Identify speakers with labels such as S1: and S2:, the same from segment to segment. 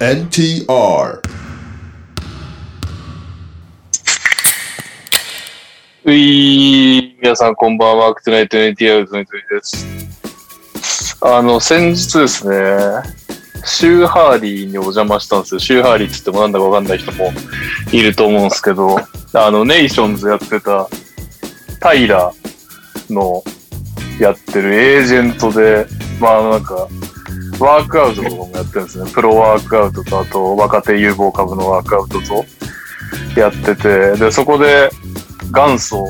S1: NTR
S2: うい皆さんこんばんは、アクトゥナイト NTR ズのいつです。あの、先日ですね、シューハーリーにお邪魔したんですよ。シューハーリーって言ってもなんだかわかんない人もいると思うんですけど、あの、ネーションズやってた、タイラのやってるエージェントで、まああのなんか、ワークアウトとかもやってるんですね。プロワークアウトと、あと若手有望株のワークアウトとやってて、で、そこで、元祖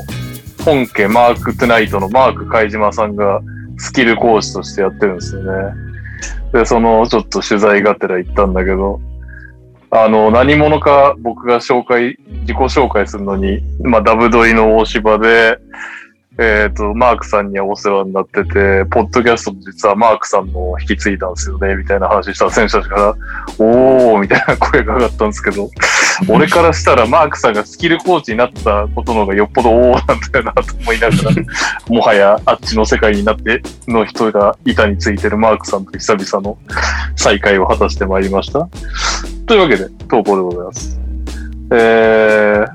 S2: 本家マークトゥナイトのマーク貝島さんがスキル講師としてやってるんですよね。で、そのちょっと取材がてら行ったんだけど、あの、何者か僕が紹介、自己紹介するのに、まあ、ダブドリの大芝で、えっ、と、マークさんにはお世話になってて、ポッドキャストも実はマークさんも引き継いだんですよね、みたいな話したら選手たちから、おーみたいな声が上がったんですけど、 俺からしたらマークさんがスキルコーチになったことの方がよっぽどおおなんだよなと思いながらもはやあっちの世界になっての人が板についてるマークさんと久々の再会を果たしてまいりましたというわけで投稿でございますえー、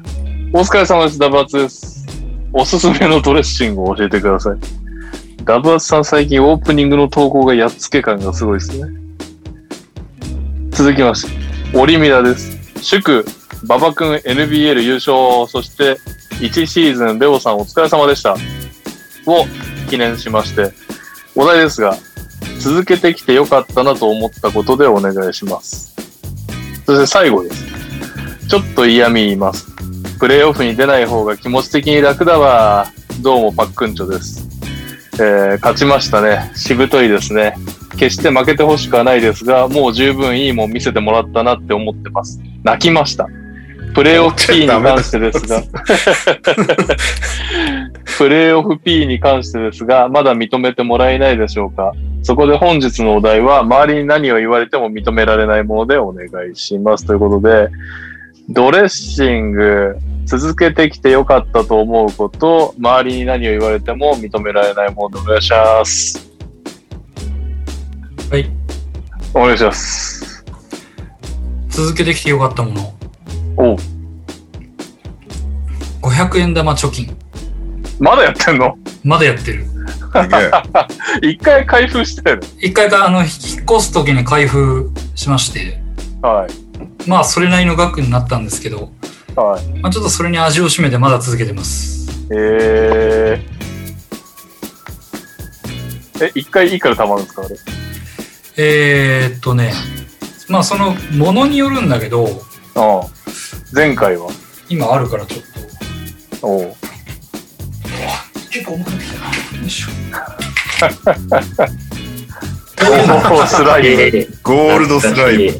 S2: お疲れ様ですダブアツですおすすめのドレッシングを教えてくださいダブアツさん最近オープニングの投稿がやっつけ感がすごいですね続きましてオリミラです祝馬場くん NBL 優勝、そして1シーズンレオさんお疲れ様でした。を記念しまして、お題ですが、続けてきてよかったなと思ったことでお願いします。そして最後です。ちょっと嫌味言います。プレイオフに出ない方が気持ち的に楽だわ。どうもパックンチョです。えー勝ちましたね。しぶといですね。決して負けてほしくはないですが、もう十分いいもん見せてもらったなって思ってます。泣きました。プレーオフ P に関してですが、プレーオフ P に関してですが、まだ認めてもらえないでしょうか。そこで本日のお題は、周りに何を言われても認められないものでお願いします。ということで、ドレッシング、続けてきてよかったと思うこと、周りに何を言われても認められないものでお願いします。
S3: はい。
S2: お願いします。
S3: 続けてきてよかったもの。
S2: おう
S3: 500円玉貯金。
S2: まだやってんの
S3: まだやってる。
S1: すげえ
S2: 一回開封したよね。
S3: 一回か、あの、引っ越す時に開封しまして、
S2: はい。
S3: まあ、それなりの額になったんですけど、
S2: はい。
S3: まあ、ちょっとそれに味を占めてまだ続けてます。
S2: えー。え、一回いいから貯まるんですかあれ。
S3: えー、っとね、まあ、その、ものによるんだけど、
S2: うん。前回は。
S3: 今あるからちょっと。
S2: おう
S3: 結構重くなってきたな。よいしょ。
S2: おうスライ ム。
S1: ゴールドスライム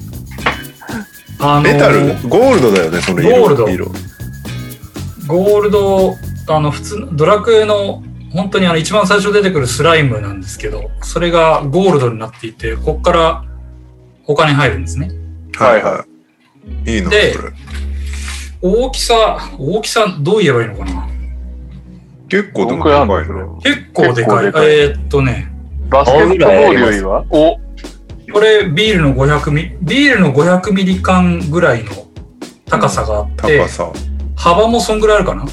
S3: あのー
S1: メタルゴールドだよねその色
S3: ゴールド
S1: 色
S3: ゴールド、あの、普通の、ドラクエの、本当にあの、一番最初出てくるスライムなんですけど、それがゴールドになっていて、こっからお金入るんですね。
S1: はいはいいいのそれ
S3: で大きさ、大きさ、どう言えばいいのかな
S1: 結構でも
S2: どんく
S1: 高
S2: らいあ
S1: い
S2: んの
S1: の
S3: 結構でかい。
S2: 結構でかい
S3: えーっとね、
S2: バスケットボールよりはお、
S3: これビールの500ミリ、ビールの500ミリ缶ぐらいの高さがあって、
S1: 高さ
S3: 幅もそんぐらいあるかな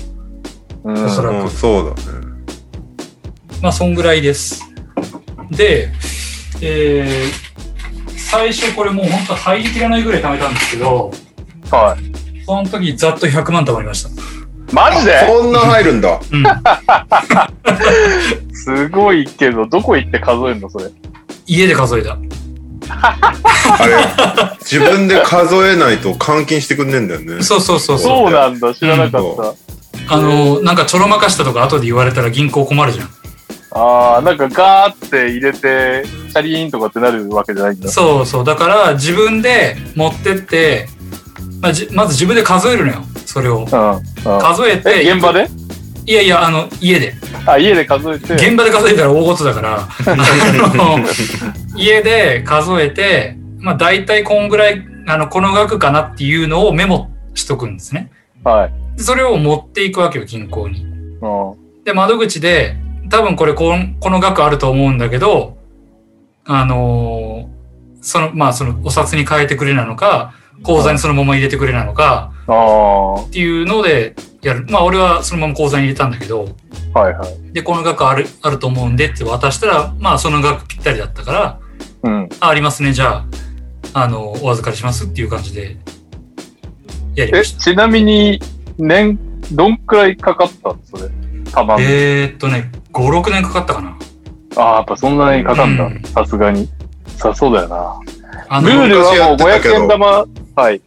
S2: う
S3: おそらく
S1: うんそうだね
S3: まあ、そんぐらいです。で、えー最初これもう本当入りきらないぐらい貯めたんですけど、
S2: はい。
S3: その時ざっと100万貯まりました。
S2: マジで
S1: そんな入るんだ
S3: うん。
S2: すごいけど、どこ行って数えるのそれ。
S3: 家で数えた。
S1: あれ自分で数えないと換金してくんねえんだよね
S3: そうそうそうそう。
S2: そうなんだ、知らなかった。
S3: あの、なんかちょろまかしたとか後で言われたら銀行困るじゃん。
S2: ああ、なんかガーって入れて、チャリーンとかってなるわけじゃないんだ。
S3: そうそう。だから自分で持ってって、まあ、じまず自分で数えるのよ。それを。
S2: うん。うん
S3: 数えて、
S2: え、現場で
S3: いやいや、あの、家で。
S2: あ、家で数えて。
S3: 現場で数えたら大ごと だから、あの家で数えて、まあ大体こんぐらい、あの、この額かなっていうのをメモしとくんですね。
S2: はい。
S3: でそれを持っていくわけよ、銀行に。
S2: うん。
S3: で、窓口で、多分これこん、この額あると思うんだけど、あのーその、まあ、そのお札に変えてくれなのか、口座にそのまま入れてくれなのか、
S2: ああ、は
S3: っていうのでやる。まあ、俺はそのまま口座に入れたんだけど、
S2: いはい。
S3: で、この額ある、あると思うんでって渡したら、まあ、その額ぴったりだったから、
S2: うん。
S3: あ、ありますね、じゃあ、あの、お預かりしますっていう感じで、やり
S2: え、
S3: まし
S2: ちなみに、年、どんくらいかかったのそれ。たま
S3: た。
S2: ん。
S3: えーっとね、5、6年かかったかな。
S2: ああ、やっぱそんなにかかん
S3: う
S2: だ
S3: ん。
S2: さすがに。さそうだよな。
S3: あ
S2: ルールはもう
S1: 昔やってたけど
S2: 500円玉、はい。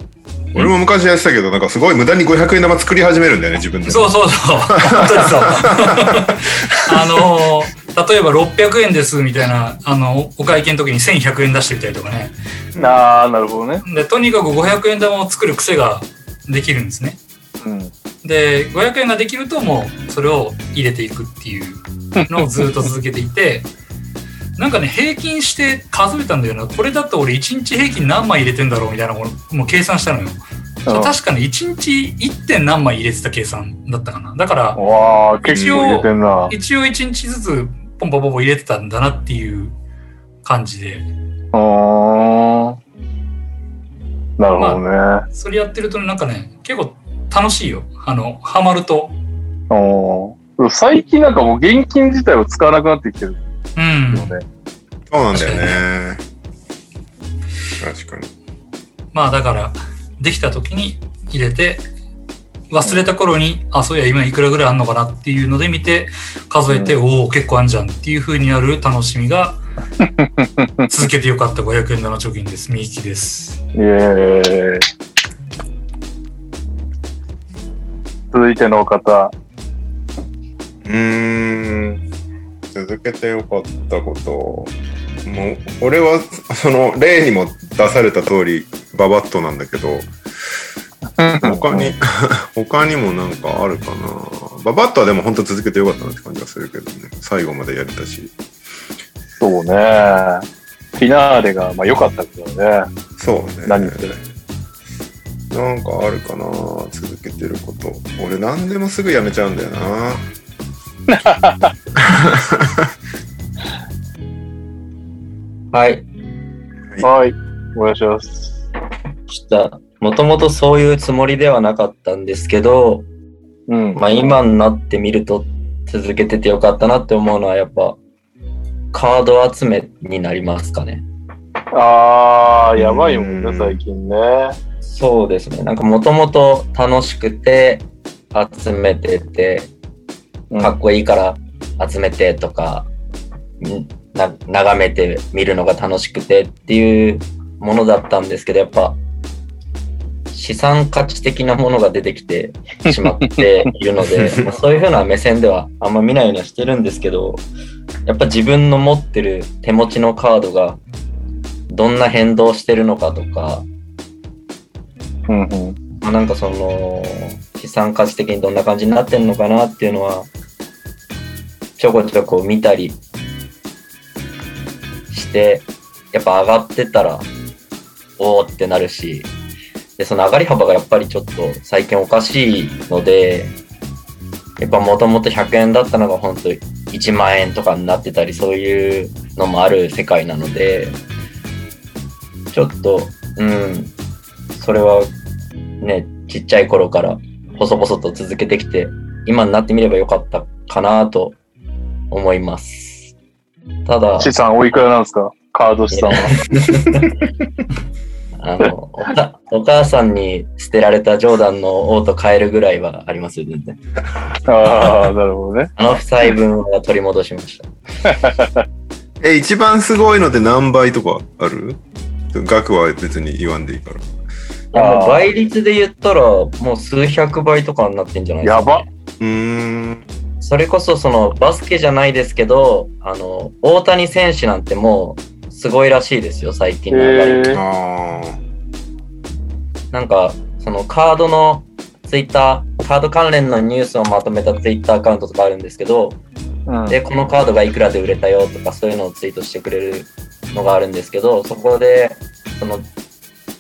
S1: 俺も昔やってたけど、なんかすごい無駄に500円玉作り始めるんだよね、自分で。
S3: そうそうそう。本当にそう。あのー例えば600円ですみたいな、あの、お会計の時に1100円出してみたりとかね。
S2: ああ、なるほどね。
S3: で、とにかく500円玉を作る癖ができるんですね。
S2: うん。
S3: で、500円ができるともうそれを入れていくっていうのをずっと続けていて、なんかね、平均して数えたんだよな。これだと俺1日平均何枚入れてんだろうみたいなものもう計算したのよ。確かね、1日 1. 点何枚入れてた計算だったかな。だから、
S2: わあ、結構入れてんな。
S3: 一応一日ずつポンポンポンポン入れてたんだなっていう感じで、
S2: うーん。なるほどね。
S3: それやってるとねなんかね、結構楽しいよ。あの、ハマると。
S2: おー最近なんかもう現金自体を使わなくなってきてる
S3: うん。
S2: ので。
S1: そうなんだよね。確かに。
S3: まあだから、できた時に入れて、忘れた頃に、あ、そういや、今いくらぐらいあんのかなっていうので見て、数えて、おお、結構あんじゃんっていう風になる楽しみが、 続けてよかった500円玉貯金です。みいきです。
S2: イエーイ。続いてのお方。
S1: うーん。続けてよかったこと。もう、俺は、その、例にも出された通り、ババッとなんだけ ど、他に、 他にもなんかあるかな。ババッとはでも本当続けてよかったなって感じがするけどね。最後までやれたし。
S2: そうね。フィナーレが、まあ良かったけどね。
S1: そうね。
S2: 何言ってる
S1: なんかあるかな続けてること。俺何でもすぐやめちゃうんだよな。
S4: はい。
S2: はい。お願いします。
S4: ちょっと、もともとそういうつもりではなかったんですけど、
S2: うん。
S4: まあ今になってみると続けててよかったなって思うのはやっぱ、カード集めになりますかね。
S2: あー、やばいもん
S1: う
S2: ね、
S1: ん
S2: 最近ね。
S4: そうですね。なんかもともと楽しくて集めてて、
S2: うん
S4: かっこいいから集めてとか、んな眺めて見るのが楽しくてっていうものだったんですけど、やっぱ資産価値的なものが出てきてしまっている ので、まあそういうふうな目線ではあんま見ないようにはしてるんですけど、やっぱ自分の持ってる手持ちのカードがどんな変動してるのかとか、
S2: うんうん。
S4: まあ、なんかその資産価値的にどんな感じになってんのかなっていうのはちょこちょこ見たりしてやっぱ上がってたらおおってなるしでその上がり幅がやっぱりちょっと最近おかしいのでやっぱもともと100円だったのが本当に1万円とかになってたりそういうのもある世界なのでちょっとうんそれはね、ちっちゃい頃から細々と続けてきて、今になってみればよかったかなと思います。ただ、
S2: 資産おいくらなんですかカード資産は。
S4: あのおかお母さんに捨てられたジョーダンの王と変えるぐらいはありますよ、全然。
S2: あー、なるほ どね。
S4: あの負債分は取り戻しました。
S1: え、一番すごいのって何倍とかある額は別に言わんでいいから。
S4: でも倍率で言ったら、もう数百倍とかになってんじゃないですか、
S2: やば。
S1: うーん。
S4: それこそそのバスケじゃないですけど、あの、大谷選手なんてもうすごいらしいですよ、最
S2: え
S4: 近の上がり
S2: ー。
S1: ああ。
S4: なんか、そのカードのツイッター、カード関連のニュースをまとめたツイッターアカウントとかあるんですけど、
S2: うん
S4: で、このカードがいくらで売れたよとか、そういうのをツイートしてくれるのがあるんですけど、そこで、その、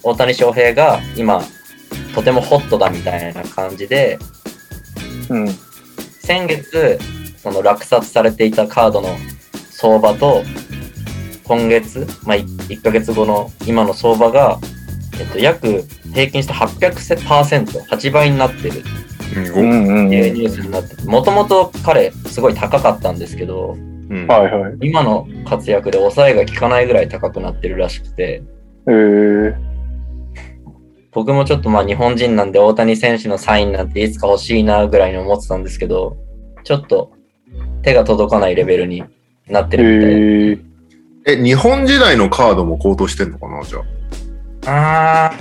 S4: 大谷翔平が今、とてもホットだみたいな感じで、
S2: うん。
S4: 先月、その落札されていたカードの相場と、今月、まあ、1 1ヶ月後の今の相場が、えっと、約平均して800%、8倍になってる
S1: うん
S2: う
S1: ご
S2: んうんうん。
S4: っていうニュースになって、もともと彼、すごい高かったんですけど、
S1: うん
S2: はいはい。
S4: 今の活躍で抑えが効かないぐらい高くなってるらしくて、
S2: えー、
S4: 僕もちょっとまあ日本人なんで大谷選手のサインなんていつか欲しいなぐらいに思ってたんですけど、ちょっと手が届かないレベルになって
S2: え
S4: るみたいで。
S2: ー、
S1: え、日本時代のカードも高騰してんのかな、じゃあ。
S4: あ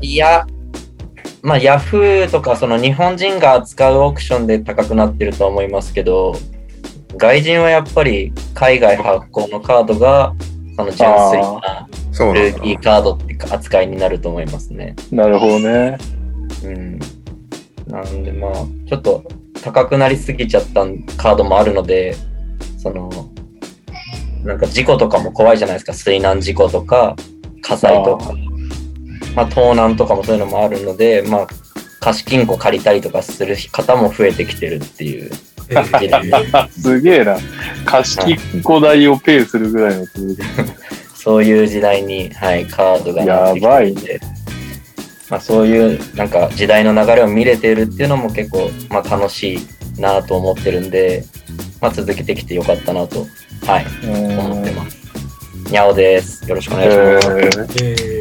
S4: ーいや、まあ、ヤフーとか、その日本人が扱うオークションで高くなってると思いますけど、外人はやっぱり海外発行のカードが、その純粋な
S1: そうなん
S4: ル
S1: だ
S4: ーキ。ーカードって扱いになると思いますね。
S2: なるほどね。
S4: うん。なんでまあ、ちょっと高くなりすぎちゃったカードもあるので、その、なんか事故とかも怖いじゃないですか。水難事故とか、火災とか、まあ盗難とかもそういうのもあるので、まあ、貸金庫借りたりとかする方も増えてきてるっていう。
S3: えー
S2: あ、すげえな。貸金庫代をペイするぐらいの続き。
S4: そういう時代に、はい、カードがなってきてるんで、まあ、そういうなんか時代の流れを見れてるっていうのも結構、まあ、楽しいなと思ってるんで、まあ、続けてきてよかったなと、はい、
S2: う
S4: 思って
S2: ん。
S4: ます。にゃおです。よろしくお願いし
S2: え
S4: ます。
S2: ー、
S3: え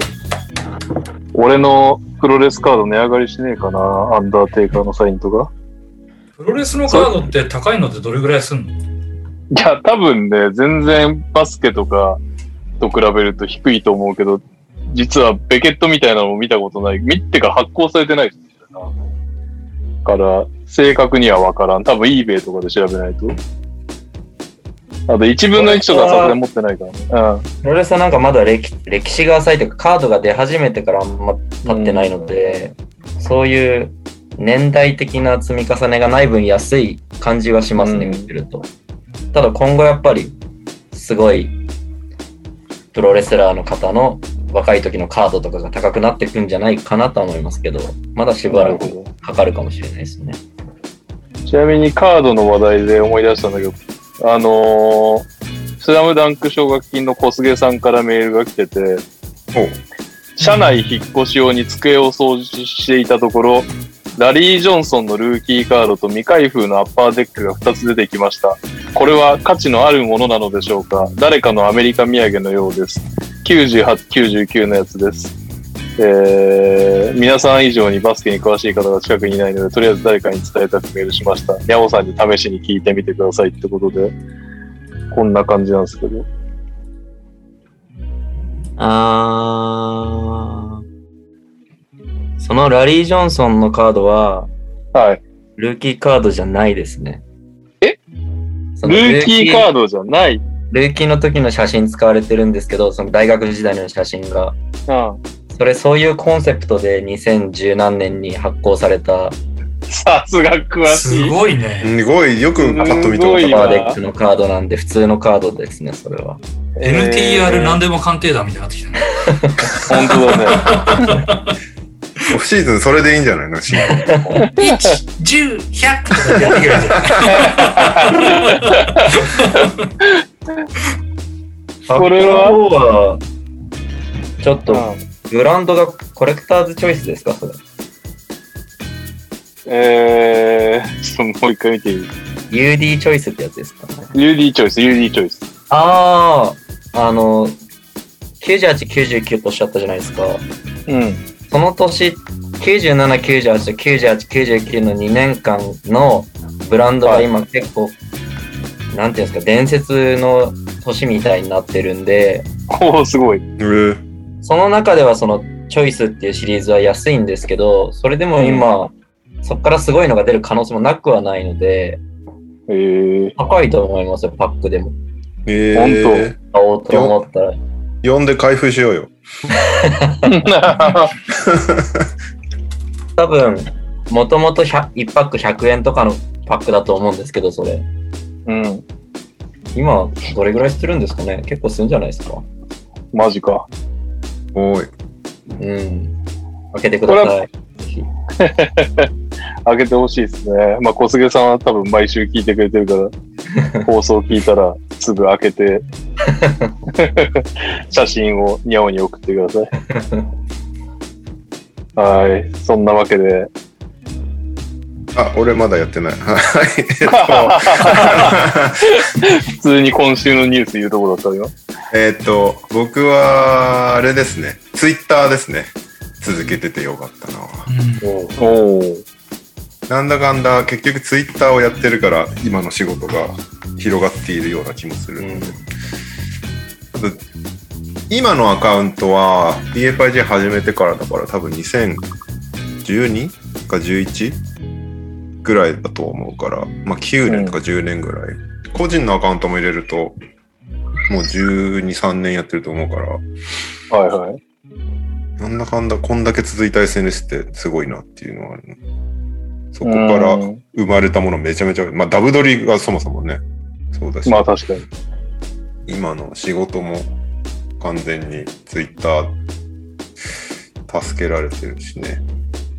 S2: 俺のプロレスカード値上がりしねえかな、アンダーテイカーのサインとか。
S3: ープロレスのカードって高いのってどれぐらいすんの
S2: いや、多分ね、全然バスケとかと比べると低いと思うけど、実はベケットみたいなのを見たことない。見ってか発行されてないですよな。から、正確にはわからん。多分 eBay とかで調べないと。あと1分の1とかさすがに持ってないからね。
S4: プロレスはなんかまだ歴歴史が浅いというか、カードが出始めてからあんま経ってないので、そういう年代的な積み重ねがない分安い感じはしますね、
S2: うん
S4: 見てると。ただ今後やっぱり、すごい、プロレスラーの方の若い時のカードとかが高くなってくんじゃないかなとは思いますけど、まだし
S2: うん。な
S4: ば
S2: る
S4: ら
S2: ほ
S4: く
S2: ど。
S4: かかるかもしれないですね。
S2: ちなみにカードの話題で思い出したんだけど、あのースラムダンク奨学金の小菅さんからメールが来てて、
S1: ほう
S2: 社内引っ越し用に机を掃除していたところ、ラリー・ジョンソンのルーキーカードと未開封のアッパーデックが2つ出てきました。これは価値のあるものなのでしょうか誰かのアメリカ土産のようです。98、99のやつです。えー、皆さん以上にバスケに詳しい方が近くにいないので、とりあえず誰かに伝えたくメールしました。ヤオさんに試しに聞いてみてくださいってことで、こんな感じなんですけど。
S4: あー、そのラリー・ジョンソンのカードは、
S2: はい。
S4: ルーキーカードじゃないですね。
S2: え
S4: その
S2: ルーキーカードじゃない。
S4: ルーキーの時の写真使われてるんですけど、その大学時代の写真が。
S2: うん。
S4: それそういうコンセプトで2010何年に発行された
S2: さすが詳し
S3: す
S2: い。
S3: ごいね。
S1: すごい、よくパッと見たこ
S2: すご
S1: と
S2: い
S4: パ
S2: わ
S4: ーデックのカードなんで、普通のカードですね、それは。
S3: NTR 何
S2: で
S3: でも鑑定団みたいになってきたね。
S2: 本当だね。
S1: オフシーズンそれでいいんじゃないのシーズン
S3: 1、10、100とかやってくれるじゃん。
S2: これは
S4: 発行の方はちょっ
S2: う
S4: と、
S2: ん
S4: ブランドがコレクターズチョイスですか、それ。
S2: えー、ちょっともう一回見てみる。
S4: UD チョイスってやつですかね。
S2: UD チョイス、UD チョイス。
S4: ああ、あの、98、99とおっしゃったじゃないですか。
S2: うん。
S4: その年、97、98、98、99の2年間のブランドが今結構、なんていうんですか、伝説の年みたいになってるんで、
S2: おー、すごい。
S1: う
S4: その中ではそのチョイスっていうシリーズは安いんですけど、それでも今、そこからすごいのが出る可能性もなくはないので、
S2: えー、
S4: 高いと思いますよ、パックでも。
S1: えー
S2: 本
S4: 買おうと思ったら。
S1: 呼んで開封しようよ。
S4: 多分、もともと1パック100円とかのパックだと思うんですけど、それ。
S2: うん。
S4: 今、どれぐらいしてるんですかね結構するんじゃないですか
S2: マジか。
S1: おい。
S4: うん。開けてください。ぜひ
S2: あげてほしいですね。まあ、 小菅さんは多分毎週聞いてくれてるから、放送聞いたらすぐ開けて 写真をニャオに送ってください。 はい。そんなわけ で。
S1: あ、俺まだやってない。はい。
S2: 普通に今週のニュース言うとこだったよ。
S1: えーっと、僕は、あれですね。ツイッターですね。続けててよかったな。
S4: おう
S2: おお。
S1: なんだかんだ、結局ツイッターをやってるから、今の仕事が広がっているような気もするので。あと今のアカウントは、DFIG 始めてからだから、多分2012か 11? ぐらいだと思うから、まあ9年とか10年ぐらい。個人のアカウントも入れると、もう12、3年やってると思うから、
S2: はいはい。
S1: なんだかんだこんだけ続いた SNS ってすごいなっていうのはあるねそこから
S2: うん
S1: 生まれたものめちゃめちゃ、まあダブドリがそもそもね、そうだし、
S2: まあ確かに。
S1: 今の仕事も完全にツイッター助けられてるしね。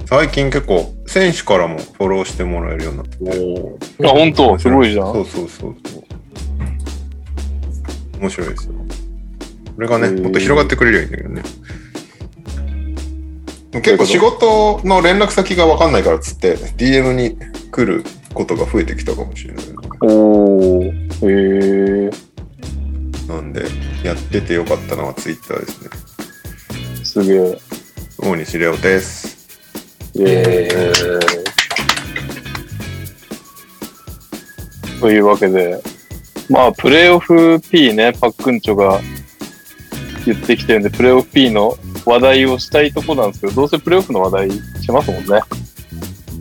S1: 最近結構選手からもフォローしてもらえるようになってて。
S4: おう
S2: あ、本当すごいじゃん。
S1: そうそうそうそう。面白いですよ。これがね、もっと広がってくれりゃいいんだけどね。結構仕事の連絡先が分かんないからっつって、DM に来ることが増えてきたかもしれない。
S2: おお。へえ。
S1: なんで、やっててよかったのは Twitter ですね。
S2: すげえ。
S1: 大西レオです。
S2: イエーイというわけで、まあ、プレーオフ P ね、パックンチョが言ってきてるんで、プレーオフ P の話題をしたいとこなんですけど、どうせプレーオフの話題しますもんね。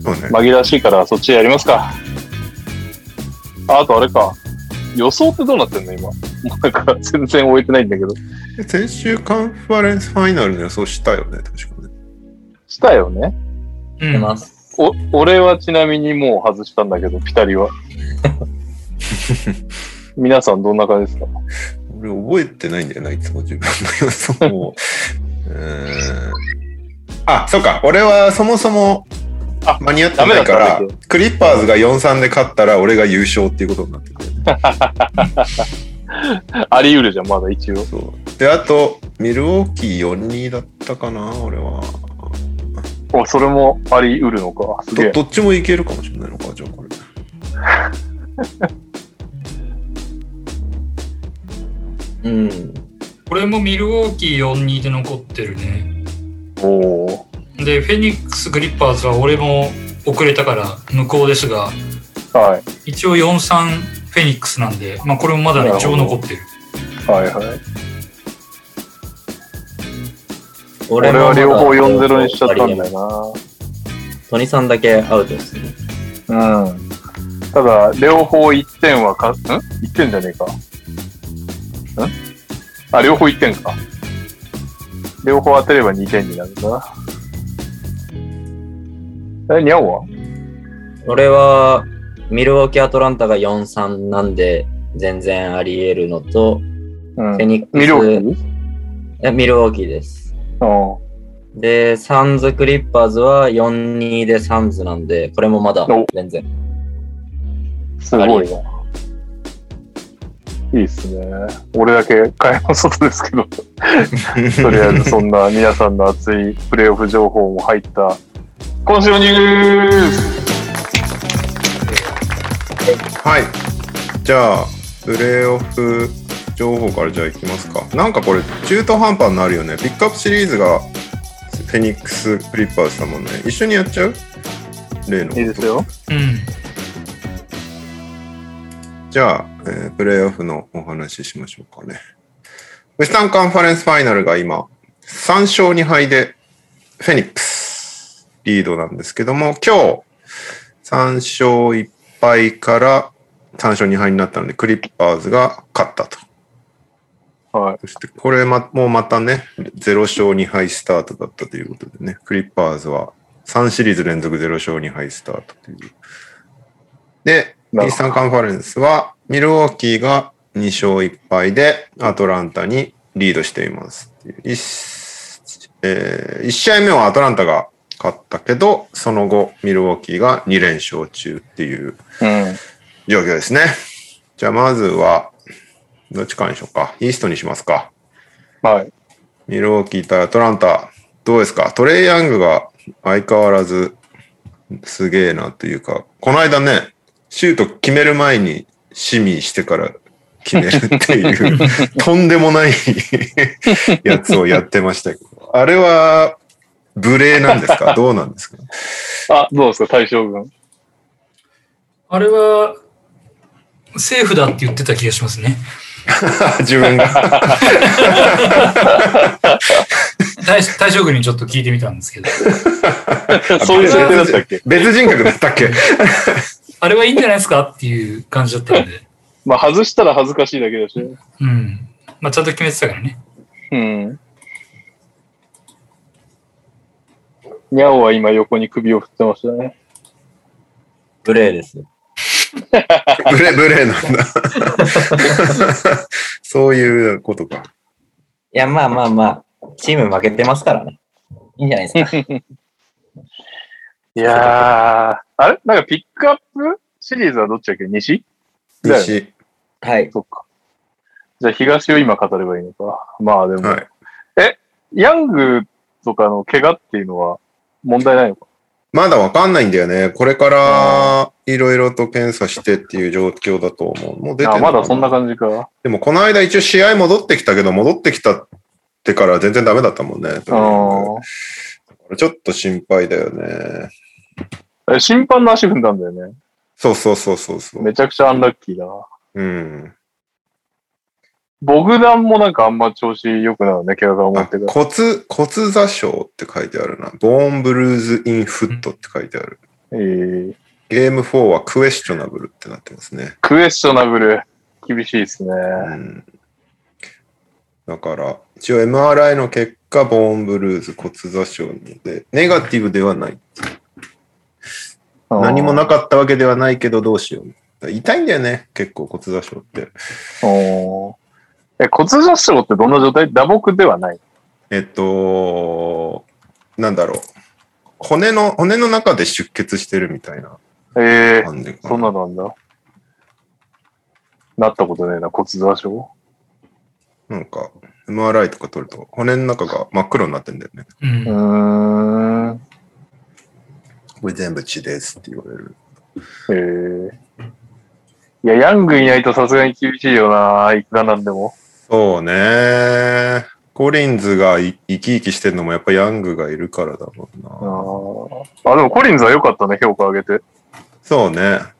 S1: そうね。
S2: 紛らわしいから、そっちやりますか。あ、あとあれか。予想ってどうなってんの今。なんか、全然終えてないんだけど。
S1: 先週カンファレンスファイナルの予想したよね、確かね。
S2: したよね。
S3: うん
S4: 出ます。
S2: お、俺はちなみにもう外したんだけど、ピタ リは。皆さんどんな感じですか
S1: 俺覚えてないんだよな、いつも自分の予想を。うーんあ、そうか。俺はそもそも
S2: あ
S1: 間に合ってないから
S2: ダメだダメ、
S1: クリッパーズが4-3で勝ったら俺が優勝っていうことになってて。
S2: あり得るじゃん、まだ一応。
S1: そう。で、あと、ミルウォーキー4-2だったかな、俺は。
S2: お、それもあり得るのか。すげ
S1: ど
S2: え。
S1: どっちもいけるかもしれないのか、じゃあこれ。
S4: うん。
S3: これもミルウォーキー4-2で残ってるね。
S2: おー
S3: で、フェニックス・グリッパーズは俺も遅れたから無効ですが、
S2: はい。
S3: 一応4-3フェニックスなんで、まあこれもまだ一応残ってる。
S2: はいはい。
S4: 俺
S2: 俺
S4: も
S2: は
S4: まだ
S2: 両方4-0にしちゃったんだよ
S4: トニさんだけアウトですね。
S2: な。うん。ただ、両方1点はか、ん ?1 点じゃねえか。んあ、両方1点か。両方当てれば2点になるんだな。え、にゃおは
S4: 俺は、ミルウォーキー・アトランタが4-3なんで、全然あり得るのと、
S2: うん
S4: フェ。ニックス、
S2: ミルウォーキ
S4: えミルウォーキーです。
S2: ー
S4: で、サンズ・クリッパーズは4-2でサンズなんで、これもまだ
S2: お
S4: 全然。
S2: うん。すごいな。いいっすね。俺だけ会話の外です けど。とりあえずそんな皆さんの熱いプレーオフ情報も入った今週のニュース
S1: はい。じゃあ、プレーオフ情報からじゃあいきますか。なんかこれ、中途半端になるよね。ピックアップシリーズが、フェニックス・クリッパーズだもんね。一緒にやっちゃう例の。
S2: いいですよ。
S3: うん。
S1: じゃあ、えープレーオフのお話ししましょうかね。ウェスタンカンファレンスファイナルが今、3勝2敗で、フェニックスリードなんですけども、今日、3勝1敗から3勝2敗になったので、クリッパーズが勝ったと。
S2: はい
S1: そしてこれま、もうまたね、0勝2敗スタートだったということでね、クリッパーズは3シリーズ連続0勝2敗スタートという。で、イ
S2: な
S1: ー
S2: るほど
S1: スタンカンファレンスは、ミルウォーキーが2勝1敗で、アトランタにリードしていますっていう。1, えー、1試合目はアトランタが勝ったけど、その後、ミルウォーキーが2連勝中っていう
S2: うん
S1: 状況ですね。じゃあまずは、どっちかにしようか。イーストにしますか。
S2: はい。
S1: ミルウォーキー対アトランタ、どうですかトレイヤングが相変わらずすげえなというか、この間ね、シュート決める前にシミーしてから決めるっていう、 とんでもないやつをやってましたけど、あれは無礼なんですかどうなん ですか
S2: あ、どうですか、大将軍。
S3: あれは、セーフだって言ってた気がしますね。
S1: 自分が。
S3: 大大将軍にちょっと聞いてみたんですけど、
S2: そういう設定だったっけ
S1: 別人格だったっ け
S3: あれはいいんじゃないですかっていう感じだったんで、
S2: まあ、外したら恥ずかしいだけだし。
S3: うん。まあ、ちゃんと決めてたからね。
S2: うん。にゃおは今横に首を振ってましたね。
S4: プレイですよ。
S1: ブレブレなん だ。そういうことか。
S4: いや、まあまあまあ、チーム負けてますからね。いいんじゃないです か。
S2: いやー、あれなんかピックアップシリーズはどっちだっけ西だよね
S1: 西。
S4: はい。
S2: そっか。じゃあ東を今語ればいいのか。まあでも、
S1: はい。
S2: ヤングとかの怪我っていうのは問題ないのか。
S1: まだわかんないんだよね。これから、いろいろと検査してっていう状況だと思う。もう出て
S2: あ
S1: るの
S2: ま
S1: か
S2: だそんな感じか。
S1: でも、この間一応試合戻ってきたけど、戻ってきたってから全然ダメだったもんね。
S2: あー
S1: ちょっと心配だよね。
S2: え審判の足踏んだんだよね。
S1: そうそうそうそうそう。
S2: めちゃくちゃアンラッキーだな。
S1: うん。
S2: ボグダンもなんかあんま調子良くなるね、怪我が思
S1: あ
S2: ってから。
S1: 骨、骨座症って書いてあるな。ボーンブルーズ・イン・フットって書いてある。
S2: えー、
S1: ゲーム4はクエスチョナブルってなってますね。
S2: クエスチョナブル、厳しいですね。
S1: うんだから、一応 MRI の結果、ボーンブルーズ骨座症なので、ネガティブではない。 何もな
S2: く。
S1: かったわけではないけど、どうしよう。だから痛いんだよね、結構骨座症って。
S2: おーえ骨挫傷ってどんな状態打撲ではない。
S1: えっと、なんだろう。骨の、骨の中で出血してるみたいな
S2: えー、
S1: 感じか
S2: そん
S1: な。
S2: なのなんだ。なったことねえな、骨挫傷。
S1: なんか、MRI とか取ると、骨の中が真っ黒になってんだよね。
S3: う。
S2: うんーん。
S1: これ全部血ですって言われる。
S2: えー、いや、ヤングいないとさすがに厳しいよな、いくらなんでも。
S1: そうね。コリンズがい生き生きしてるのもやっぱヤングがいるからだもんな。
S2: あーあ、でもコリンズは良かったね、評価上げて。
S1: そうね。あ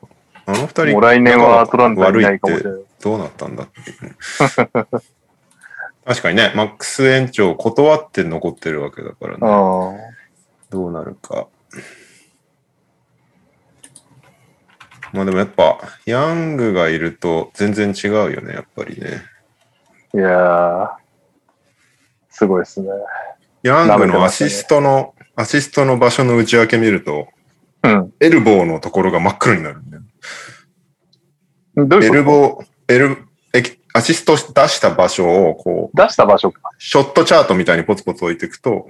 S1: の二人
S2: もう来年はアトランタにいないかもしれない。
S1: どうなったんだっていう。 確かにね、マックス園長断って残ってるわけだから
S2: あ
S1: ね。
S2: ー
S1: どうなるか。まあでもやっぱ、ヤングがいると全然違うよね、やっぱりね。
S2: いやー、すごいですね。
S1: ヤングのアシストの、アシストの場所の内訳見ると、
S2: うん。
S1: エルボーのところが真っ黒になるんだよ。
S2: どう
S1: エ
S2: い
S1: ル
S2: うこと
S1: ボー、エル、エキアシスト出した場所を、こう、
S2: 出した場所か。
S1: ショットチャートみたいにポツポツ置いていくと、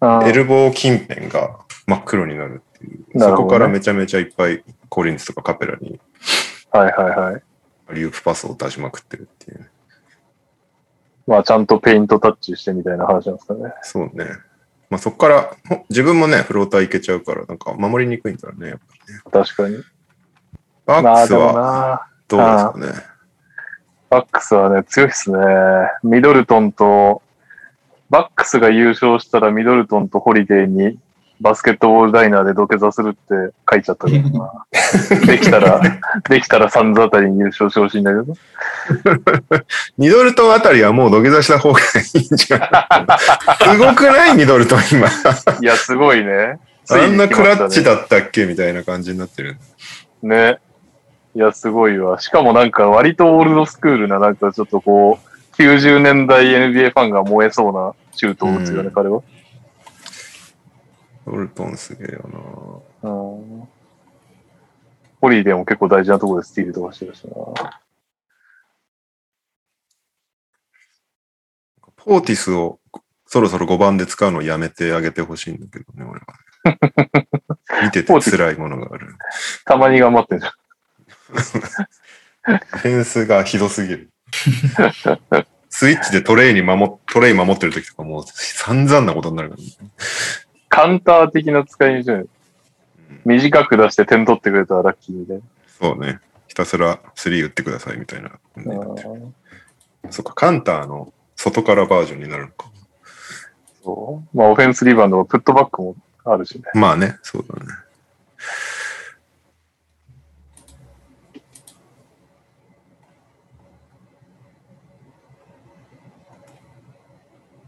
S2: あー
S1: エルボー近辺が真っ黒になるっていう。
S2: な
S1: そ
S2: るほどね
S1: こからめちゃめちゃいっぱいコリンズとかカペラに
S2: はいはいはい。
S1: リュープパスを出しまくってるっていうね。
S2: まあ、ちゃんとペイントタッチしてみたいな話なんですかね。
S1: そうね。まあそこから、ほ自分もね、フローターいけちゃうから、なんか守りにくいんだろうね。やっ
S2: 確かに。
S1: ぱバ
S2: ま
S1: ッ
S2: あ、
S1: クス
S2: でも
S1: は
S2: な、
S1: どうですかね。
S2: バックスはね、強いっすね。ミドルトンと、バックスが優勝したらミドルトンとホリデーにバスケットボールダイナーで土下座するって書いちゃったけ どな。できたら、できたらサンズあたりに優勝してほしいんだけど。
S1: ミドルトンあたりはもう土下座した方がいいんじゃ ないすごくないミドルトン今。
S2: いや、すごいね。つ
S1: あ
S2: い
S1: ん
S2: に
S1: な
S2: 来ま
S1: ク
S2: した
S1: ラ
S2: ね
S1: ッチだったっけみたいな感じになってる。
S2: ね。いや、すごいわ。しかもなんか割とオールドスクールな、なんかちょっとこう、90年代 NBA ファンが燃えそうなシュートを打つよね、
S1: うん
S2: 彼は。
S1: ドルトンすげえよ
S2: うん。ホリーでも結構大事なところでスティールとかしてるしな。
S1: なポーティスをそろそろ5番で使うのをやめてあげてほしいんだけどね、俺は。見てて辛いものがある。
S2: たまに頑張ってんじゃん。
S1: フェンスがひどすぎる。スイッチでトレイに守っ、トレイ守ってる時とかもう散々なことになるからね。
S2: カウンター的な使い道じゃない短く出して点取ってくれたらラッキーみたい
S1: そうね。ひたすら3打ってくださいみたいな。
S2: な。
S1: そっか、カンターの外からバージョンになるのか。
S2: そう。まあ、オフェンスリバウンドもプットバックもあるしね。
S1: まあね、そうだね。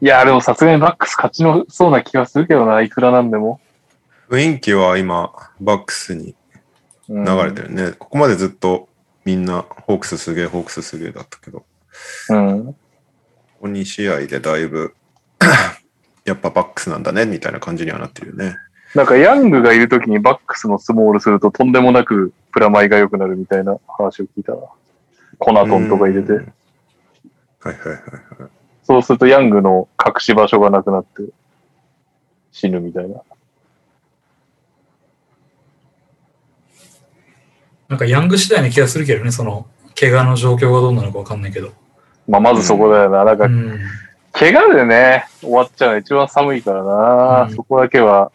S2: いや、でもさすがにバックス勝ちのそうな気がするけどな、いくらなんでも。
S1: 雰囲気は今、バックスに
S2: 流
S1: 流れてるね。ここまでずっとみんな、ホークスすげえ、ホークスすげえだったけど、こ
S2: うん。
S1: こ2試合でだいぶ、 やっぱバックスなんだね、みたいな感じにはなってるよね。
S2: なんか、ヤングがいるときにバックスのスモールするととんでもなくプラマイが良くなるみたいな話を聞いたな。コナトンとか入れ
S1: うん
S2: て。
S1: はいはいはいはい。
S2: そうするとヤングの隠し場所がなくなって死ぬみたいな。
S3: なんかヤング次第な気がするけどね、その、怪我の状況がどうなのかわかんないけど。
S2: まあ、まずそこだよな。なん
S3: う
S2: か、
S3: ん。
S2: 怪我でね、終わっちゃうのが一番寒いからな。
S3: うん
S2: そこだけは、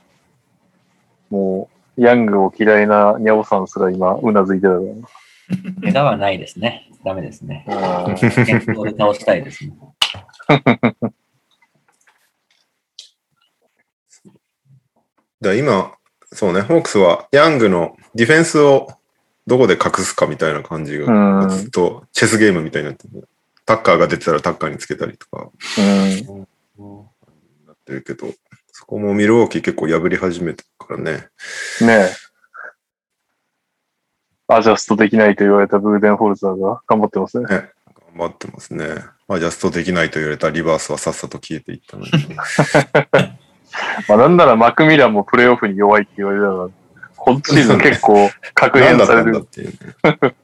S2: もう、ヤングを嫌いなニャオさんすら今、うなずいてたからな
S4: 怪我はないですね。ダメですね。
S2: うん
S4: 健康で倒したい ですね。
S1: だから今、そうね、ホークスはヤングのディフェンスをどこで隠すかみたいな感じ
S2: う
S1: が、
S2: ん。うん
S1: ずっとチェスゲームみたいになってる。タッカーが出てたらタッカーにつけたりとかなってるけど、そこもミルウォーキー結構破り始めてるからね。
S2: ねえ。アジャストできないと言われたブーデンホルツァーが頑張ってますね。
S1: 頑張ってますね。アジャストできないと言われたリバースはさっさと消えていった のに。
S2: まあ、なんならマクミランもプレイオフに弱いって言われてたから、今シーズン結構確
S1: 何
S2: 変
S1: だっ
S2: さ
S1: た
S2: れて
S1: んだっ
S2: る。
S1: ていう、ね。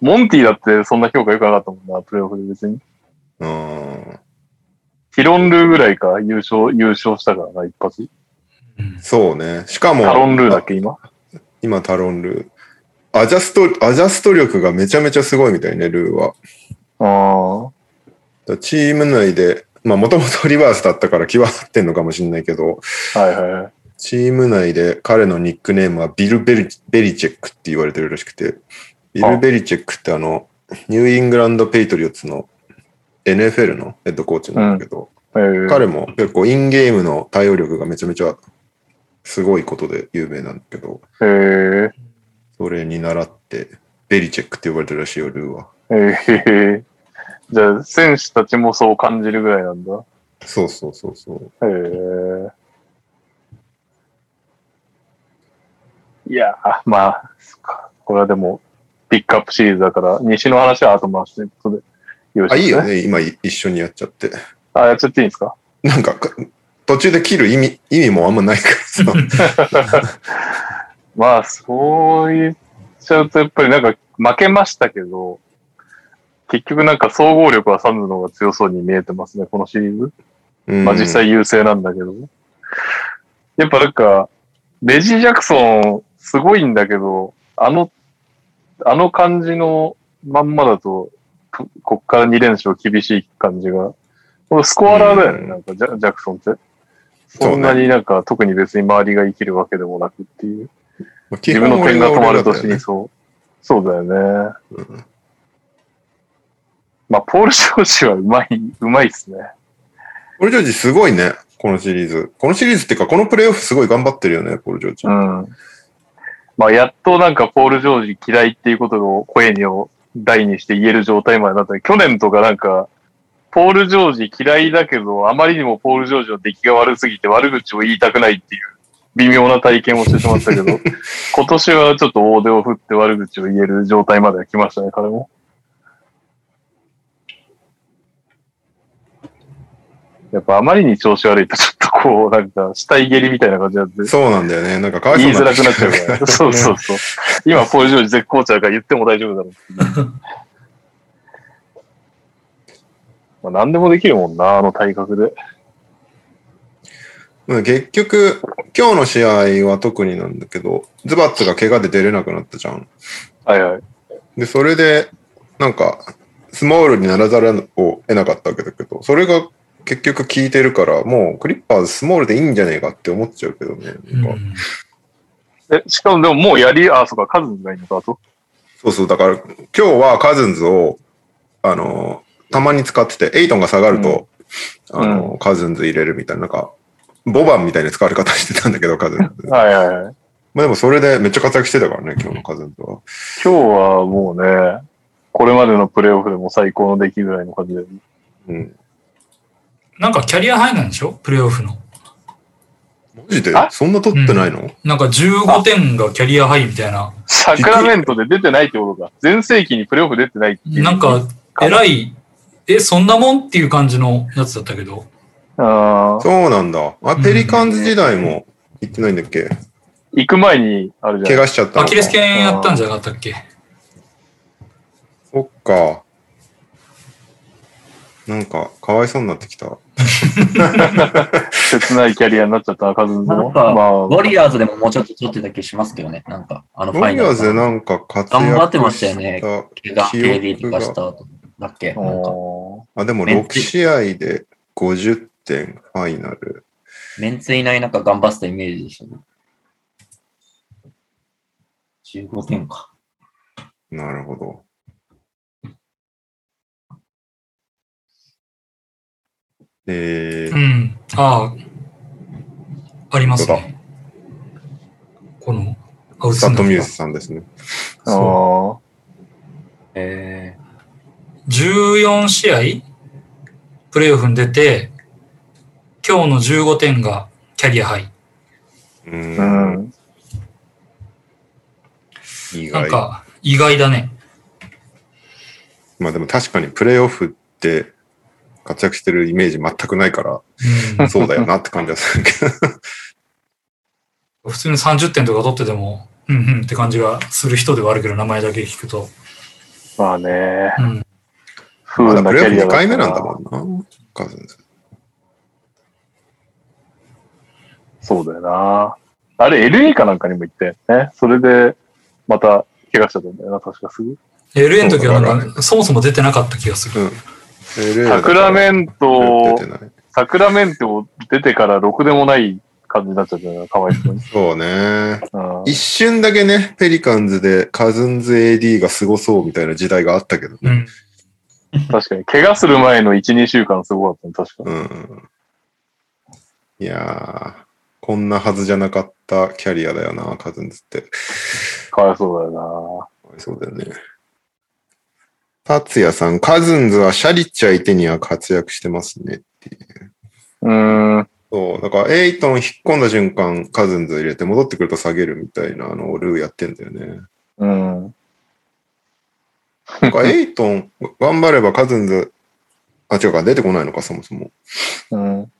S2: モンティだってそんな評価良くなかったもんな、プレイオフで別に。
S1: うん。
S2: ティロンルーぐらいか、優勝、優勝したからな、一発。
S3: うん
S1: そうね。しかも、
S2: タロンルーだっけ、今。
S1: 今タロンルー。アジャスト、アジャスト力がめちゃめちゃすごいみたいね、ルーは。
S2: ああ。
S1: だからチーム内で、まあもともとリバースだったから際立ってんのかもしれないけど、
S2: はいはいはい。
S1: チーム内で彼のニックネームはビルベリ・ベリチェックって言われてるらしくて、ビル・ベリチェックってあの、ニューイングランド・ペイトリオッツの NFL のヘッドコーチなんだけど、
S2: えー
S1: 彼も結構インゲームの対応力がめちゃめちゃすごいことで有名なんだけど、
S2: えー
S1: それに習って、ベリチェックって呼ばれてるらしいよ、ルーは。
S2: えーじゃあ、選手たちもそう感じるぐらいなんだ。
S1: そうそうそうそう。
S2: へえ。いやー、まあ、そっかこれはでも、ピックアップシリーズだから、西の話は後回しということで、よろし
S1: あ、
S2: い
S1: い
S2: で
S1: い
S2: すね。
S1: よね、今い一緒にやっちゃって。
S2: あ、やっちゃっていいんです か
S1: なんか、か途中で切る意味、意味もあんまないからさ。
S2: まあ、そう言っちゃうと、やっぱりなんか、負けましたけど、結局なんか総合力はサンズの方が強そうに見えてますね、このシリーズ。
S1: うん
S2: まあ実際優勢なんだけど。やっぱなんか、レジ・ジャクソン、すごいんだけど、あの、あの感じのまんまだと、ここっから2連勝厳しい感じが。このスコアラーだよね、
S1: うん
S2: なんかジャジャクソンって。
S1: そうね
S2: そんなになんか、特に別に周りが生きるわけでもなくっていう。
S1: まあ基
S2: 自
S1: 本
S2: 分の点が止まると
S1: 俺俺らだ
S2: 死
S1: よ
S2: に
S1: ね
S2: そう。そうだよね。
S1: うん
S2: まあ、ポール・ジョージはうまい、うまいっすね。
S1: ポルジョージすごいね、このシリーズ。このシリーズっていうか、このプレイオフすごい頑張ってるよね、ポルジョージ。
S2: うん。まあ、やっとなんかポール・ジョージ嫌いっていうことを声にを大にして言える状態までなった。去年とかなんか、ポール・ジョージ嫌いだけど、あまりにもポール・ジョージの出来が悪すぎて悪口を言いたくないっていう微妙な体験をしてしまったけど、今年はちょっと大手を振って悪口を言える状態まで来ましたね、彼も。やっぱあまりに調子悪いとちょっとこう、なんか死体蹴りみたいな感じになって、
S1: そうなんだよね。なんかかわいそう
S2: 言いづらくなっちゃうから。 そうそうそう。今、ポール・ジョージ絶好調だから言っても大丈夫だろ う。まあ、何でもできるもんな、あの体格で。
S1: うん結局、今日の試合は特になんだけど、ズバッツが怪我で出れなくなったじゃん。
S2: はいはい。
S1: で、それで、なんか、スモールにならざるを得なかったわけだけど、それが結局効いてるから、もうクリッパーズスモールでいいんじゃねえかって思っちゃうけどね。
S3: う
S1: なんか
S3: ん
S2: え、しかもでももうやり、あ、そうか、カズンがいいのか、あと。
S1: そうそう、だから今日はカズンズを、あの、たまに使ってて、エイトンが下がると、
S2: ん
S1: あの、カズンズ入れるみたいな、なんか、ボバンみたいな使われ方してたんだけど、カズンズ。
S2: はいはいはい。
S1: まあでもそれでめっちゃ活躍してたからね、今日のカズンズは。
S2: 今日はもうね、これまでのプレイオフでも最高の出来ぐらいの感じで。
S1: うん。
S3: なんかキャリアハイなんでしょプレイオフの。
S1: マジで
S2: あ
S1: そんな取ってないの、
S3: なんか15点がキャリアハイみたいな。
S2: サクラメントで出てないってことか。全盛期にプレイオフ出てないっていう。
S3: なんか、偉い、え、そんなもんっていう感じのやつだったけど。
S2: あー、
S1: そうなんだ。あ、ペリカンズ時代も行ってないんだっけ
S2: 行く前に、あるじゃ
S1: 怪
S2: ない
S1: 我しちゃったのか
S3: アキレス腱やったんじゃなかったっけ
S1: そっか。なんか、かわいそうになってきた。
S2: 切ないキャリアになっちゃった、カズンズ
S4: な
S2: も。
S4: んか、
S2: ま
S4: ウォリアーズでももうちょっと取ってた気しますけどね。なんか、あの
S1: ウ
S4: ファ
S1: ォ
S4: イ
S1: リ
S4: ナ
S1: アー
S4: ル
S1: ズで
S4: さ。
S1: なんか活躍
S4: 頑張ってましたよね
S1: し
S4: 怪我、
S1: 記
S4: KD
S1: 憶
S4: とか
S1: が
S4: した後だっけ
S2: あ
S4: なんか、
S2: ー
S1: あ、でも
S4: ベン
S1: 6
S4: チ
S1: 試合で50点ファイナル。
S4: メンツいない中頑張ってたイメージでしたね。15点か。
S1: なるほど。えー
S3: うん。ああ。ありますね。この、アウ
S1: スタッドミューズ
S3: ス。
S1: さんですね。
S2: あー。
S4: え
S3: 14試合、プレイオフに出て、今日の15点がキャリアハイ。
S1: う。
S2: うんん。
S1: 意
S3: なん
S1: 外。
S3: か、意外だね。
S1: まあでも確かにプレイオフって活躍してるイメージ全くないから、
S3: う
S1: そうだよなって感じはするけど。
S3: ん。普通に30点とか取ってても、うんうんって感じがする人ではあるけど、名前だけ聞くと。
S2: まあね。
S3: うん。
S2: 不
S1: ま
S2: 運
S1: だ
S2: な
S1: プ
S2: キ
S1: レ
S2: ャ
S1: イ
S2: リ
S1: オ
S2: ア
S1: フ2
S2: った
S1: 回目なんだもんな。カズンズ
S2: そうだよな。あれ、LA かなんかにも行ったよね。それで、また、怪我しちゃったんだよな、確かすぐ。
S3: LA の時はなんか、そもそも出てなかった気がする。
S1: うん。LA
S2: サクラメン
S1: 出
S2: ト
S1: て、ない。
S2: サクラメントを出てからろくでもない感じになっちゃったよな、かわい そうに。
S1: そうね。
S2: うん
S1: 一瞬だけね、ペリカンズでカズンズ AD がすごそうみたいな時代があったけど
S3: う
S1: ね。
S3: ん。
S2: 確かに、怪我する前の1、2週間すごかったね、確かに。
S1: うん。いやー、こんなはずじゃなかったキャリアだよな、カズンズって。
S2: かわいそうだよ
S1: そうだよね。達也さん、カズンズはシャリッチ相手には活躍してますねっていう。
S2: な。うーん。
S1: そう、だからエイトン引っ込んだ瞬間、カズンズ入れて戻ってくると下げるみたいなあのルーやってんだよね。
S2: うん。
S1: なんかエイトン、頑張ればカズンズ、あ、違うか、出てこないのか、そもそも。
S2: うん。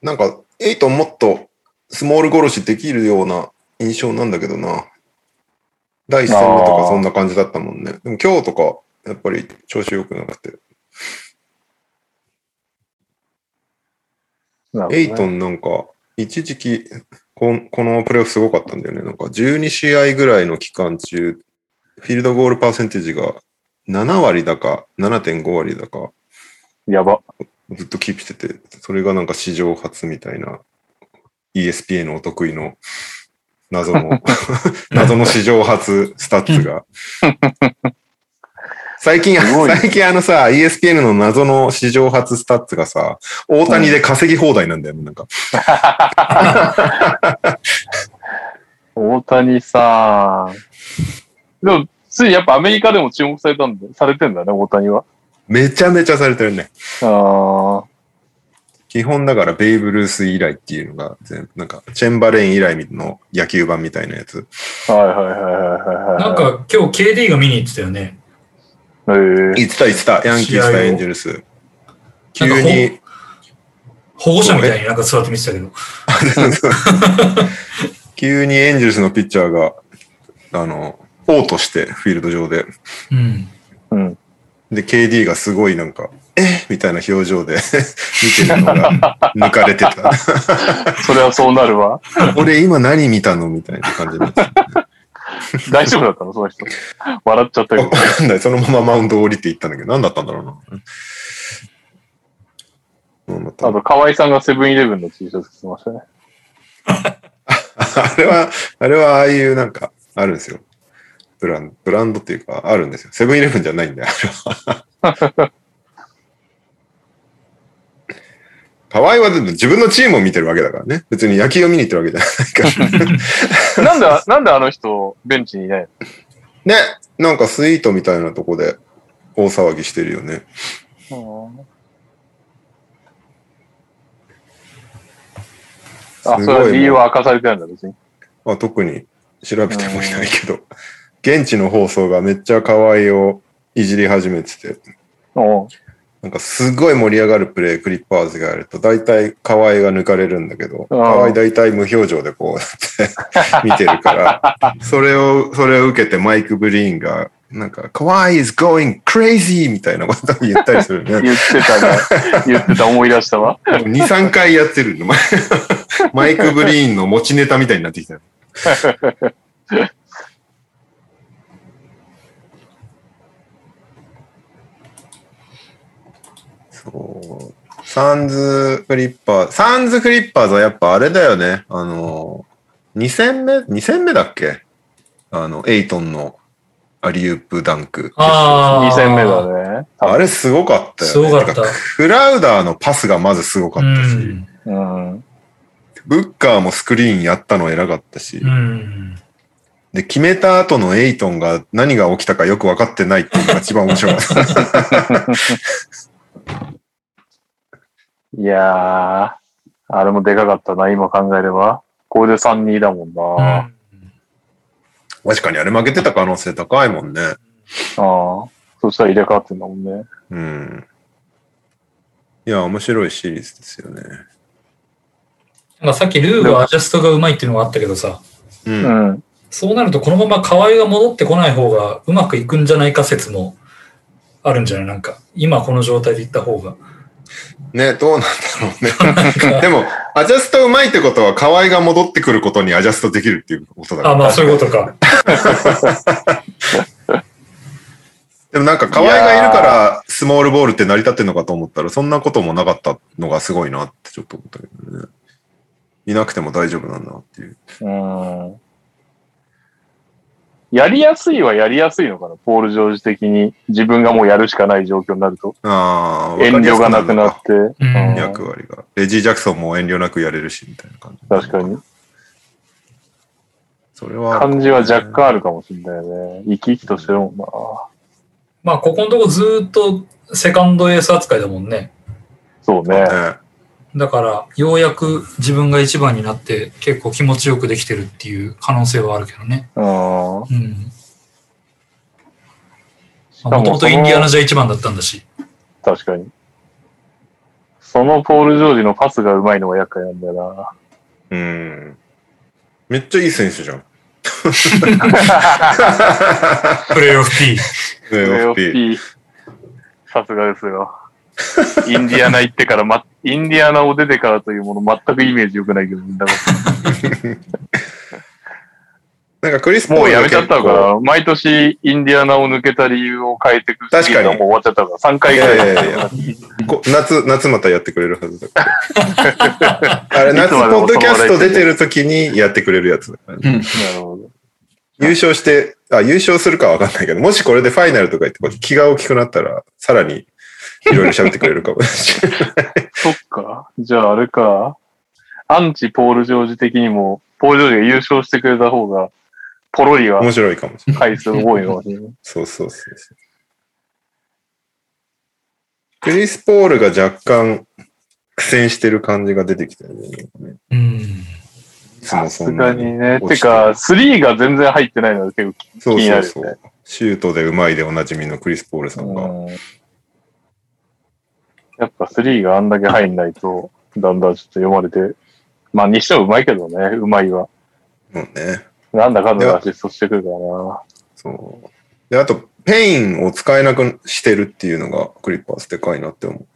S1: なんか、エイトンもっとスモール殺しできるような印象なんだけどな。第1戦目と
S2: あ
S1: か
S2: ー
S1: そんな感じだったもんね。でも今日とか、やっぱり調子良くなくて。
S2: なるほどね
S1: エイトンなんか、一時期こん、このプレーオフすごかったんだよね。なんか、12試合ぐらいの期間中、フィールドゴールパーセンテージが7割だか、7.5割だか、
S2: やば。
S1: ずっとキープしてて、それがなんか史上初みたいな、ESPA のお得意の謎 の、謎の史上初スタッツが。最近、
S2: すごいね
S1: 最近あのさ、ESPN の謎の史上初スタッツがさ、大谷で稼ぎ放題なんだよね、なんか。
S2: 大谷さん。でも、ついやっぱアメリカでも注目されたんで、されてんだね、大谷は。
S1: めちゃめちゃされてるね。
S2: あ
S1: 基本だからベイブ・ルース以来っていうのが全、なんか、チェンバレン以来の野球版みたいなやつ。
S2: あ。はいはいはいはいはいはい。
S3: なん、か、今日 KD が見に行ってたよね。
S2: えー、
S1: いつたいつた、ヤンキース
S3: 試合を
S1: 対エンジェルス。急
S3: なんか
S1: に、
S3: 保護者みたいになんか座って見てたけど。
S1: 急にエンジェルスのピッチャーが、あの、オートして、フィールド上で。
S3: うん。
S2: うん。
S1: で、KD がすごいなんか、えみたいな表情で 見てるのが抜かれて た。
S2: それはそうなるわ。
S1: 俺今何見たのみたいな感じになってた
S2: 大丈夫だったのその人。笑っちゃったけど
S1: わ。かんない。そのままマウンド降りていったんだけど、何だったんだろうな。うん、また
S2: あと、河合さんがセブンイレブンの T シャツ着てましたね。
S1: あれは、あれはああいうなんか、あるんですよ。ブランド、ブランドっていうか、あるんですよ。セブンイレブンじゃないんだよ、あれは。河合はでも自分のチームを見てるわけだからね。別に野球を見に行ってるわけじゃないから。
S2: なんで、 なんであの人、ベンチにいないの
S1: ね、なんかスイートみたいなとこで大騒ぎしてるよね。
S2: あ、それは理由は明かされてないんだ、別に。
S1: まあ、特に調べてもいないけど、現地の放送がめっちゃ河合をいじり始めてて、
S2: おう
S1: なんかすごい盛り上がるプレークリッパーズがやると、大体河合が抜かれるんだけど、
S2: あー
S1: 河合大体無表情でこうや って見てるから、それを、それを受けてマイク・ブリーンが、なんか、河合 is going crazy! みたいなことを言ったりするね。
S2: 言ってた な。言ってた、思い出したわ。
S1: 2、3回やってる の。マイク・ブリーンの持ちネタみたいになってきたよ。そう。サンズ・クリッパー、サンズ・クリッパーズはやっぱあれだよね。あの、2戦目 ?2 戦目だっけあの、エイトンのアリウープダンク。
S3: あ
S2: 2
S3: あ。
S2: 戦目だね。
S1: あれすごかったよね。
S3: すごかった
S1: てクラウダーのパスがまずすごか
S3: う
S1: ったし、
S3: ん。
S2: うん。
S1: ブッカーもスクリーンやったの偉かったし、
S3: うん。
S1: で、決めた後のエイトンが何が起きたかよく分かってないっていうのが一番面白かった。
S2: いやー、あれもでかかったな、今考えれば。これで3-2だもんな。
S1: 確かにあれ負けてた可能性高いもんね。
S2: ああ。そしたら入れ替わってんだもんね。
S1: うん。いや、面白いシリーズですよね。
S3: なんかさっきルーがアジャストがうまいっていうのがあったけどさ、
S1: う。
S2: うんん。
S3: そうなるとこのまま河合が戻ってこない方がうまくいくんじゃないか説もあるんじゃないなんか、今この状態で行った方が。
S1: ね、どうなんだろうね。でも、アジャストうまいってことは、河合が戻ってくることにアジャストできるっていうことだか
S3: あ、
S1: ら。
S3: まあそういうことか。
S1: でもなんか、河合がいるから、スモールボールって成り立ってんのかと思ったら、そんなこともなかったのがすごいなってちょっと思ったけどね。いなくても大丈夫なんだなっていう。
S2: うん。やりやすいはやりやすいのかな、ポール・ジョージ的に。自分がもうやるしかない状況になると。
S1: ああ、
S2: 遠慮がなくなって。うん
S3: うん
S1: 役割が。レジー・ジャクソンも遠慮なくやれるし、みたいな感じ。
S2: 確かに。
S1: それは。
S2: 感じは若干あるかもしれないね。生き生きとしてるもんな。
S3: まあここのとこずーっとセカンドエース扱いだもんね。
S2: そうね。
S1: ね。
S3: だからようやく自分が一番になって結構気持ちよくできてるっていう可能性はあるけどね。
S2: うん。
S3: うん。
S2: し
S3: もともとインディアナじゃ一番だったんだし。
S2: 確かに。そのポール・ジョージのパスがうまいのが厄介なんだよ
S1: うん。めっちゃいい選手じゃん。 ね
S3: プレイオフ P。
S2: な。
S1: オフピー
S2: LFP さすがですよ。インディアナ行ってから、ま、インディアナを出てからというもの、全くイメージ良くないけど、だか
S1: なんかクリス・ポ
S2: らも
S1: ー
S2: う
S1: ル
S2: や
S1: が
S2: めちゃったの
S1: 結構
S2: か。ら、毎年インディアナを抜けた理由を変えてく
S1: 確
S2: る
S1: かに
S2: シーズンはもう終わっちゃったから、3回
S1: い
S2: ぐら
S1: や
S2: い
S1: いやいや。こ夏、夏またやってくれるはずだ から。あれ、夏、ポッドキャスト出てる時にやってくれるやつだからね、
S2: なるほど。
S1: 優勝して、あ、優勝するかはわかんないけど、もしこれでファイナルとか言ってこう、気が大きくなったら、さらに、いろいろ喋ってくれるかもしれない。
S2: そっか。じゃああれか。アンチポール・ジョージ的にも、ポール・ジョージが優勝してくれた方が、ポロリ は
S1: 面白いかもしれない。
S2: 回数多いのかもしれない。
S1: そうそうそうそう。クリス・ポールが若干苦戦してる感じが出てきたよね。
S3: う
S1: い
S3: ん。
S1: つも
S2: さ
S1: そ
S2: す
S1: んな
S2: が
S1: に
S2: にね。
S1: 落
S2: て
S1: ちて
S2: か、スリーが全然入ってないのが結構き
S1: そう
S2: 気に
S1: そ
S2: な
S1: う
S2: る
S1: そ
S2: よね
S1: う。シュートでうまいでおなじみのクリス・ポールさんが。
S2: うんやっぱスリーがあんだけ入んないと、だんだんちょっと読まれて、まあにしてもうまいけどね、うまい
S1: も
S2: は。
S1: うね。
S2: なんだかんだでアシストしてくるからな。
S1: そう。で、あと、ペインを使えなくしてるっていうのがクリッパースでかいなって思う。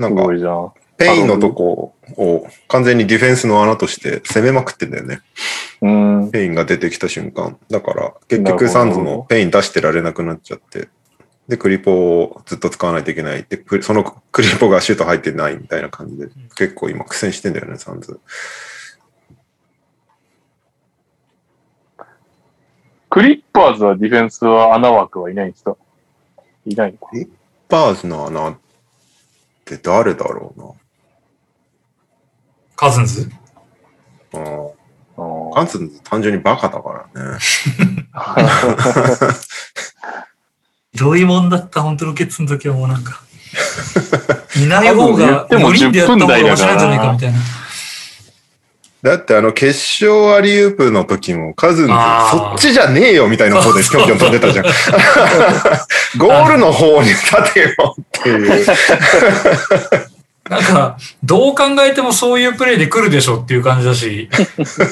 S1: な
S2: す
S1: んか
S2: ご、いじゃん。
S1: ペインのとこを完全にディフェンスの穴として攻めまくってんだよね。
S2: うん。
S1: ペインが出てきた瞬間。だから、結
S2: なるほ
S1: 局
S2: ど
S1: サンズもペイン出してられなくなっちゃって、で、クリポをずっと使わないといけない。で、クリそのクリポがシュート入ってないみたいな感じで、結構今苦戦してんだよね、サンズ。
S2: クリッパーズはディフェンスは穴枠はいないんですかいないのか。
S1: バーズの穴って誰だろ
S3: カズンズ
S1: うな。うん
S2: あ
S1: カズンズ単純にバカだからね。
S2: ー
S3: どういうもんだった、本当のケツの時はもうな んか。いない方
S2: 多分言
S3: が、
S2: っても
S3: 五人でやった方が
S2: 10分台だ
S3: 面
S2: か
S3: 白
S2: ら
S3: いんじゃないかみたいな。
S1: だってあの決勝アリウープの時もカズンズ
S3: あ、ー
S1: そっちじゃねえよみたいな方でぴょんぴょん飛んで たじゃん。ゴールの方に立てよっていう。
S3: なんか、どう考えてもそういうプレイで来るでしょっていう感じだし、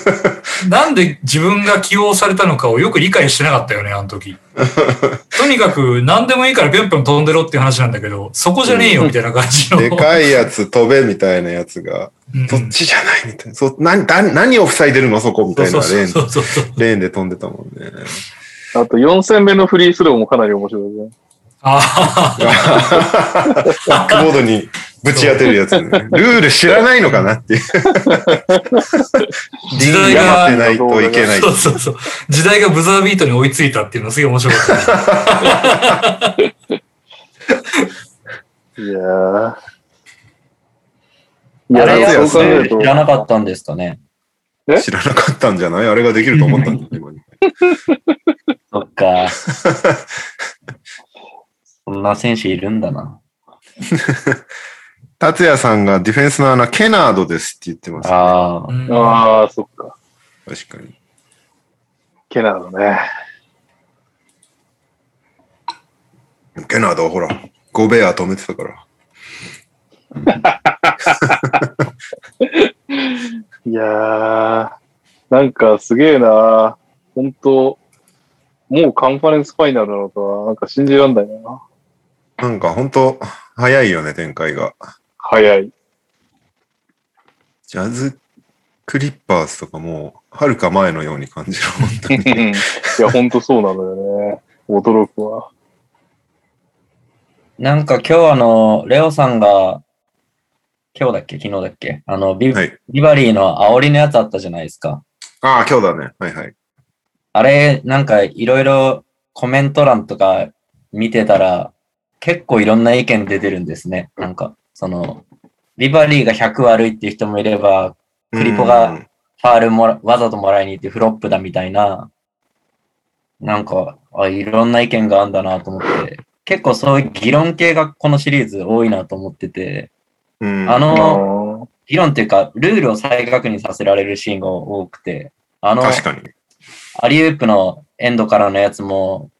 S3: なんで自分が起用されたのかをよく理解してなかったよね、あ の時。とにかく、何でもいいからぴょんぴょん飛んでろっていう話なんだけど、そこじゃねえよみたいな感じの。
S1: でかいやつ飛べみたいなやつが、
S3: うん
S1: そっちじゃないみたいな。そ何だ何を塞いでるのそこみたいな
S3: そう
S1: レ
S3: そう
S1: ー
S3: そ
S1: ン
S3: うそうそう。
S1: レーンで飛んでたもんね。
S2: あと4戦目のフリースローもかなり面白いね。
S3: ああ、
S1: バックボードにぶち当てるやつね。ルール知らないのかなっていう。
S3: 時代
S1: や
S3: が
S1: ってないといけない。
S3: そうそうそう。時代がブザービートに追いついたっていうのすげえ面白かった。
S2: いやー。い
S4: あ
S2: や、
S4: れ
S1: 夏
S2: で
S1: や
S2: も
S1: ね
S2: そう考えると
S4: 知、らなかったんですかね。
S1: 知らなかったんじゃないあれができると思ったんだ、今に。
S4: そっ か。そんな選手いるんだな。
S1: 達也さんがディフェンスの穴、ケナードですって言ってます。
S4: ああ
S3: う。ん
S2: ああ、そっか。
S1: 確かに。
S2: ケナードね。
S1: ケナードはほら、ゴベア止めてたから。
S2: いやー、なんかすげえな本当もうカンファレンスファイナルなのとは、なんか信じらんないな。
S1: なんか本当早いよね、展開が。
S2: 早 い。
S1: ジャズクリッパーズとかもう、はるか前のように感じる。本 当に
S2: いや、ほんとそうなのよね。驚くわ。
S4: なんか今日あの、レオさんが、今日だっけ昨日だっけあのビ、
S1: はい
S4: ビバリーの煽りのやつあったじゃないですか。
S1: ああ、今日だね。はいはい。
S4: あれ、なんかいろいろコメント欄とか見てたら、結構いろんな意見出てるんですね。なんか、その、ビバリーが100悪いっていう人もいれば、クリポが
S1: うん
S4: ファールもらわざともらいに行ってフロップだみたいな、なんか、あいろんな意見があるんだなと思って、結構そういう議論系がこのシリーズ多いなと思ってて、
S1: うん、
S4: あ
S2: あ
S4: の、
S2: ー
S4: 議論っていうか、ルールを再確認させられるシーンが多くて、あの、
S1: 確かに。
S4: アリウープのエンドからのやつも、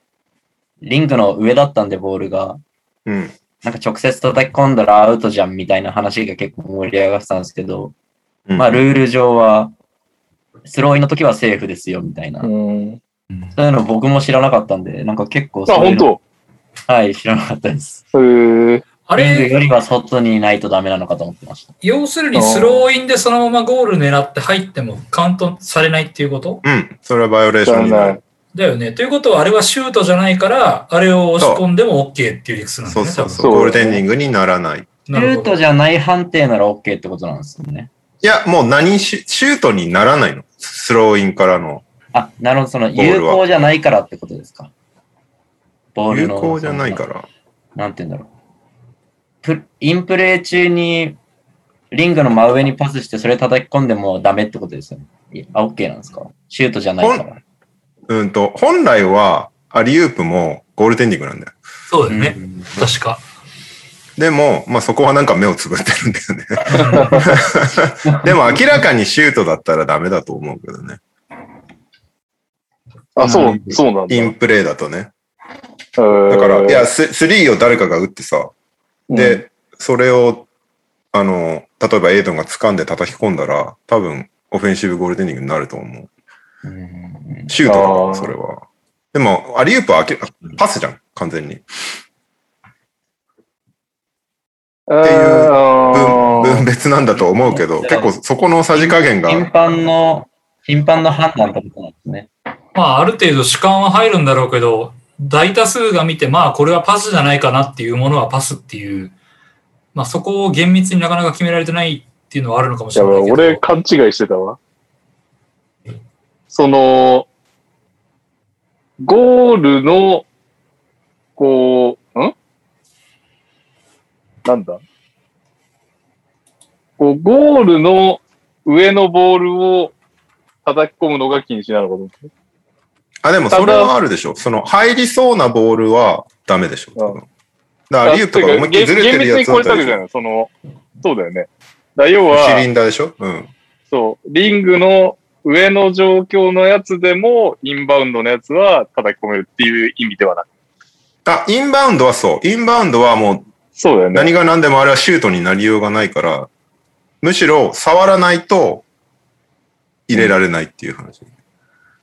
S4: リングの上だったんで、ボールが。
S1: うん。
S4: なんか直接叩き込んだらアウトじゃんみたいな話が結構盛り上がってたんですけど、まあ、ルール上は、スローインの時はセーフですよみたいな。
S2: うん。
S4: そういうの僕も知らなかったんで、なんか結構
S2: あ、
S4: そうい
S2: ほ
S4: うんの、
S2: と
S4: はい、知らなかったです。
S2: へー
S3: あ
S4: リング
S3: れ、
S4: よりは外にいないとダメなのかと思ってました。
S3: 要するにスローインでそのままゴール狙って入ってもカウントされないっていうこと
S1: うん。それはバイオレーションになる。
S3: だよね。ということは、あれはシュートじゃないから、あれを押し込んでも OK っていう理屈なんだ
S1: そ
S3: よ
S1: う
S3: ね。
S1: そう
S3: 多分
S1: そう。ゴールデンリングにならない。
S4: シ
S3: なる
S4: ュ
S3: ほ
S4: ート
S3: ど。
S4: じゃない判定なら OK ってことなんですよね。
S1: いや、もう何し、シュートにならないの。スローインからの。
S4: あ、なるほど、その
S1: ボー
S4: 有
S1: ルは
S4: 効じゃないからってことですか。ボール
S1: 有
S4: の。
S1: 効じゃないから。
S4: なんて言うんだろう。プインプレー中に、リングの真上にパスして、それ叩き込んでもダメってことですよね。いあ、OK なんですかシュートじゃないから。
S1: うんと、本来は、アリウープもゴールデンリングなんだよ。
S3: そうだよ
S4: う
S3: ね。
S4: ん
S3: 確か。
S1: でも、まあそこはなんか目をつぶってるんだよね。 でも明らかにシュートだったらダメだと思うけどね。
S2: あ、そう、そうなんだ。
S1: インプレーだとね。だ
S2: だ
S1: から、いや、ススリーを誰かが打ってさ、で、、それを、あの、例えばエイドンが掴んで叩き込んだら、多分、オフェンシブゴールデンリングになると思う。
S4: うん
S1: シュートだ
S2: あ
S1: か
S2: ー
S1: ら、それは。でも、アリウープは明らパスじゃん、完全に。
S2: うん、って
S1: いう分分別なんだと思うけど、結構そこのさじ加減
S4: 頻
S1: が、
S4: 繁の、頻繁の判断ってことなんですね。
S3: まあ、ある程度主観は入るんだろうけど、大多数が見て、まあ、これはパスじゃないかなっていうものはパスっていう、まあ、そこを厳密になかなか決められてないっていうのはあるのかもし
S2: や
S3: れ
S2: ば
S3: ない
S2: い、
S3: けど。
S2: 俺勘違いしてたわ。その、ゴールの、こう、んなんだこう、ゴールの上のボールを叩き込むのが禁止なのかと思って。
S1: あ、でもそれはあるでしょ。その入りそうなボールはダメでしょ。多分だから、リュウとか思いっきりずれてる
S2: 厳密
S1: や
S2: に
S1: つだ
S2: こ
S1: っ
S2: れ
S1: た
S2: たわ
S1: で
S2: けじ
S1: し
S2: ゃ
S1: ょ。
S2: ないその、そうだよね。だから要は、
S1: シリンダーでしょうん。
S2: そう、リングの上の状況のやつでも、インバウンドのやつは叩き込めるっていう意味ではなく。
S1: あ、インバウンドはそう。インバウンドはもう
S2: そうだよね。
S1: 何が何でもあれはシュートになりようがないから、むしろ触らないと入れられないっていう話。
S2: い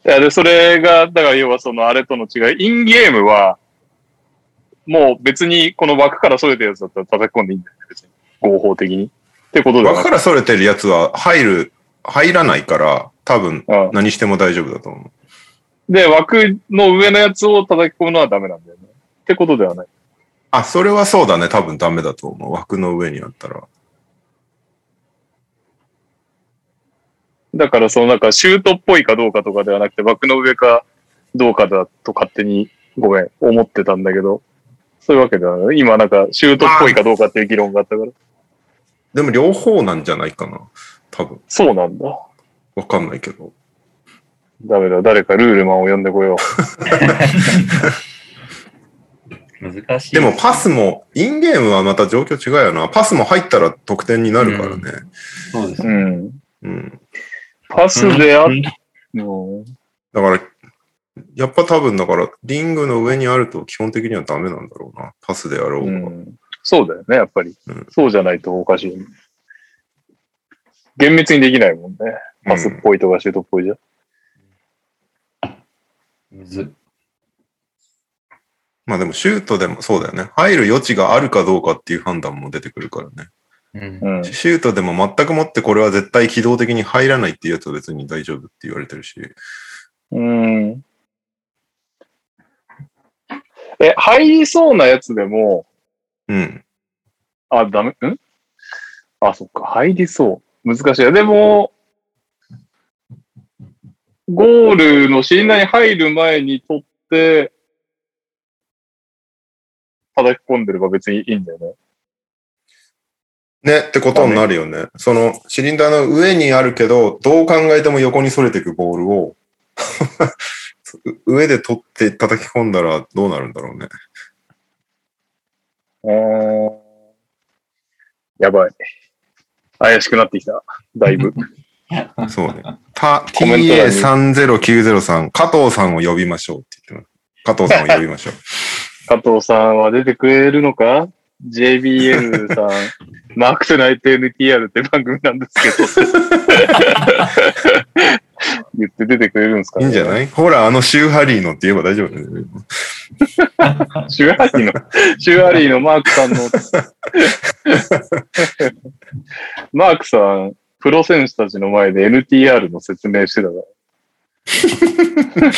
S2: やで、それが、だから要はそのあれとの違い、インゲームは、もう別にこの枠からそれたやつだったら叩き込んでいいんだよね、別に。合法的に。ってことだ
S1: 枠
S2: な
S1: からそれてるやつは入る、入らないから、多分
S2: うん
S1: 何しても大丈夫だと思う。
S2: で、枠の上のやつを叩き込むのはダメなんだよね。ってことではない。
S1: あ、それはそうだね。多分ダメだと思う。枠の上にあったら。
S2: だから、そのなんかシュートっぽいかどうかとかではなくて、枠の上かどうかだと勝手に、ごめん、思ってたんだけど、そういうわけではない。今なんかシュートっぽいかどうかっていう議論があったから、
S1: でも両方なんじゃないかな。多分。
S2: そうなんだ。
S1: わかんないけど。
S2: ダメだ、誰かルールマンを呼んでこよう。
S4: 難しい。
S1: でも、パスも、インゲームはまた状況違うよな。パスも入ったら得点になるからね。
S4: そうです。
S2: うん。
S1: うん。
S2: パスであっ
S4: うん
S2: うん
S1: だから、やっぱ多分だから、リングの上にあると基本的にはダメなんだろうな。パスであろう
S2: う
S1: が。
S2: んそうだよね、やっぱり。
S1: うん
S2: そうじゃないとおかしい。厳密にできないもんね。パスっぽいとかシュートっぽいじゃん。
S4: むず
S1: まあでもシュートでもそうだよね。入る余地があるかどうかっていう判断も出てくるからね。
S4: うん
S2: うん。
S1: シュートでも全くもってこれは絶対機動的に入らないっていうやつは別に大丈夫って言われてるし。
S2: うん。え、入りそうなやつでも、
S1: うん。
S2: あ、ダメ、んあ、そっか、入りそう。難しい。でも、ゴールのシーナに入る前に取って、叩き込んでれば別にいいんだよね。
S1: ね、ってことになるよね。その、シリンダーの上にあるけど、どう考えても横に逸れていくボールを、 上で取って叩き込んだらどうなるんだろうね。
S2: うーんやばい。怪しくなってきた。だいぶ。
S1: そうね。た、
S2: コメント欄に
S1: TA30903、加藤さんを呼びましょうって言ってます。加藤さんを呼びましょう。
S2: 加藤さんは出てくれるのか ?JBL さん、マークトナイト NTR って番組なんですけど。 言って出てくれるんです か、
S1: いいんじゃ
S2: い
S1: ないほら、あのシューハリーのって言えば大丈夫だよね。
S2: シュアリーの、シュアリーのマークさんの。マークさん、プロ選手たちの前で NTR の説明してたから。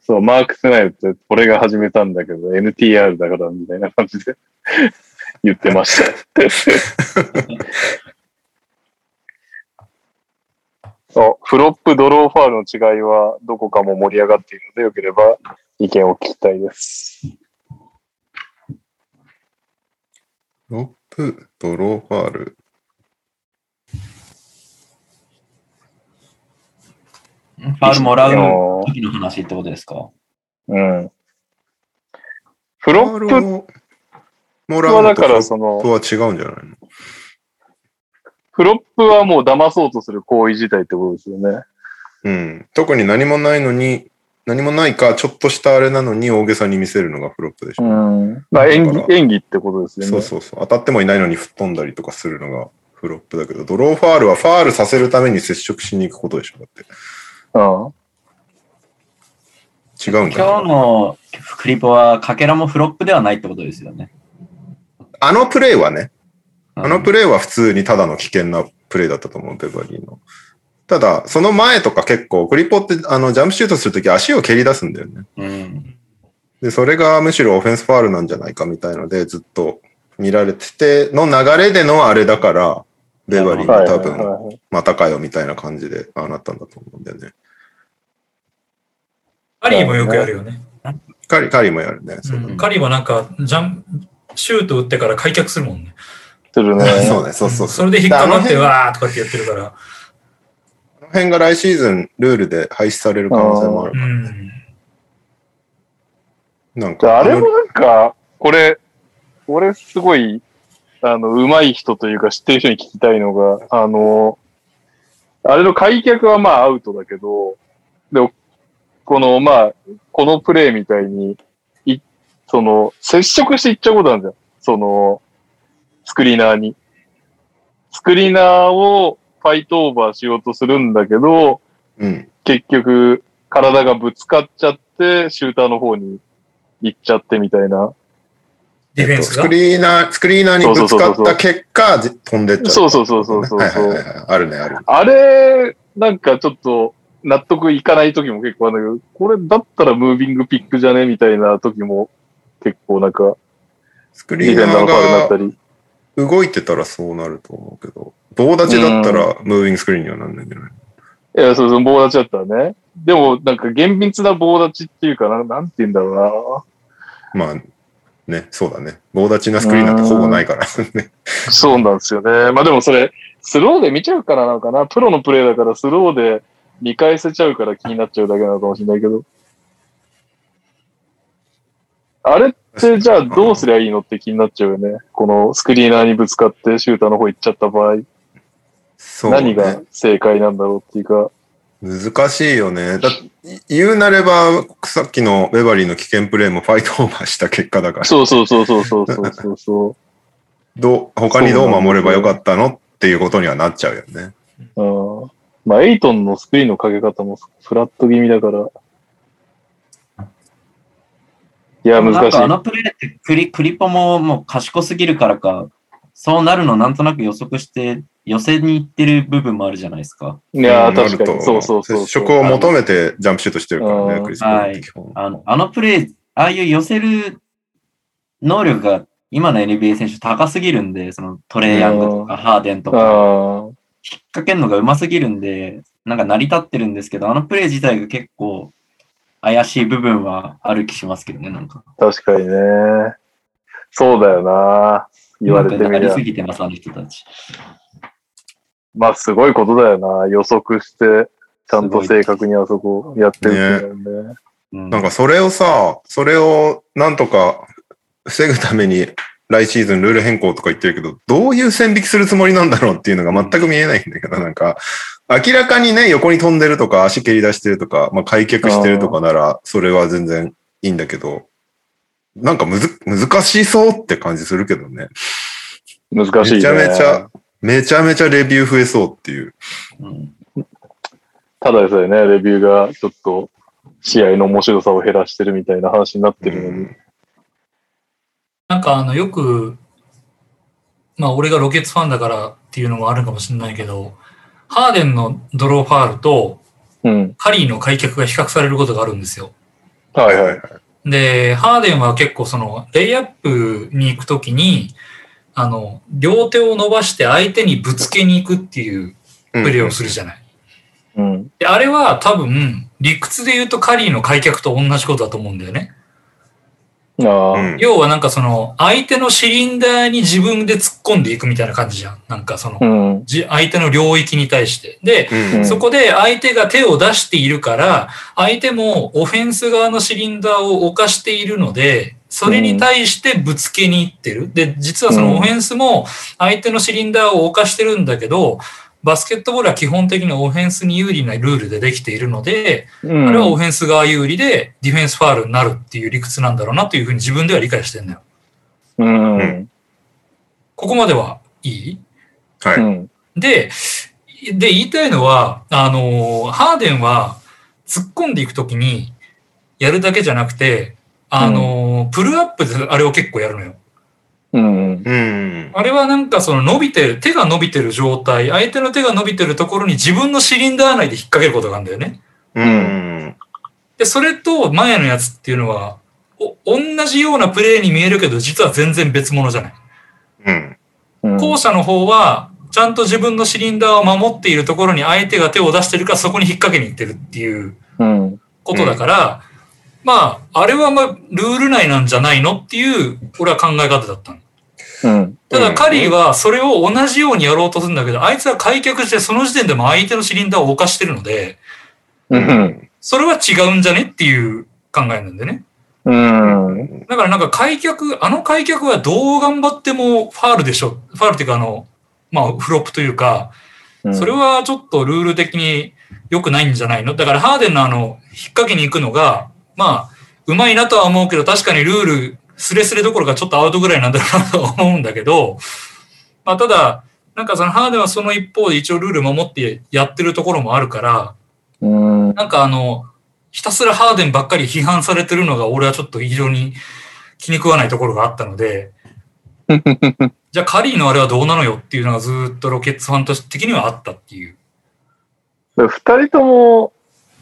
S2: そう、マーク・スナイルって、俺が始めたんだけど、NTR だから、みたいな感じで言ってました。そう、フロップ、ドローファールの違いは、どこかも盛り上がっているので、よければ意見を聞きたいです。
S1: ロップ、ドローファール。
S4: ファウルもら
S2: あ
S4: う
S2: の
S4: 時の話ってことですか
S2: うん。フ
S1: フ
S2: ロップ
S1: をもら
S2: は
S1: うの
S2: だ
S1: と
S2: か
S1: フロ
S2: ら
S1: ッ
S2: その
S1: プ、は違うんじゃないの
S2: フロップはもう騙そうとする行為自体ってことですよね。
S1: うん。特に何もないのに、何もないか、ちょっとしたあれなのに大げさに見せるのがフロップでしょ。
S2: ん。まあ演
S1: だか
S2: 技、演技ってことですよね。
S1: そうそうそう。当たってもいないのに吹っ飛んだりとかするのがフロップだけど、ドローファールはファールさせるために接触しに行くことでしょ。だって。
S2: うん。
S1: 違うんだ
S4: 今日のクリポは、かけらもフロップではないってことですよね。
S1: あのプレイはね、あのプレーは普通にただの危険なプレーだったと思う、ベバリーの。ただ、その前とか結構、クリポってあのジャンプシュートするとき足を蹴り出すんだよね。
S4: うん。
S1: で、それがむしろオフェンスファールなんじゃないかみたいので、ずっと見られてて、の流れでのあれだから、ベバリーが多
S2: はい
S1: 分、
S2: はいはい
S1: またかよみたいな感じで、ああなったんだと思うんだよね。
S3: カリーもよくやるよね。
S1: カリ、カリーもやるね。そうだ
S3: うんカリーはなんか、ジャン、シュート打ってから開脚するもんね。
S2: するね。
S1: そうね、そうそうそう。
S3: それで引っかかって、
S1: あの辺
S3: わーとかってやってるから。
S1: この辺が来シーズンルールで廃止される可能性もある
S3: う
S1: からね。
S3: ん。
S1: なん
S2: で
S1: か、
S2: あれもなんか、これ、俺すごい、あの、上手い人というか知ってる人に聞きたいのが、あの、あれの開脚はまあアウトだけど、でも、この、まあ、このプレイみたいに、い、その、接触していっちゃうことなんだよ。その、スクリーナーに。スクリーナーをファイトオーバーしようとするんだけど、
S1: うん。
S2: 結局、体がぶつかっちゃって、シューターの方に行っちゃってみたいな。
S3: ディフェンス
S1: ス
S3: が
S1: ク。リーナー、スクリーナーにぶつか
S2: そうそうそ
S1: っ
S2: うそ
S1: た
S2: う
S1: 結果、じ飛んでっちゃった。
S2: そうそうそうそうそう
S1: はいはいはいはい。あるね、ある。
S2: あれ、なんかちょっと、納得いかない時も結構あるんだけど、これだったらムービングピックじゃねみたいな時も、結構なんか、
S1: スク
S2: デ
S1: リー
S2: ィフェ
S1: ナ
S2: ンダーのファウルになっ
S1: ー
S2: た
S1: が
S2: り。
S1: 動いてたらそうなると思うけど、棒立ちだったらムービングスクリーンにはなんないんじゃない
S2: いや、そうそう、棒立ちだったらね。でも、なんか厳密な棒立ちっていうかな、なんて言うんだろ
S1: まあ、ね、そうだね。棒立ちなスクリーンなんてほぼないから。ね
S2: うな。 そうなんですよね。まあでもそれ、スローで見ちゃうからなのかな。プロのプレーだからスローで見返せちゃうから気になっちゃうだけなのかもしれないけど。あれってじゃあどうすりゃいいのって気になっちゃうよね。このスクリーナーにぶつかってシューターの方行っちゃった場合、
S1: そうね
S2: 何が。正解なんだろうっていうか。
S1: 難しいよね。だ言うなれば、さっきのベバリーの危険プレーもファイトオーバーした結果だから、
S2: そうそうそうそうそうそうそうそう。
S1: どう他にどう守ればよかったのっていうことにはなっちゃうよね。
S2: うんまあ、エイトンのスクリーンのかけ方もフラット気味だから。いや、
S5: な
S2: 難
S5: ん
S2: しい
S5: かあ。のプレーってクリクリポももう賢すぎるからか、そうなるのなんとなく予測して、寄せに行ってる部分もあるじゃないですか。
S2: いやー、
S1: なると
S2: 確かに。そうそうそうそ
S1: 接
S2: う。
S1: 触を求めてジャンプシュートしてるから
S2: う
S1: ね、
S2: ん
S1: クリス・ボールって基本。
S5: あのあのプレー、ああいう寄せる能力が今の NBA 選手高すぎるんで、そのトレイヤングと
S2: う
S5: かハーデンと
S2: あ
S5: か、
S2: あー、
S5: 引っ掛けるのがうますぎるんで、なんか成り立ってるんですけど、あのプレー自体が結構怪しい部分はある気しますけどね、なんか。
S2: 確かにね。そうだよな。言われてみ
S5: なんか
S2: り
S5: な
S2: ゃ
S5: りす。ぎてます、あの人たち。
S2: まあ、すごいことだよな。予測して、ちゃんと正確にあそこやってるっていうのはね。
S5: うん
S1: なんかそれをさ、それをなんとか防ぐために来シーズンルール変更とか言ってるけど、どういう線引きするつもりなんだろうっていうのが全く見えないんだけど、なんか、明らかにね、横に飛んでるとか、足蹴り出してるとか、まあ、開脚してるとかなら、それは全然いいんだけど、なんかむず、難しそうって感じするけどね。
S2: 難し
S1: め
S2: い、ね。
S1: ちゃめちゃ。、めちゃめちゃレビュー増えそうっていう。
S5: うん
S2: ただでさえね、レビューがちょっと、試合の面白さを減らしてるみたいな話になってるのに。
S3: なんかあの、よく、まあ俺がロケッツファンだからっていうのもあるかもしれないけど、ハーデンのドローファールと
S2: うん。
S3: カリーの開脚が比較されることがあるんですよ。
S2: はいはい。
S3: で、ハーデンは結構その、レイアップに行くときに、あの、両手を伸ばして相手にぶつけに行くっていう
S1: うん
S3: プレーをするじゃない。
S2: うん。
S3: で、あれは多分、理屈で言うとカリーの開脚と同じことだと思うんだよね。
S2: ああ、
S1: うん
S3: 要はなんかその、相手のシリンダーに自分で突っ込んでいくみたいな感じじゃん。なんかその
S2: う、ん。
S3: じ相手の領域に対して。で、
S1: うん
S3: そこで相手が手を出しているから、相手もオフェンス側のシリンダーを犯しているので、それに対してぶつけに行ってる。で、実はそのオフェンスも相手のシリンダーを犯してるんだけど、バスケットボールは基本的にオフェンスに有利なルールでできているので、
S2: うん、
S3: あれはオフェンス側有利でディフェンスファールになるっていう理屈なんだろうなというふうに自分では理解してんだよ。
S2: うん。う
S1: うんん。
S3: ここまではいい
S1: は
S2: う
S1: い。
S2: ん。
S3: で、で、言いたいのは、あのー、ハーデンは突っ込んでいくときにやるだけじゃなくて、あのー、プルアップであれを結構やるのよ。
S2: う
S1: う
S2: ん。
S1: ん。
S3: あれはなんかその伸びてる、手が伸びてる状態、相手の手が伸びてるところに自分のシリンダー内で引っ掛けることがあるんだよね。
S1: うん。
S3: で、それと前のやつっていうのは、お同じようなプレーに見えるけど、実は全然別物じゃない。
S1: うん。
S2: うん
S3: 後者の方は、ちゃんと自分のシリンダーを守っているところに相手が手を出してるから、そこに引っ掛けに行ってるっていう
S2: うん。
S3: ことだから、まあ、あれはまあ、ルール内なんじゃないのっていう、俺は考え方だったの。
S2: うん。
S3: た
S1: う
S3: だ
S1: ん
S3: カリーはそれを同じようにやろうとするんだけど、あいつは開脚してその時点でも相手のシリンダーを犯してるので、
S2: うん。
S3: それは違うんじゃねっていう考えなんでね。
S2: うん。
S3: だからなんか開脚、あの開脚はどう頑張ってもファールでしょ。ファールっていうかあの、まあフロップというか、
S2: うん
S3: それはちょっとルール的に良くないんじゃないのだからハーデンのあの、引っ掛けに行くのが、まあ、うまいなとは思うけど、確かにルール、スレスレどころかちょっとアウトぐらいなんだろうなとは思うんだけど、まあただ、なんかそのハーデンはその一方で一応ルール守ってやってるところもあるから、
S2: うん。
S3: なんかあの、ひたすらハーデンばっかり批判されてるのが俺はちょっと非常に気に食わないところがあった ので、じゃあカリーのあれはどうなのよっていうのがずーっとロケッツファンとして的にはあったっていう。
S2: 二人とも、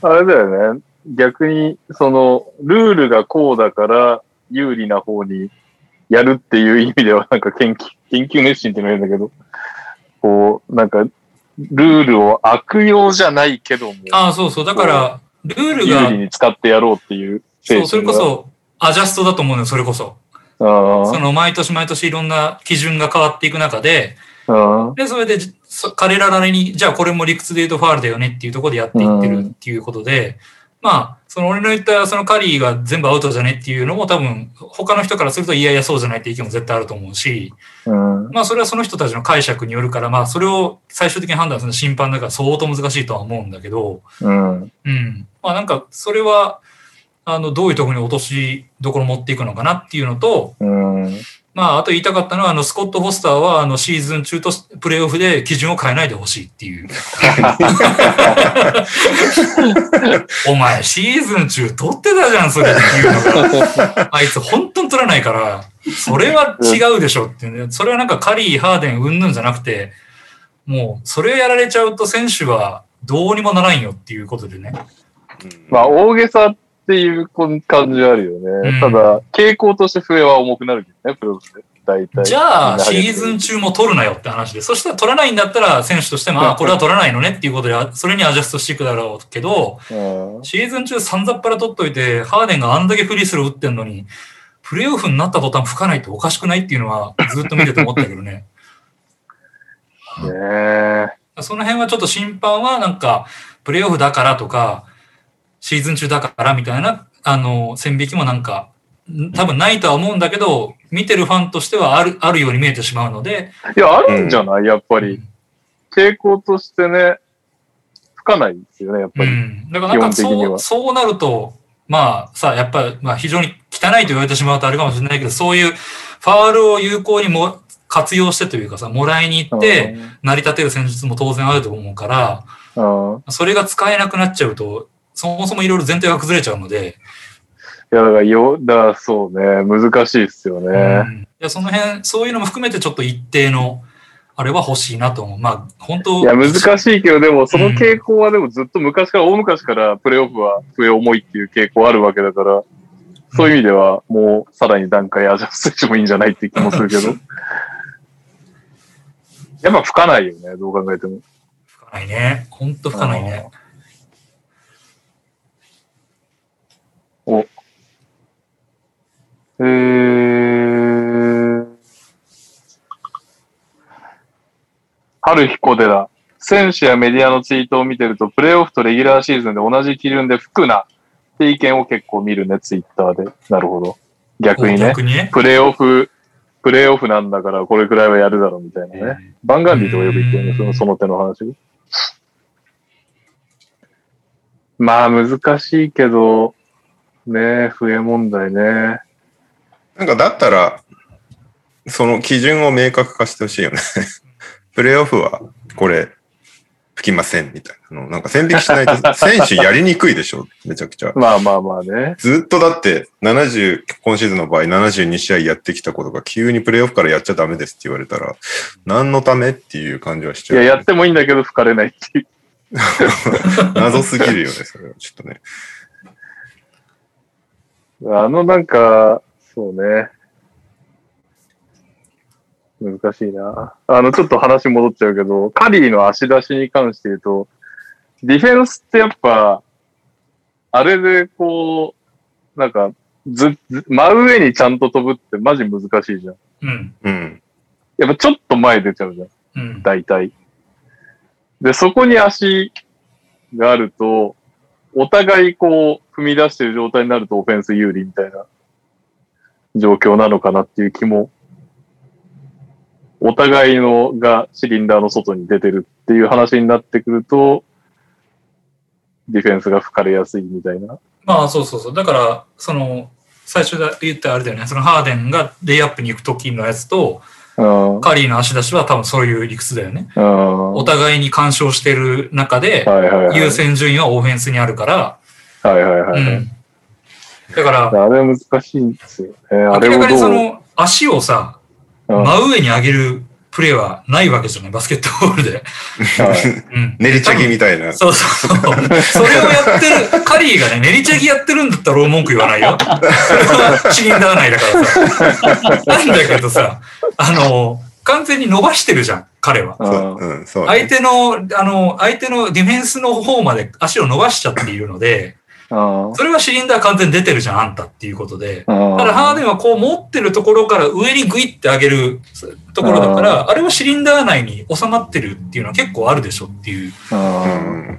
S2: あれだよね。逆に、その、ルールがこうだから、有利な方にやるっていう意味では、なんか研究、研究熱心って言うんだけど、こう、なんか、ルールを悪用じゃないけども、
S3: ああ、そうそう。だから、ルール
S2: 有利
S3: が、
S2: に使ってやろうっていう
S3: そ
S2: 精神
S3: う、それこそ、アジャストだと思うのよ、それこそ。
S2: そ、あ
S3: その、毎年毎年いろんな基準が変わっていく中で、
S2: あああ、
S3: で、それで、そ彼らなりに、じゃあこれも理屈で言うとファールだよねっていうところでやっていってるっていうことで、まあ、その俺の言ったそのカリーが全部アウトじゃねっていうのも多分、他の人からするといやいやそうじゃないって意見も絶対あると思うし、
S2: うん、
S3: まあそれはその人たちの解釈によるから、まあそれを最終的に判断するのは審判だから相当難しいとは思うんだけど、
S2: うん、
S3: うん。まあなんか、それは、あの、どういうところに落としどころを持っていくのかなっていうのと、
S2: うん、
S3: まあ、あと言いたかったのは、あの、スコット・フォスターは、あの、シーズン中とプレーオフで基準を変えないでほしいっていう。お前、シーズン中取ってたじゃん、それっていうのが。あいつ、本当に取らないから、それは違うでしょっていうね。それはなんか、カリー、ハーデン、うんぬんじゃなくて、もう、それをやられちゃうと選手はどうにもならんよっていうことでね。
S2: まあ、大げさっていう感じはあるよね。
S3: うん
S2: ただ、傾向として笛は重くなるけどね、プロレスで。大体。
S3: じゃあ、シーズン中も取るなよって話で、そしたら取らないんだったら、選手としても、あこれは取らないのねっていうことで、あそれにアジャストしていくだろうけど、
S2: うん
S3: シーズン中さんざっぱら取っといて、ハーデンがあんだけフリースロー打ってんのに、プレーオフになった途端吹かないっておかしくないっていうのは、ずっと見てて思ったけどね。
S2: ねえ。
S3: その辺はちょっと審判は、なんか、プレーオフだからとか、シーズン中だからみたいな、あの、線引きもなんか、ん多分ないとは思うんだけど、見てるファンとしてはある、あるように見えてしまうので、
S2: いや、あるんじゃないやっぱり。傾向としてね、吹かないですよね、やっぱり。
S3: うん、だからなんか
S2: 基本的に
S3: そ
S2: は
S3: うそうなると、まあさ、やっぱり、まあ、非常に汚いと言われてしまうとあれかもしれないけど、そういうファールを有効にも活用してというかさ、もらいに行って、成り立てる戦術も当然あると思うから、
S2: うん、うん。い
S3: それが使えなくなっちゃうと、そもそもいろいろ前提が崩れちゃうので、
S2: や、だから、よ、だからそうね、難しいっすよ
S3: う
S2: ね。
S3: ん、いやその辺、そういうのも含めてちょっと一定の、あれは欲しいなと思う。まあ、本当
S2: いや、難しいけど、でも、その傾向はでもずっと昔から、大昔から、プレイオフは笛重いっていう傾向あるわけだから、そういう意味では、もう、さらに段階アジャストしてもいいんじゃないって気もするけど。やっぱ吹かないよね、どう考えても。
S3: 吹かないね。本当吹かないね。
S2: えー、春彦寺。選手やメディアのツイートを見てると、プレーオフとレギュラーシーズンで同じ基準で吹くなって意見を結構見るね、ツイッターで。なるほど。逆にね。
S3: 逆にね。
S2: プレーオフ、プレーオフなんだからこれくらいはやるだろうみたいなね。バンガンディとかよく言ってるね、そのその手の話が。まあ難しいけど、ねえ、笛問題ね。
S1: なんかだったら、 その基準を明確化してほしいよね。プレイオフはこれ、吹きませんみたいなの。なんか線引きしない と、選手やりにくいでしょ、めちゃくちゃ。
S2: まあまあまあね。
S1: ずっとだって、70、今シーズンの場合72試合やってきたことが急にプレイオフからやっちゃダメですって言われたら、何のためっていう感じはしち
S2: い
S1: ゃう。
S2: や、やってもいいんだけど吹かれないっていう。
S1: 謎すぎるよね、それは。ちょっとね。
S2: あのなんか、そうね。難しいな。あの、ちょっと話戻っちゃうけど、カリーの足出しに関して言うと、ディフェンスってやっぱ、あれでこう、なんか、ず、ず真上にちゃんと飛ぶってマジ難しいじゃん。
S3: うん。
S1: うん。
S2: やっぱちょっと前出ちゃうじゃん。
S3: うん。
S2: 大体。で、そこに足があると、お互いこう、踏み出してる状態になるとオフェンス有利みたいな状況なのかなっていう気も、お互いのがシリンダーの外に出てるっていう話になってくると、ディフェンスが吹かれやすいみたいな。
S3: まあそうそうそう。だから、その、最初で言ったあれだよね。そのハーデンがレイアップに行く時のやつと、
S2: うん。
S3: カリーの足出しは多分そういう理屈だよね。
S2: うん。
S3: お
S2: は
S3: 互いに干渉してる中で
S2: い、はいはい。
S3: 優先順位はオフェンスにあるから、
S2: はいはいは
S3: う
S2: いはい。
S3: ん。だから、
S2: あれは難しいんですよね。あ
S3: 明
S2: れ
S3: ら
S2: を
S3: かにそ
S2: どう
S3: の、足をさ、
S2: うん。は
S3: 真上に上げるプレーはないわけじゃない、バスケットボールで。
S2: い
S3: うん。
S1: 練り茶ぎみたいな。
S3: そうそうそう。それをやってる、カリーがね、練りチャギやってるんだったら俺文句言わないよ。 それはシリンダー内だからさ。なんだけどさ、あの、完全に伸ばしてるじゃん、彼は。
S1: そう
S2: うん
S1: うん、そうね。
S3: 相手の、あの、相手のディフェンスの方まで足を伸ばしちゃっているので、
S2: うん。
S3: それはシリンダー完全に出てるじゃん、あんたっていうことで。
S2: た
S3: ただハーデンはこう持ってるところから上にグイって上げるところだから、あれはシリンダー内に収まってるっていうのは結構あるでしょっていう。
S1: うん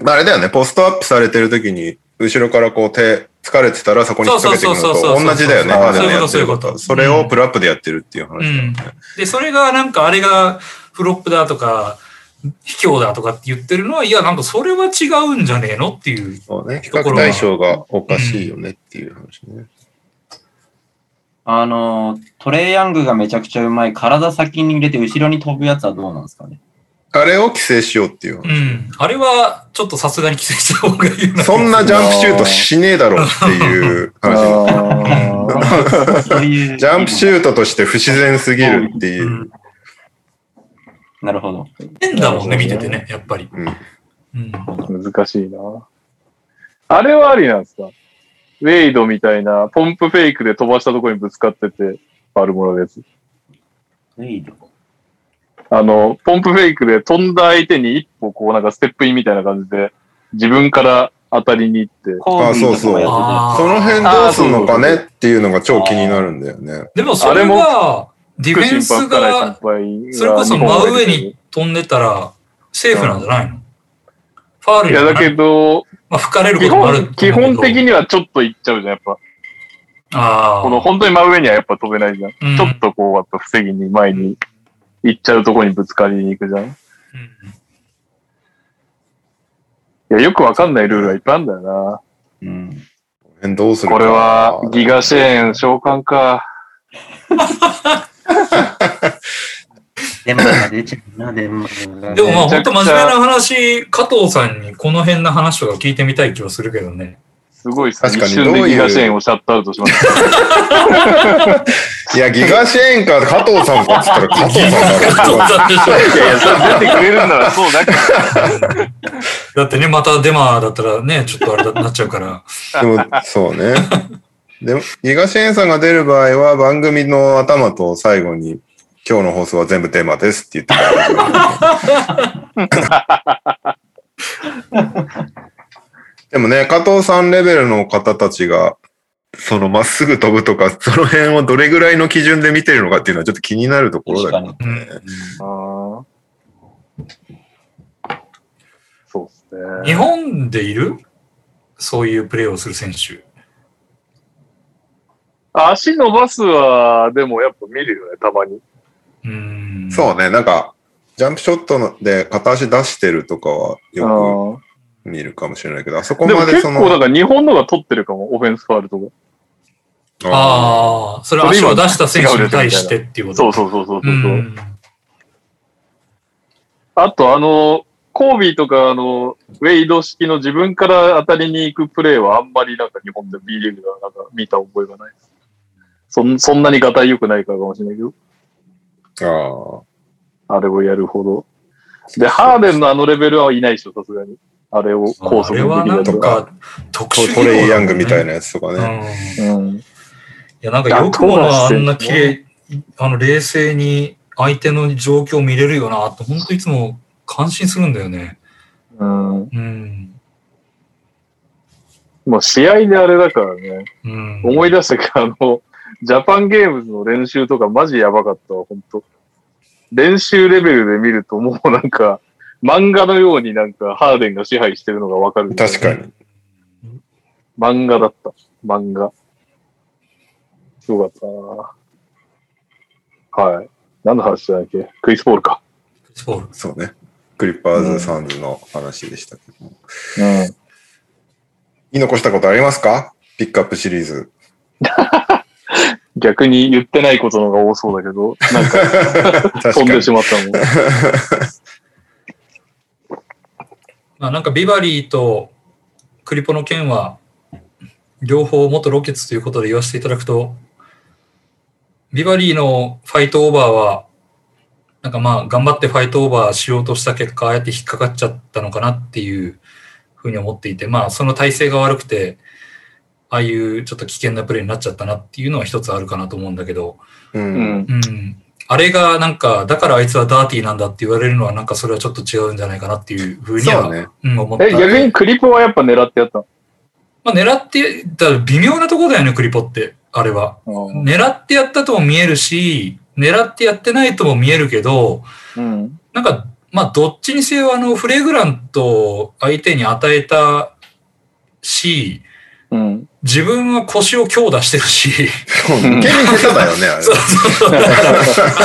S1: まあ、あれだよね、ポストアップされてる時に、後ろからこう手、疲れてたらそこに引っ掛けていく
S3: そ
S1: の
S3: うそうそうそうそう
S1: と同じだよね、
S2: そう
S1: ハーデンのやって
S3: そういう
S1: る
S3: こ
S1: ことと。
S3: そ
S1: そう
S3: いうこと
S1: れをプルアップでやってるっていう話
S3: う
S1: だよね
S3: ん。で、それがなんかあれがフロップだとか、卑怯だとかって言ってるのは、いや、なんかそれは違うんじゃねえのっていう。
S1: そうね、比
S3: とこ
S1: 較
S3: ろが
S1: 対象がおかしいよねっていう話ね。
S5: あの、トレイヤングがめちゃくちゃうまい、体先に入れて後ろに飛ぶやつはどうなんですか ね。
S1: あれを規制しようっていう
S3: う
S1: 話。
S3: ん。あれは、ちょっとさすがに規制した方がいいよな。
S1: そんなジャンプシュートしねえだろっていう話。
S5: そういう。
S1: ジャンプシュートとして不自然すぎるっていうう。
S3: ん。
S5: なるほど。
S3: 変だもんね、見ててね、やっぱり。
S1: うん
S3: うん。
S2: 難しいな。あれはありなんですかウェイドみたいな、ポンプフェイクで飛ばしたところにぶつかってて、バルモラのやつ。
S5: ウェイド。
S2: あの、ポンプフェイクで飛んだ相手に一歩こうなんかステップインみたいな感じで、自分から当たりに行って。
S5: コービーとかもやってた
S3: あー
S1: その辺どうすんのかねっていうのが超気になるんだよね。
S3: でもそれは、ディフェンスが、それこそ真上に。飛んでたら、セーフなんじゃないのファール
S2: い
S3: に
S2: や、だけど、
S3: まあ、吹かれるこ
S2: 基
S3: ともある
S2: 本、基本的にはちょっと行っちゃうじゃん、やっぱ。
S3: ああ。
S2: この本当に真上にはやっぱ飛べないじゃん。
S3: うん
S2: ちょっとこう、やっぱ防ぎに前に行っちゃうとこにぶつかりに行くじゃん。
S3: うん
S2: いや、よくわかんないルールがいっぱいあるんだよな。
S5: うん。
S1: どうするか
S2: これは、ギガシェーン召喚か。
S5: デンマークが出ちゃうな、デンマークがね。
S3: でもまあ
S2: めちゃ
S3: 本
S2: く
S3: 当
S2: ちゃ
S3: 真面目な話、加藤さんにこの辺の話とか聞いてみたい気はするけどね。
S2: すごいっすね。
S1: 確か
S2: 一
S1: にど
S2: 瞬
S1: う
S2: で
S1: いう
S2: ギガシェーンをシャットアウトしました。
S1: いや、ギガシェーンか加藤さんかっつったら加藤さん
S3: 加
S1: だろ
S3: 藤。さんでし
S2: いやいや、それ出てくれるんならそうだけど。
S3: ょ。だってね、またデマだったらね、ちょっとあれだなっちゃうから。
S1: でも、そうね。でも、ギガシェーンさんが出る場合は、番組の頭と最後に、今日の放送は全部テーマですって言ってたでもね、加藤さんレベルの方たちが、そのまっすぐ飛ぶとか、その辺をどれぐらいの基準で見てるのかっていうのはちょっと気になるところだ
S5: 確か
S1: けど
S5: に。
S3: うん
S2: あーそうっす
S3: 日
S2: ね。
S3: 本でいるそういうプレーをする選手。
S2: 足伸ばすは、でもやっぱ見るよね、たまに。
S3: うーん。
S1: そうね、なんか、ジャンプショットので片足出してるとかはよ
S2: あ
S1: く見るかもしれないけど、あそ
S2: ー
S1: こ
S2: でも
S1: まで
S2: 結
S1: その。
S2: 構だから日本のが取ってるかも、オフェンスファールとか。
S3: ああ、それ足を出した選手に対してっていうこと。
S2: そうそうそうそうそう。
S3: ん
S2: あとあの、コービーとか、あの、ウェイド式の自分から当たりに行くプレーはあんまりなんか日本で B リーグではなんか見た覚えがないです。そんそんなにがたい良くないからかもしれないけど、
S1: あ
S2: あれをやるほど。で、ハーデンのあのレベルはいないでしょ、さすがに。あれを高
S3: あ
S2: 速
S3: れ
S2: で
S3: は
S2: きる
S3: な
S2: や
S3: ん
S2: つ
S1: と
S2: が。
S1: か
S3: か特
S1: ト
S3: 殊
S1: トレイ・ヤングみたい
S3: な。
S1: なやつとか
S3: う
S1: ね。
S3: ん。い
S2: うん。
S3: や、なんかよくもあんな綺麗、あの、冷静に相手の状況を見れるよなって、本当いつも感心するんだよね。
S2: うん。
S3: うん。
S2: もう試合であれだからね。
S3: うん。
S2: 思い出したけど、あの、ジャパンゲームズの練習とかマジやばかったわ、本当練習レベルで見るともうなんか、漫画のようになんかハーデンが支配してるのがわかる。
S1: 確かに。
S2: 漫画だった。漫画。すごかったなはい。何の話だっけクリス・ポールか。
S3: そう。
S1: そうね。クリッパーズ・サンズの話でしたけども。
S2: うん。
S1: 言い残したことありますかピックアップシリーズ。
S2: 逆に言ってないことの方が多そうだけど、なんか
S1: 確
S2: 飛ん
S1: か
S2: で
S1: に
S2: し。まったもん。
S3: まあなんかビバリーとクリポの件は、両方元ロケッツということで言わせていただくと、ビバリーのファイトオーバーは、なんかまあ頑張ってファイトオーバーしようとした結果、ああやって引っかかっちゃったのかなっていうふうに思っていて、まあその体勢が悪くて、ああいうちょっと危険なプレーになっちゃったなっていうのは一つあるかなと思うんだけど、
S1: う。
S2: うんん。
S3: うん。あれがなんか、だからあいつはダーティーなんだって言われるのはなんかそれはちょっと違うんじゃないかなっていうふうには
S1: そうね。
S3: うん、思った。
S2: え、逆にクリポはやっぱ狙ってやったの
S3: まあ、狙って、だから微妙なところだよね、クリポって、あれは。
S2: うん
S3: 狙ってやったとも見えるし、狙ってやってないとも見えるけど、
S2: うん。
S3: なんか、まあ、どっちにせよ、あの、フレグラントを相手に与えたし、
S2: うん。
S3: 自分は腰を強打してるし、
S1: そうね受け身下手だよね、あ れ
S3: そう。そうそう。だから、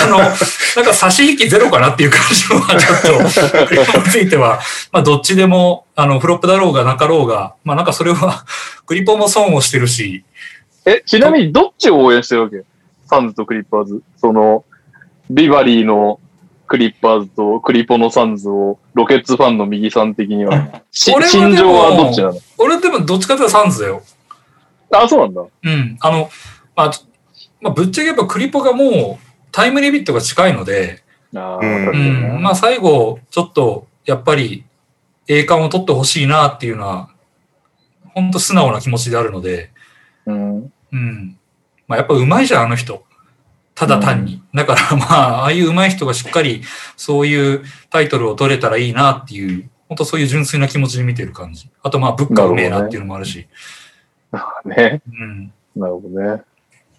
S3: あの、なんか差し引きゼロかなっていう感じは、ちょっと、クリポについては、まあ、どっちでも、あの、フロップだろうがなかろうが、まあ、なんかそれは、クリポも損をしてるし、
S2: え、ちなみにどっちを応援してるわけサンズとクリッパーズ。その、ビバリーのクリッパーズとクリポのサンズをロケッツファンの右さん的には。し
S3: 俺はでも
S2: 心情はどっちなの
S3: 俺でもどっちかというとサンズだよ。
S2: あ、そうなんだ。
S3: うん。あの、まあ、ちょまあ、ぶっちゃけやっぱクリポがもうタイムリミットが近いので、
S2: あ
S1: うん
S2: ー確
S3: う
S2: かに
S3: ん。ま
S2: な
S3: あ最後、ちょっとやっぱり栄冠を取ってほしいなっていうのは、本当素直な気持ちであるので、
S2: うん。
S3: うん。まあやっぱ上手いじゃん、あの人。ただ単に。だからまあ、ああいう上手い人がしっかりそういうタイトルを取れたらいいなっていう、本当そういう純粋な気持ちで見てる感じ。あとまあ、物価うめえなっていうのもあるし。
S2: ね。
S3: うん。
S2: なるほどね。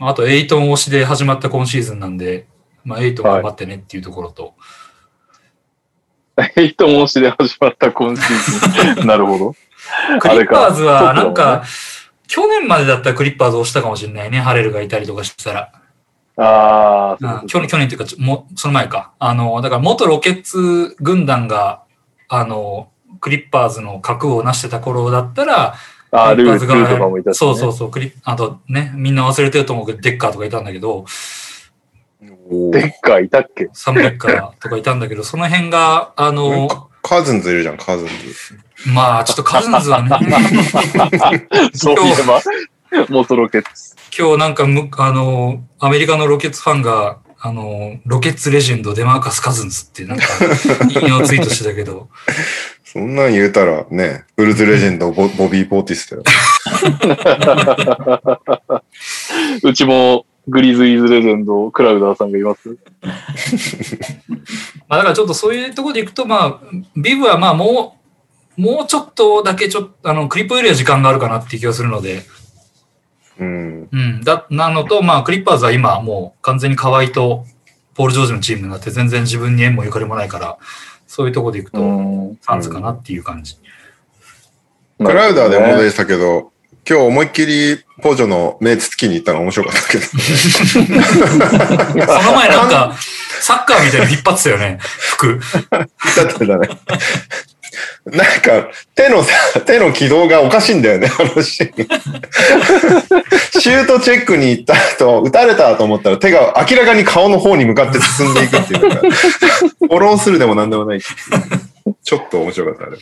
S3: あと、エイトン推しで始まった今シーズンなんで、まあ、エイトン頑張ってねっていうところと、
S2: ヘイト申しで始まった今シー ズン。なるほど。
S3: クリッパーズは
S2: あれ
S3: な
S2: か
S3: んか、去年までだったらクリッパーズ推したかもしれないね、ハレルがいたりとかしたら。
S2: ああ、
S3: うん去年、去年というかちょ、もうその前か。あの、だから元ロケッツ軍団が、あの、クリッパーズの格を成してた頃だったら、
S2: あール
S3: クリッ
S2: ー
S3: パー
S2: ズ
S3: ズ
S2: ル
S3: が
S2: ーとかもいたし、ね。
S3: そうそうそう、クリあとね、みんな忘れてると思うけど、デッカーとかいたんだけど、
S1: お
S2: デ
S1: ー
S2: ッカーいたっけ
S3: サムデッカーとかいたんだけど、その辺が、あの、
S1: カカズンズいるじゃん、カズンズ。
S3: まあ、ちょっとカズンズはね、
S2: そういえば、元ロケッツ。
S3: 今日なんかむ、あの、アメリカのロケッツファンが、あの、ロケッツレジェンドデマーカス・カズンズって なんか、引用ツイートしてたけど、
S1: そんなん言うたらね、ウルズレジェンド、ボボビー・ポーティスだよ。
S2: うちもグリズイーズレジェンド、クラウダーさんがいます。
S3: まあだからちょっとそういうところでいくと、まあ、ビブはまあもう、もうちょっとだけちょっと、あの、クリップよりは時間があるかなっていう気がするので、
S1: うん。
S3: うん、だ、なのと、まあ、クリッパーズは今もう完全に河合とポール・ジョージのチームになって全然自分に縁もゆかりもないから、そういうところでいくと、
S2: ク
S3: サンズかなっていう感じ。
S1: クラウダーで戻りしたけど、今日思いっきりポジョの目つつきに行ったの面白かったけど。
S3: その前なんか、サッカーみたいに引っ張ってたよね、服。
S1: だってだね。なんか、手のさ、手の軌道がおかしいんだよね、あのシーン。シュートチェックに行った後、打たれたと思ったら手が明らかに顔の方に向かって進んでいくっていうか、フォローするでもなんでもない。ちょっと面白かった、あれ。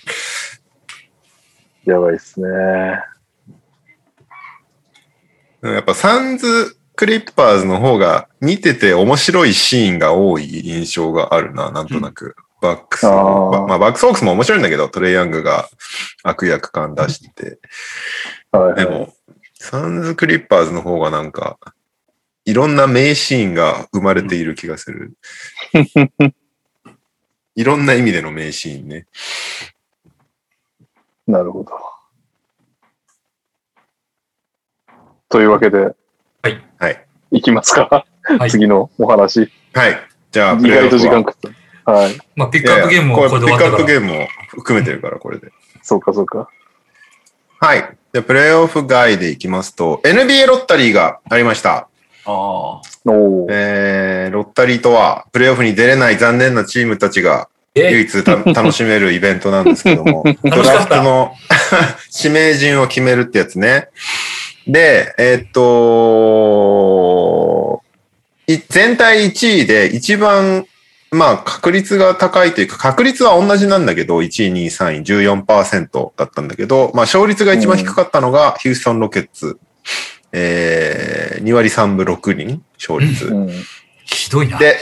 S2: やばいっすね。
S1: うんやっぱサンズ・クリッパーズの方が似てて面白いシーンが多い印象があるな、なんとなく。バックス、
S2: あー
S1: ばまあ、バックスホークスも面白いんだけど、トレイヤングが悪役感出して
S2: はい、はい。
S1: て。でも、サンズ・クリッパーズの方がなんか、いろんな名シーンが生まれている気がす る。いろんな意味での名シーンね。
S2: なるほど。というわけで、
S3: はい。
S1: はい。
S2: いきますか。
S3: はい
S2: 次のお話。
S1: はい。じゃあ、
S2: 意外と時間
S1: プ
S2: 食った。はい。
S3: まあ、ピッ
S1: レ
S3: クア
S1: ーオフは
S3: ップゲームもこれで
S1: い
S3: 終
S1: や
S3: わ
S1: いやピックアッ
S3: ったか
S1: プ
S3: ら。
S1: ゲームも含めてるから、これで。
S2: そうか、そうか。
S1: はい。じゃあ、プレイオフ外でいきますと、NBA ロッタリーがありました。
S5: ああ。
S2: おー
S1: えー、ロッタリーとは、プレイオフに出れない残念なチームたちが、唯
S3: え、
S1: 一た楽しめるイベントなんですけど も、ド
S3: 楽しか
S1: ラ
S3: っ
S1: フト
S3: た。
S1: の 指名順を決めるってやつね。で、えーっと、い全体1位で一番、まあ確率が高いというか、確率は同じなんだけど、1位、2位、3位、14%だったんだけど、まあ勝率が一番低かったのがヒューストンロケッツ。えー、2割3分6厘、勝率。
S2: うん
S3: ひどいな。
S1: で、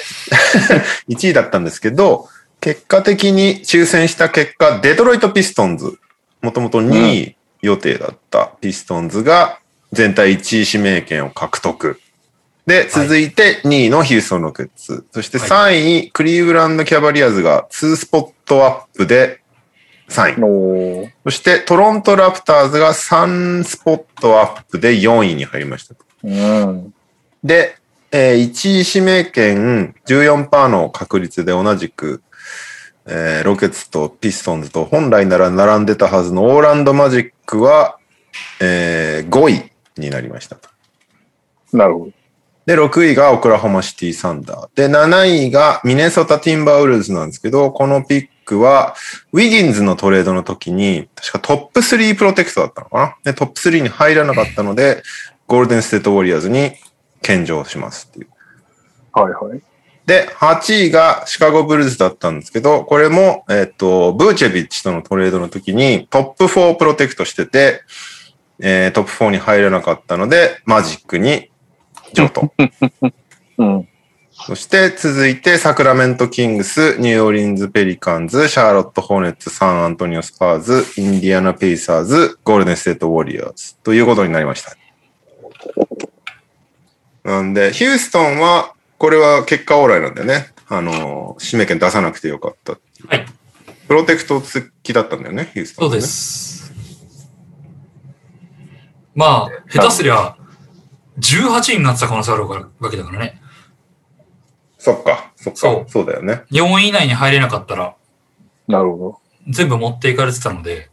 S1: 1位だったんですけど、結果的に抽選した結果、デトロイト・ピストンズ、もともと2位予定だったピストンズが全体1位指名権を獲得。で、続いて2位のヒューストン・ロケッツ、そして3位、クリーブランド・キャバリアーズが2スポットアップで3位。
S2: おー
S1: そしてトロント・ラプターズが3スポットアップで4位に入りました。
S2: うん。
S1: で、えー1位指名権14%の確率で同じく、えーロケッツとピストンズと本来なら並んでたはずのオーランドマジックは、えー5位になりましたと。
S2: なるほど。
S1: で、6位がオクラホマシティサンダー。で、7位がミネソタ・ティンバーウルズなんですけど、このピックは、ウィギンズのトレードの時に、確かトップ3プロテクトだったのかなで、トップ3に入らなかったので、ゴールデン・ステート・ウォリアーズに献上しますっていう。
S2: はいはい。
S1: で、8位がシカゴブルーズだったんですけど、これも、えっと、ブーチェビッチとのトレードの時にトップ4をプロテクトしてて、えートップ4に入らなかったので、マジックに譲渡。
S2: うん。
S1: そして続いて、サクラメントキングス、ニューオーリンズ・ペリカンズ、シャーロット・ホーネッツ、サンアントニオ・スパーズ、インディアナ・ペイサーズ、ゴールデン・ステート・ウォリアーズということになりました。なんで、ヒューストンは、これは結果オーライなんだよね。あの、指名権出さなくてよかった。
S3: はい。
S1: プロテクト付きだったんだよね、ヒュースト
S3: そ
S1: ン、
S3: う
S1: ね。
S3: です。まあ、下手すりゃ、18位になってた可能性あるわけだからね。
S1: そっか、そっか。そ
S3: そう
S1: だよね。
S3: 4位以内に入れなかったら、
S2: なるほ
S3: 全部持っていかれてたので、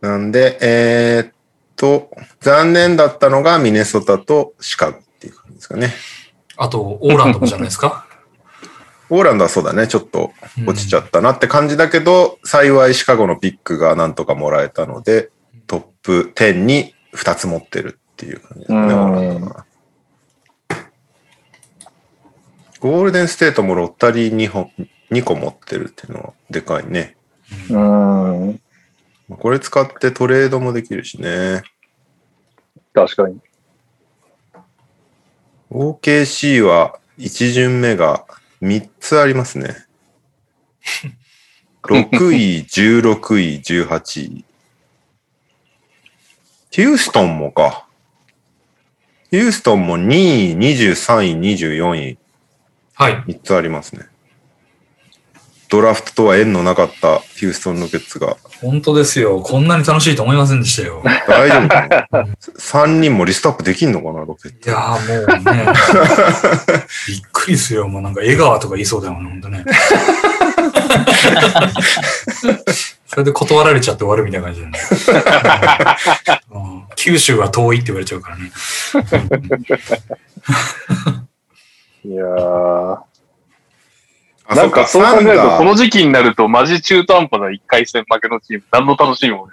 S1: なんで、えーっと、残念だったのがミネソタとシカゴっていう感じですかね。
S3: あと、オーランドもじゃないですか。
S1: オーランドはそうだね、ちょっと 落ちちゃ
S3: た。
S1: ったなって感じだけど、幸いシカゴのピックがなんとかもらえたので、トップ10に2つ持ってるっていう感じですね、
S2: う
S1: オ
S2: ん
S1: ーランドは。ゴールデンステートもロッタリー2本、2個持ってるっていうのはでかいね。
S2: ど。うん。
S1: これ使ってトレードもできるしね。
S2: 確かに。
S1: OKC は1巡目が3つあります ね。6位、16位、18位。ヒューストンもか。ヒューストンも2位、23位、24位、
S3: はい。
S1: 3つありますね。ドラフトとは縁のなかったヒューストン・ロケッツが
S3: 本当ですよ。こんなに楽しいと思いませんでしたよ。
S1: 大丈夫か な ?3 人もリストアップできんのかな、ロケッツ。
S3: いやーもうね、 びっくりですよ。もうなんか江川とか言いそうだよね、ほんと ね。それで断られちゃって終わるみたいな感じだ よね。うん九州は遠いって言われちゃうからね。
S2: いやー。
S1: あ
S2: なんかそう
S1: っ
S2: 考え
S1: サン
S2: ると、
S1: ダー
S2: この時期になると、マジ中途半端な1回戦負けのチーム、何の楽しみもね。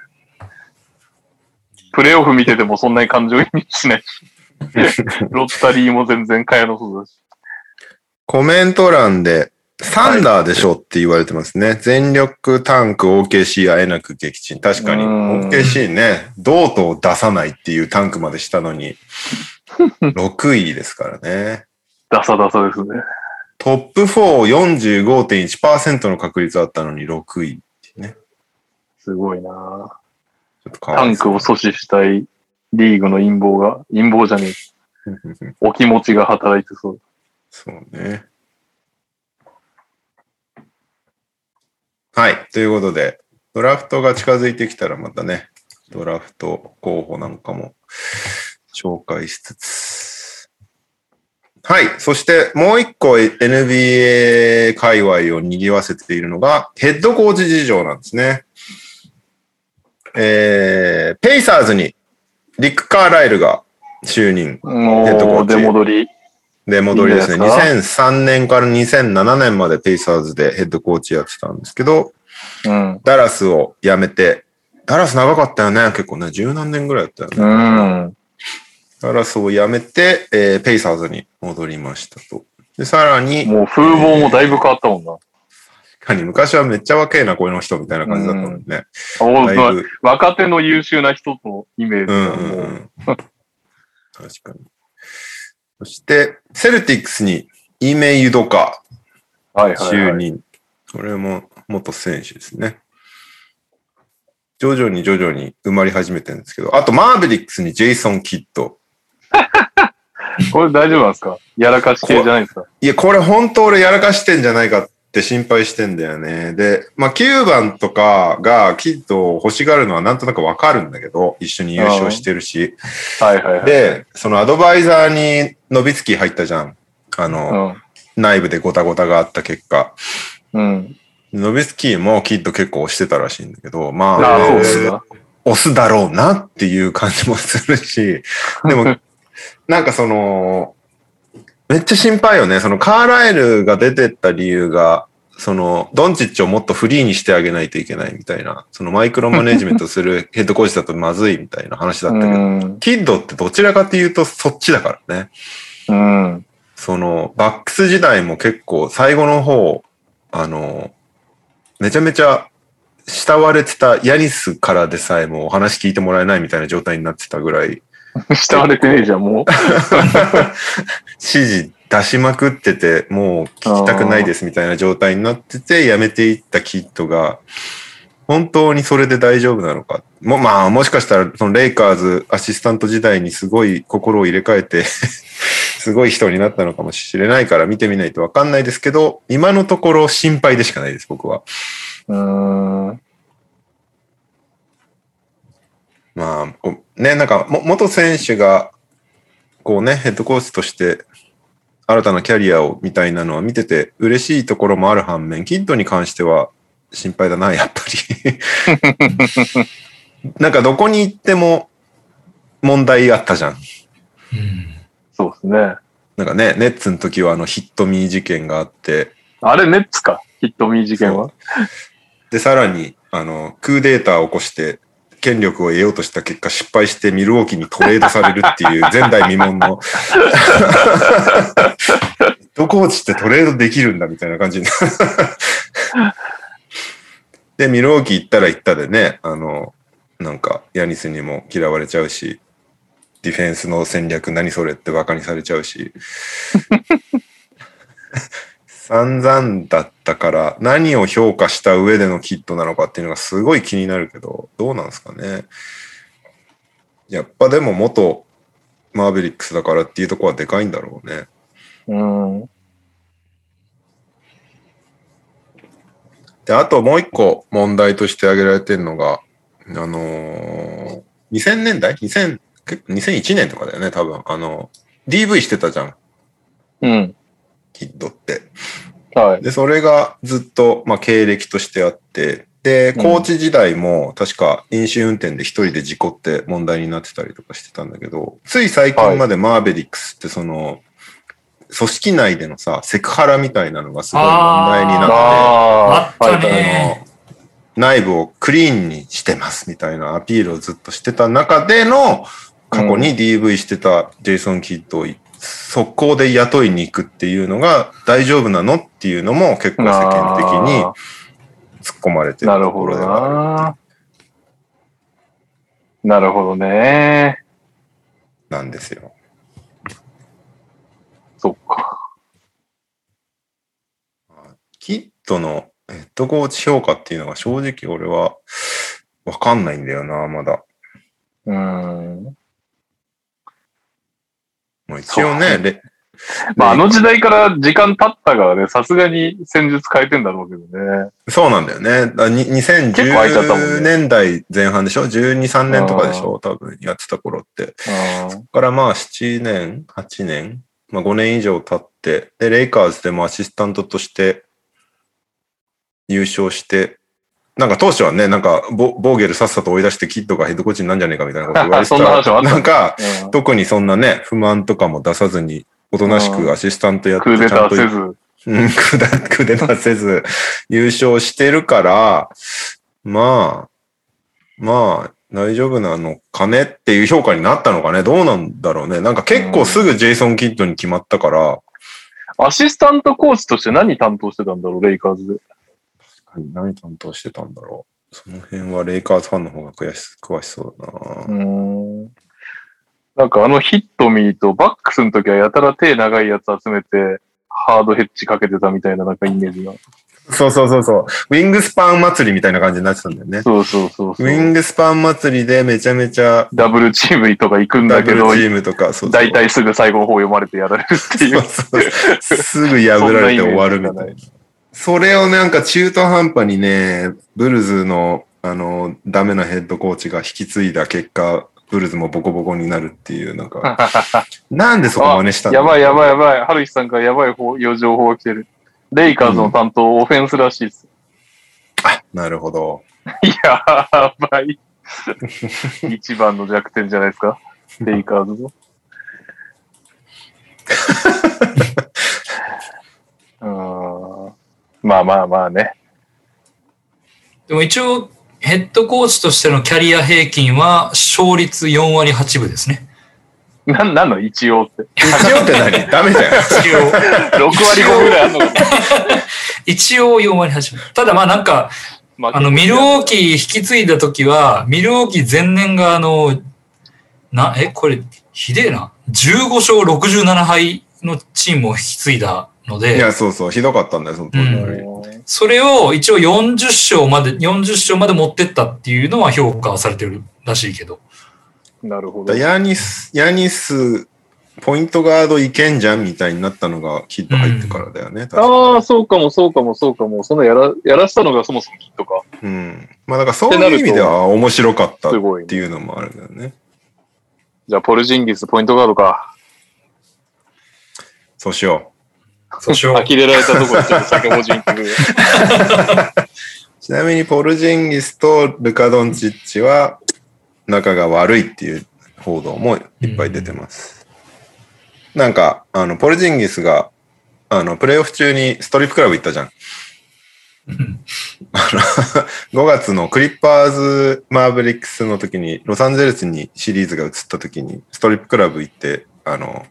S2: プレイオフ見ててもそんなに感情移入しないし、 ロッタリーも全然買えなそうだし。
S1: コメント欄で、サンダーでしょって言われてますね。全力タンク OKC あえなく撃沈。確かに
S2: うん
S1: OKC ね、ドートを出さないっていうタンクまでしたの に、6位ですからね。
S2: ダサダサですね。
S1: トップ4 45.1%の確率あったのに6位っていうね。
S2: すごい
S1: ち
S2: な
S1: ょっとか
S2: タ
S1: わい
S2: ン
S1: そう
S2: クを阻止したいリーグの陰謀が、陰謀じゃねえ。 お気持ちが働いてそう。
S1: そうね。はい。ということで、ドラフトが近づいてきたらまたね、ドラフト候補なんかも紹介しつつ。はい。そして、もう一個 NBA 界隈を賑わせているのが、ヘッドコーチ事情なんですね。えー、ペイサーズに、リック・カーライルが就任。ヘッドコ
S2: も
S1: ー
S2: う
S1: チ
S2: 出戻り。
S1: で、戻りですね。
S2: いいんじゃない
S1: 2003年から2007年までペイサーズでヘッドコーチやってたんですけど、
S2: うん。
S1: ダラスを辞めて、ダラス長かったよね。結構ね、十何年ぐらいやったよね。
S2: うん。
S1: ダラスを辞めて、えーペイサーズに戻りましたと。で、さらに、
S2: もう風貌もだいぶ変わったもんな。
S1: 確かに昔はめっちゃ若いな、この人みたいな感じだったもんね。
S2: お
S1: だいぶ
S2: 若手の優秀な人のイメージ
S1: うん
S2: がも
S1: うんう。
S2: うん
S1: 確かに。そして、セルティックスにイメユドカ
S2: はいはい、
S1: 就
S2: はい。
S1: 任。これも元選手ですね。徐々に徐々に埋まり始めてるんですけど、あとマーベリックスにジェイソン・キッド。
S2: これ大丈夫なんですかやらかし系じゃないですか
S1: いや、これ本当俺やらかしてんじゃないかって心配してんだよね。で、まあ9番とかがキッドを欲しがるのはなんとなくわかるんだけど、一緒に優勝してるし。
S2: はいはいはい。
S1: で、そのアドバイザーにノビツキ入ったじゃん。あ
S2: う
S1: の、
S2: ん。
S1: 内部でゴタゴタがあった結果。
S2: うん。
S1: ノビツキもキッド結構押してたらしいんだけど、ま
S2: あ
S1: あ、
S2: あ、そうで
S1: え
S2: す
S1: ー
S2: か。
S1: 押すだろうなっていう感じもする し、でも、なんかその、めっちゃ心配よね。そのカーライルが出てった理由が、その、ドンチッチをもっとフリーにしてあげないといけないみたいな、そのマイクロマネジメントするヘッドコーチだとまずいみたいな話だっ
S2: う
S1: たけど、
S2: ん。
S1: キッドってどちらかというとそっちだからね。
S2: うん。
S1: そのバックス時代も結構最後の方、あの、めちゃめちゃ慕われてたヤニスからでさえもお話聞いてもらえないみたいな状態になってたぐらい、
S2: 慕われてねえじゃん、もう。
S1: 指示出しまくってて、もう聞きたくないですみたいな状態になってて、やめていったキッドが、本当にそれで大丈夫なのか。も、まあ、もしかしたら、そのレイカーズアシスタント時代にすごい心を入れ替えて、 すごい人になったのかもしれないから見てみないとわかんないですけど、今のところ心配でしかないです、僕は。
S2: うん。うん。
S1: まあ、こうね、なんかも、元選手が、こうね、ヘッドコーチとして、新たなキャリアをみたいなのは見てて嬉しいところもある反面、キッドに関しては心配だな、やっぱり。 なんかどこに行っても問題あったじゃん。
S3: うん
S2: そうですね。
S1: なんかね、ネッツの時はあのヒットミー事件があって、
S2: あれ、ネッツか。ヒットミー事件は。
S1: で、さらに、あの、クーデーターを起こして、権力を得ようとした結果失敗してミルウォーキーにトレードされるっていう前代未聞の。 どこ落ちってトレードできるんだみたいな感じに。で、ミルウォーキー行ったら行ったでね、あの、なんか、ヤニスにも嫌われちゃうし、ディフェンスの戦略何それってバカにされちゃうし。散々だったから何を評価した上でのキットなのかっていうのがすごい気になるけどどうなんですかねやっぱでも元マーベリックスだからっていうところはでかいんだろうね
S2: うん。
S1: であともう一個問題として挙げられてるのがあのー2000年代2000結構2001年とかだよね多分あの DV してたじゃん
S2: うん。
S1: キッドって
S2: はい。
S1: で、それがずっと、まあ、経歴としてあって、で、
S2: うん
S1: コーチ時代も、確か飲酒運転で一人で事故って問題になってたりとかしてたんだけど、つい最近までマーベリックスってその、組織内でのさ、セクハラみたいなのがすごい問題になって、
S2: ああ、
S3: あ
S2: は
S3: っ
S2: い
S3: た
S2: はい。
S3: ね
S1: あの内部をクリーンにしてますみたいなアピールをずっとしてた中での、過去に DV してたジェイソン・キッドを速攻で雇いに行くっていうのが大丈夫なのっていうのも結構世間的に
S2: あ
S1: 突っ込まれて
S2: ー
S1: る
S2: なる
S1: とこ
S2: ほ
S1: ろ
S2: ど
S1: ではある
S2: な。なるほどね。
S1: なんですよ。
S2: そっか。
S1: キッドのヘッドコーチ評価っていうのが正直俺はわかんないんだよな、まだ。
S2: うん。
S1: もう一応
S2: そう
S1: ね、レ
S2: まあ、あの時代から時間経ったからね、さすがに戦術変えてんだろうけどね。
S1: そうなんだよね。だに
S2: 結構空いちゃったもんね
S1: 2010年代前半でしょ ?12、3年とかでしょ多分やってた頃って。
S2: うん
S1: そっからまあ7年、8年、まあ5年以上経って、で、レイカーズでもアシスタントとして優勝して、なんか当初はね、なんかボボーゲルさっさと追い出してキッドがヘッドコーチになんじゃねえかみたいなこと言われて
S2: そんな話もあった
S1: なんか、特にそんなね、不満とかも出さずに、おとなしくアシスタントやっ
S2: クー
S1: て、ち
S2: デ
S1: ゃ
S2: タ
S1: ん
S2: ー
S1: と
S2: せず。
S1: うん、 くだ、くでたせず、優勝してるから、まあ、まあ、大丈夫なのかねっていう評価になったのかね。どうなんだろうね。なんか結構すぐジェイソン・キッドに決まったから、
S2: アシスタントコーチとして何担当してたんだろう、レイカーズで。
S1: 何担当してたんだろう。その辺はレイカーズファンの方が悔し、詳しそうだな。
S2: ん。なんかあのヒットミーとバックスの時はやたら手長いやつ集めて、ハードヘッジかけてたみたいななんかイメージが。
S1: そうそうそうそう。ウィングスパン祭りみたいな感じになってたんだよね。
S2: そうそうそうそ
S1: ウィ
S2: う。
S1: ングスパン祭りでめちゃめちゃ
S2: ダブルチームとか行くん
S1: ダ
S2: だ
S1: ブ
S2: け
S1: ル
S2: ど、
S1: チームとか、そうそう
S2: 大体すぐ最後の方読まれてやられるっていう。
S1: そうそうそうすぐ破られて終わるみたいな。それをなんか中途半端にね、ブルズの、あの、ダメなヘッドコーチが引き継いだ結果、ブルズもボコボコになるっていう、なんか、なんでそこ真似したの
S2: やばいや
S1: い。
S2: ばいやばい。はるひさんからやばい方、余情報が来てる。レイカーズの担当、オフェンスらしいです。
S1: なるほど。
S2: やばい。一番の弱点じゃないですか。レイカー ズの。うーんまあまあまあね。
S3: でも一応、ヘッドコーチとしてのキャリア平均は、勝率4割8分ですね。
S2: なん、なんの一応って。
S1: 一応って何ダメじゃん。
S3: 一応。
S2: 6割5分ぐらいあんのかな
S3: 一応4割8分。ただまあなんか、
S2: ま
S3: あの、ミルウォーキー引き継いだ時は、ミルウォーキー前年があの、な、え、これ、ひでえな。15勝67敗のチームを引き継いだの
S1: い
S3: で、
S1: や、そうそう、ひどかったんだよ、その当時。
S3: それを一応40勝まで、40勝まで持ってったっていうのは評価はされてるらしいけど。
S2: なるほど
S1: だ。ヤニス、ヤニス、ポイントガードいけんじゃんみたいになったのが、キッド入ってからだよね。確か
S2: ああ、そうかも、そうかも、そうかも。そのやら、やらしたのがそもそもきっとか。
S1: うん。まあだからそういう意味では面白かったっ
S2: すごい、
S1: て
S2: ね。
S1: いうのもあるんだよね。
S2: じゃあ、ポルジンギス、ポイントガードか。
S1: そうしよ
S3: そうしよう
S2: 呆れられたとこでちょっと酒文字に行ってくる。
S1: う。ちなみにポルジンギスとルカ・ドンチッチは仲が悪いっていう報道もいっぱい出てます。なんか、あの、ポルジンギスが、あの、プレイオフ中にストリップクラブ行ったじゃん。
S3: うん
S1: 5月のクリッパーズ・マーブリックスの時に、ロサンゼルスにシリーズが移った時に、ストリップクラブ行って、あの、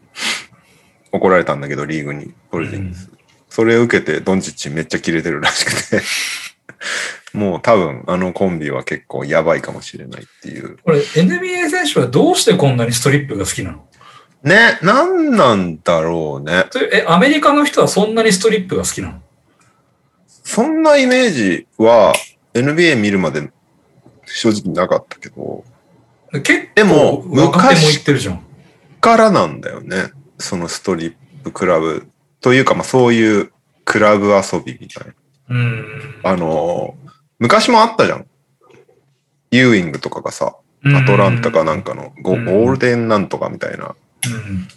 S1: 怒られたんだけど、リーグに、ポルジンギス。それを受けて、ドンチッチめっちゃキレてるらしくて、 もう多分、あのコンビは結構やばいかもしれないっていう。
S3: これ NBA 選手はどうしてこんなにストリップが好きなの
S1: ね、なんなんだろうね。
S3: というえ、アメリカの人はそんなにストリップが好きなの
S1: そんなイメージは、NBA 見るまで正直なかったけど、
S3: 結構、
S1: でも
S3: 若手も言ってるじゃん。
S1: からなんだよね。そのストリップクラブ。というか、まあそういうクラブ遊びみたいな。
S3: うん。
S1: あのー昔もあったじゃん。ユーイングとかがさ、アトランタかなんかのゴ
S3: うん
S1: ゴールデンなんとかみたいな
S3: うん。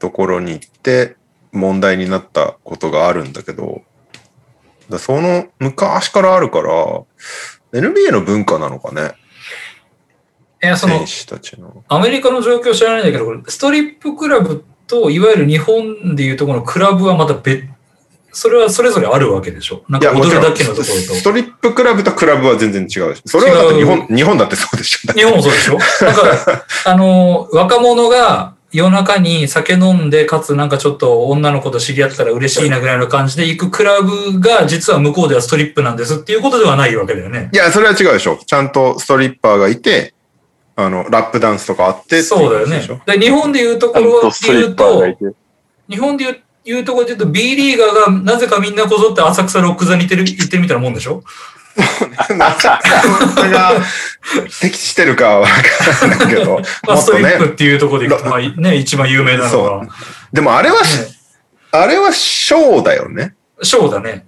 S1: ところに行って問題になったことがあるんだけど、だその昔からあるから、NBA の文化なのかね。
S3: いや、そ
S1: 選
S3: の、
S1: 手たちの。
S3: アメリカの状況知らないんだけど、これストリップクラブと、いわゆる日本でいうとこのクラブはまた別、それはそれぞれあるわけでしょなん
S1: い
S3: か
S1: や、も
S3: 踊
S1: ち
S3: る
S1: ろ
S3: だ
S1: ん、
S3: けのとこ
S1: ス
S3: ろ
S1: トリップクラブとクラブは全然違うし。それはだって日
S3: 違
S1: 本、日本だってそうでしょ。
S3: と。日本もそうでしょだから、あの、若者が夜中に酒飲んで、かつなんかちょっと女の子と知り合ったら嬉しいなぐらいの感じで行くクラブが、実は向こうではストリップなんですっていうことではないわけだよね。
S1: いや、それは違うでしょ。ちゃんとストリッパーがいて、あの、ラップダンスとかあって
S3: そうだよ
S1: ってい
S3: ね
S1: こ。
S3: で日本でいうとこ
S2: ちゃん
S3: ろ
S2: と
S3: で
S2: ストリ
S3: 言う
S2: ッパー
S3: と
S2: がい、て。
S3: 日本でいういうところで言うと B リーガーがなぜかみんなこぞって浅草ロック座に行ってる行ってるみたいなもんでしょ
S1: とでしょ。なんか、それが適してるかはわからないけど、も
S3: まあ、
S1: っ
S3: スト
S1: と
S3: リッ
S1: ね
S3: プ、っていうところでいくと、まあね、一番有名なの
S1: そ
S3: が、
S1: う
S3: ね、。
S1: でもあれはし、あれはショーだよね。
S3: ショーだね。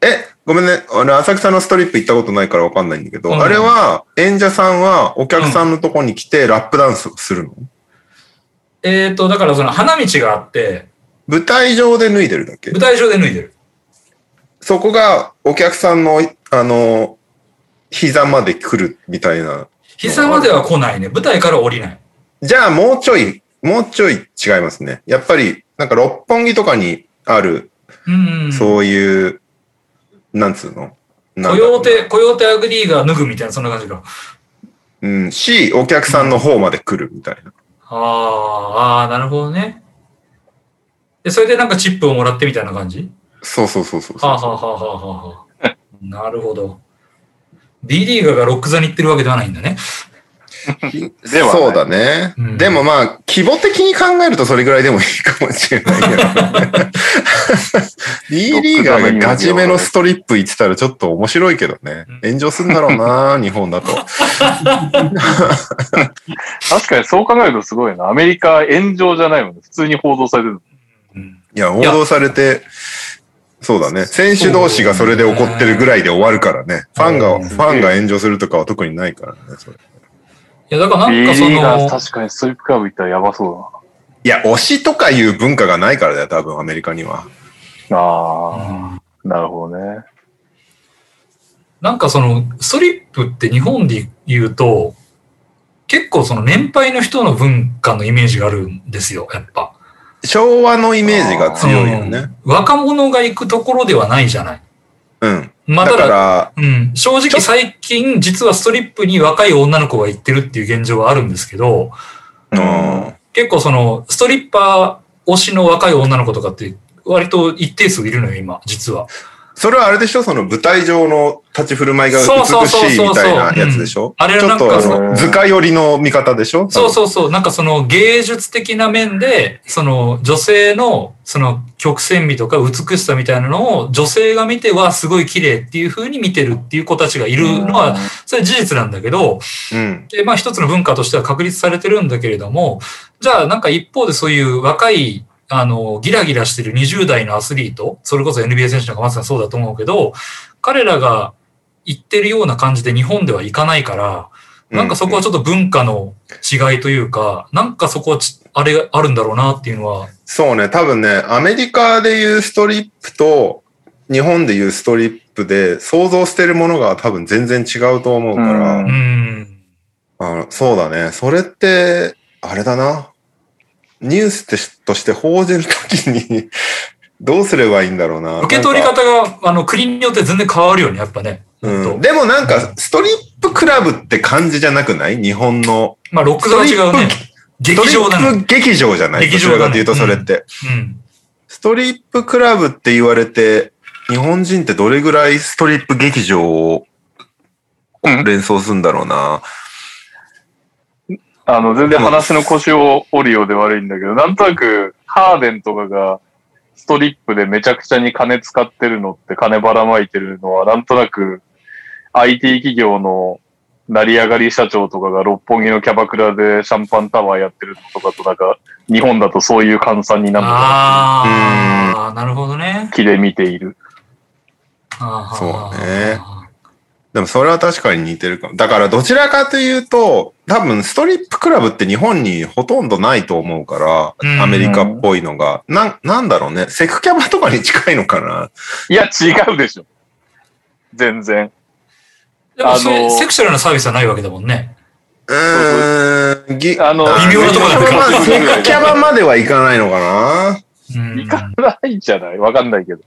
S1: え、ごめんね。俺、浅草のストリップ行ったことないからわかんないんだけど、
S3: うん
S1: あれは、演者さんはお客さんのとこに来てラップダンスをするの、
S3: えっ、と、だからその花道があって、
S1: 舞台上で脱いでるだけ
S3: 舞台上で脱いでる。
S1: そこがお客さんの、あの、膝まで来るみたいな。
S3: 膝までは来ないね。舞台から降りない。
S1: じゃあもうちょい、もうちょい違いますね。やっぱり、なんか六本木とかにある、
S3: うん。
S1: そういう、なんつうのなん
S3: コ
S1: だろう
S3: ヨーテ、コヨーテアグリーが脱ぐみたいな、そんな感じか。
S1: うん、し、お客さんの方まで来るみたいな。
S3: あーあー、なるほどね。で、それでなんかチップをもらってみたいな感じ
S1: そうそうそうそうそう。
S3: はあ、はあはあはあはあ、 なるほど。B リーガーがロック座に行ってるわけではないんだね。
S2: ではない
S1: そうだね、
S3: うん
S1: でもまあ、規模的に考えるとそれぐらいでもいいかもしれない けど。B リーガーがガジメのストリップ行ってたらちょっと面白いけどね
S3: うん。
S1: 炎上するんだろうな、日本だと。
S2: 確かにそう考えるとすごいな。アメリカ炎上じゃないもんね。普通に報道されてる。
S3: うん
S1: いや、報道されて、そうだね。選手同士がそれで怒ってるぐらいで終わるからね。ファン
S3: う
S1: が、
S3: ん
S1: ファンが炎上するとかは特にないからね。それ
S3: いや、だからなん
S2: B
S3: かそ
S2: リーガー
S3: の、
S2: 確かにストリップクラブ行ったらやばそう
S1: いや、推しとかいう文化がないからだよ、多分アメリカには。
S2: だな。あ
S3: うん
S2: あ、なるほどね。
S3: なんかその、ストリップって日本で言うと、結構その年配の人の文化のイメージがあるんですよ、やっぱ。
S1: 昭和のイメージが強いよね。
S3: うん若者が行くところではないじゃない。
S1: うん。
S3: まあ、
S1: だ
S3: た
S1: か
S3: だ、
S1: ら、
S3: うん、正直最近、実はストリップに若い女の子が行ってるっていう現状はあるんですけど、
S1: うん
S3: 結構そのストリッパー推しの若い女の子とかって割と一定数いるのよ今実は
S1: それはあれでしょその舞台上の立ち振る舞いが美しいみたいなやつでしょ
S3: あれ
S1: ち
S3: は
S1: ょ
S3: な
S1: っ
S3: ん
S1: と
S3: か
S1: あ
S3: その
S2: う
S1: の、
S2: ん
S1: 図鑑寄りの見方でしょ
S3: そうそうそうなんかその芸術的な面でその女性のその曲線美とか美しさみたいなのを女性が見てはすごい綺麗っていう風に見てるっていう子たちがいるのはそれは事実なんだけど、
S1: うん。
S3: で、まあ一つの文化としては確立されてるんだけれども、じゃあなんか一方でそういう若い、あの、ギラギラしてる20代のアスリート、それこそ NBA 選手なんかまさにそうだと思うけど、彼らが言ってるような感じで日本では行かないから、なんかそこはちょっと文化の違いというか、なんかそこはちあれがあるんだろうなっていうのは、
S1: そうね、多分ね、アメリカでいうストリップと、日本でいうストリップで、想像してるものが多分全然違うと思うから、
S2: う
S3: うんん。
S1: あのそうだね、それって、あれだな、ニュースってしとして報じるときに、 どうすればいいんだろうな。
S3: 受け取り
S1: なんか
S3: 方が、あの、国によって全然変わるよね、やっぱね。
S1: う
S3: ほ
S1: ん、
S3: んと
S1: でもなんか、ストリップクラブって感じじゃなくない日本の。
S3: まあ、ロック座は違うね。劇場だ
S1: ストリ
S3: ね。
S1: ップ劇場じゃない
S3: 劇
S1: 劇
S3: 場だ
S1: 場
S3: ね
S1: だっていうとそれって。
S3: うん。
S1: ストリップクラブって言われて、日本人ってどれぐらいストリップ劇場を
S2: うん
S1: 連想するんだろうな。
S2: あの、全然話の腰を折るようで悪いんだけど、なんとなく、ハーデンとかが、ストリップでめちゃくちゃに金使ってるのって金ばらまいてるのは、なんとなく、IT 企業の成り上がり社長とかが六本木のキャバクラでシャンパンタワーやってるのとかと、なんか、日本だとそういう換算になるのか
S3: ああ、なるほどね
S2: な。気で見ている。
S1: そうねでもそれは確かに似てるかも。だからどちらかというと、多分ストリップクラブって日本にほとんどないと思うか
S3: うん
S1: ら、アメリカっぽいのが。なん、なんだろうね。セクキャバとかに近いのかない
S2: や、違うでしょ。全然。
S3: でも、それ
S2: あのー
S3: セクシャルなサービスはないわけだもんね。
S1: うーん、ぎ
S2: あの
S1: ー
S3: 微妙なとこだね
S1: まあセクキャバまではいかないのかな
S3: うん
S2: いかないんじゃないわかんないけど。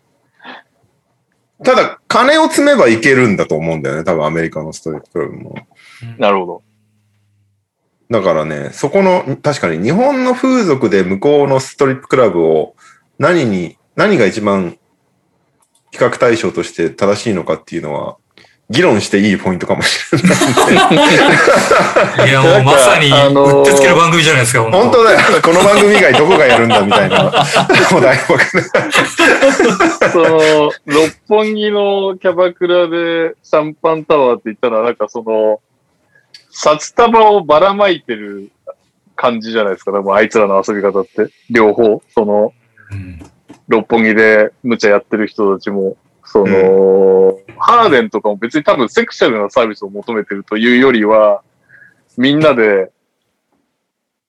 S1: ただ、金を積めばいけるんだと思うんだよね。多分アメリカのストリップクラブも。
S2: なるほど。
S1: だからね、そこの、確かに日本の風俗で向こうのストリップクラブを何に、何が一番比較対象として正しいのかっていうのは、議論していいポイントかもしれない。
S3: いや、もうまさに、
S2: あのー
S3: うってつける番組じゃないですか、
S1: 本当だよ。この番組以外どこがやるんだみたいなお題ばっかり
S2: その、六本木のキャバクラでシャンパンタワーって言ったら、なんかその、札束をばらまいてる感じじゃないですか、多分あいつらの遊び方って。両方、その、
S3: うん
S2: 六本木で無茶やってる人たちも、その、ハーデンとかも別に多分セクシャルなサービスを求めてるというよりは、みんなで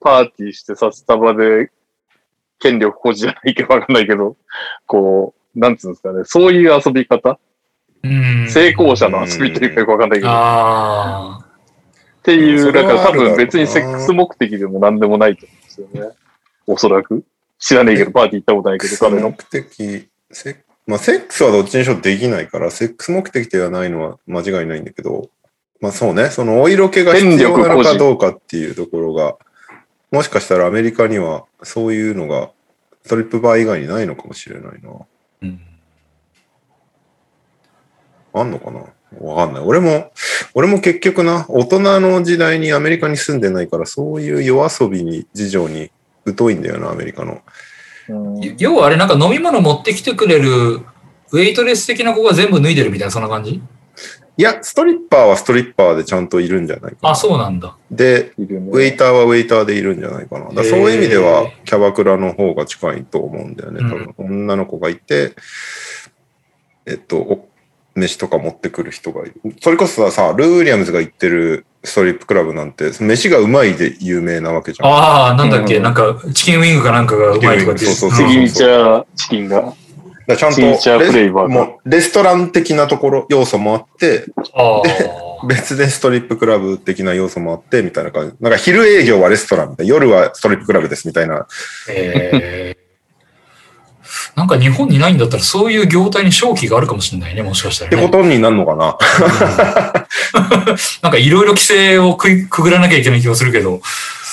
S2: パーティーして札束で権力保持じゃないけどわかんないけど、こう、なんつうんですかね、そういう遊び方、
S3: うん
S2: 成功者の遊びというかよくわかんないけど、っ
S3: ああ。
S2: て
S1: う
S2: い
S1: ん
S2: う、だから
S1: それ
S2: 多
S1: はあるだろうな
S2: 分別にセックス目的でも何でもないと思うんですよね。おそらく。知らねえけど、パーティー行ったことないけど、彼の。
S1: 目的、セックまあ、セックスはどっちにしろできないから、セックス目的ではないのは間違いないんだけど、まあそうね、そのお色気が必要なのかどうかっていうところが、もしかしたらアメリカにはそういうのがストリップバー以外にないのかもしれないな。あんのかなわかんない。俺も、俺も結局な、大人の時代にアメリカに住んでないから、そういう夜遊びに、事情に疎いんだよな、アメリカの。
S2: うん
S3: 要はあれ、なんか飲み物持ってきてくれる、ウェイトレス的な子が全部脱いでるみたいな、そんな感じ
S1: いや、ストリッパーはストリッパーでちゃんといるんじゃないかな。
S3: あ、そうなんだ。
S1: で、
S2: いるね
S1: ウェイターはウェイターでいるんじゃないかな。だからそういう意味では、キャバクラの方が近いと思うんだよね、多分。女の子がいて、えっと、お飯とか持ってくる人がいる。それこそさ、ルー・ウィリアムズが行ってるストリップクラブなんて、飯がうまいで有名なわけじゃん。
S3: ああ、なんだっけ、
S2: うん
S3: なんか、チキンウィングかなんかがうまいとかって
S1: そうそう
S2: シ
S1: そう
S2: ギ
S3: ん
S2: ニチャーチキンが。
S1: だからち
S2: シ
S1: ゃん
S2: グネチャ
S1: と
S2: ーフレ
S1: レ
S2: ーバーが
S1: もうレストラン的なところ、要素もあって、
S3: ああ。
S1: 別でストリップクラブ的な要素もあって、みたいな感じ。なんか昼営業はレストランみたいな、夜はストリップクラブですみたいな。
S3: えーなんか日本にないんだったら、そういう業態に正気があるかもしれないね、もしかした
S1: って
S3: ら、
S1: こ
S3: ね。
S1: とになるのかな、
S3: なんかいろいろ規制をくいくぐらなきゃいけない気がするけど。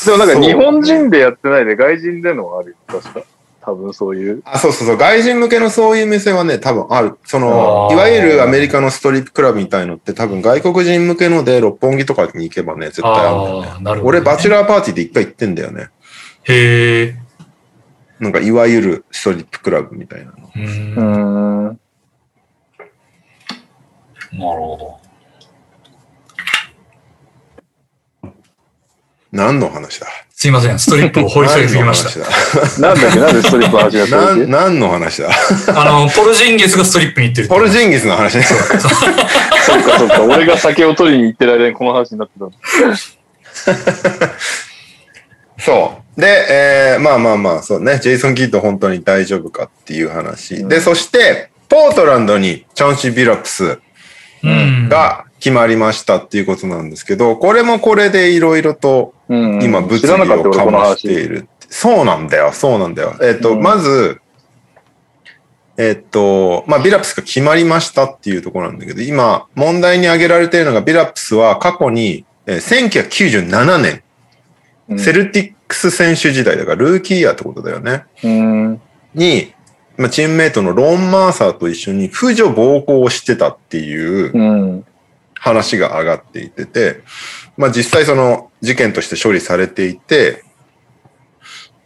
S2: でもなんか日本人でやってないで外人でのはあるよ、確か。多分そういう。
S1: あそうそうそう。外人向けのそういう店はね、多分ある。そ
S3: あ
S1: の、
S3: ー
S1: いわゆるアメリカのストリップクラブみたいのって多分外国人向けので六本木とかに行けばね、絶対あるんだよね。
S3: ああ、なるほど、ね。
S1: 俺、バチュラーパーティーで一回行ってんだよね。
S3: へえ。
S1: なんか、いわゆるストリップクラブみたいなの。
S3: うーん。なる
S2: ん。
S3: ほ
S1: 何の話だ
S3: ど。すいません、ストリップを掘り下げすぎ ました。
S2: なんだっけ、なんでストリップの話 が
S1: 何の話だ
S2: そう
S1: な何の話だ
S3: あの、ポルジンゲスがストリップに行ってるって
S1: ポルジンギスの話ね。
S2: そうか、そうか。俺が酒を取りに行ってる間にこの話になってたの。
S1: そう。で、えーまあまあまあ、そうね。ジェイソン・キート本当に大丈夫かっていう話。で、そして、ポートランドにチャンシー・ビラプス
S3: うん。
S1: が決まりましたっていうことなんですけど、これもこれでいろいろと
S2: うん
S1: 今物
S2: 知らな
S1: 議
S2: かった
S1: を
S2: 俺この
S1: 醸し
S2: 話。
S1: ている。そうなんだよ、そうなんだよ。えっ、と、
S2: うん
S1: まず、えっ、と、まあ、ビラプスが決まりましたっていうところなんだけど、今、問題に挙げられているのが、ビラプスは過去に、えー1997年、
S2: うん
S1: セルティックス選手時代だから、ルーキーイヤーってことだよね。
S2: うん。
S1: に、まあ、チームメイトのロン・マーサーと一緒に、婦女暴行をしてたっていう
S2: うん。
S1: 話が上がっていてて、まあ実際その事件として処理されていて、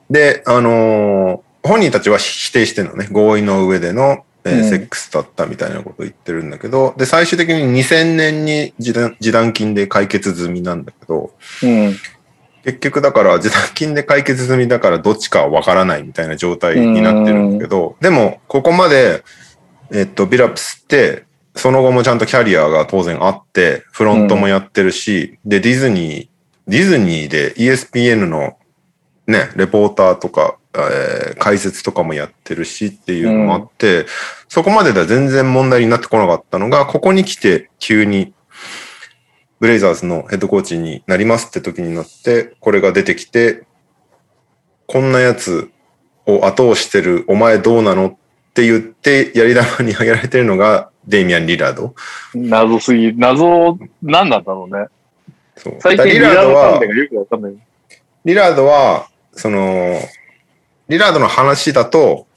S1: で、あのー本人たちは否定してるのね、合意の上での、えー
S2: うん
S1: セックスだったみたいなことを言ってるんだけど、で、最終的に2000年に示談示談金で解決済みなんだけど、
S2: うん。
S1: 結局だから示談金で解決済みだからどっちかはわからないみたいな状態になってるんだけど、でもここまで、えっと、ビラプスってその後もちゃんとキャリアが当然あって、フロントもやってるし、で、ディズニー、ディズニーで ESPN のね、レポーターとか、えー解説とかもやってるしっていうのもあって、そこまででは全然問題になってこなかったのが、ここに来て急にブレイザーズのヘッドコーチになりますって時になって、これが出てきて、こんなやつを後押してる、お前どうなのって言って、やり玉に挙げられてるのが、デイミアン・リラード。
S2: 謎すぎ、謎、何なんだろうね。
S1: そう
S2: 最近
S1: だから
S2: リ
S1: リ
S2: ラ
S1: ラー
S2: ード
S1: ド
S2: 関
S1: は
S2: 連、がよくわかんない。
S1: リラードは、その、リラードの話だと、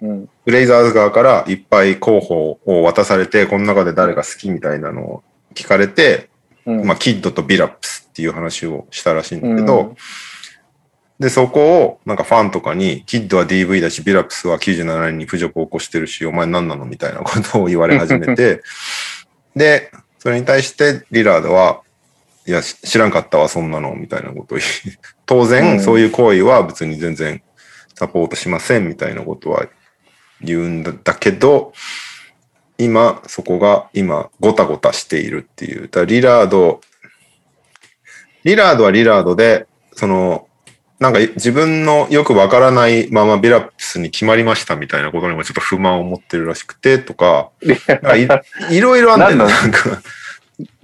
S2: うん。
S1: ブレイザーズ側からいっぱい候補を渡されて、この中で誰が好きみたいなのを聞かれて、
S2: うん。
S1: まあ、キッドとビラップスっていう話をしたらしいんだけ
S2: う
S1: ど
S2: ん、
S1: で、そこを、なんかファンとかに、キッドは DV だし、ビラップスは97年に侮辱を起こしてるし、お前何なのみたいなことを言われ始め て、で、それに対してリラードは、いや、し知らんかったわ、そんなの、みたいなことを言う。 当
S2: うん
S1: 然、そういう行為は別に全然サポートしません、みたいなことは言うんだだけど、今、そこが今、ごたごたしているっていう。だからリラード、リラードはリラードで、その、なんか自分のよくわからないままビラップスに決まりましたみたいなことにもちょっと不満を持ってるらしくてとか、なんか いいろいろあんだよ、
S2: なんな
S1: なんか。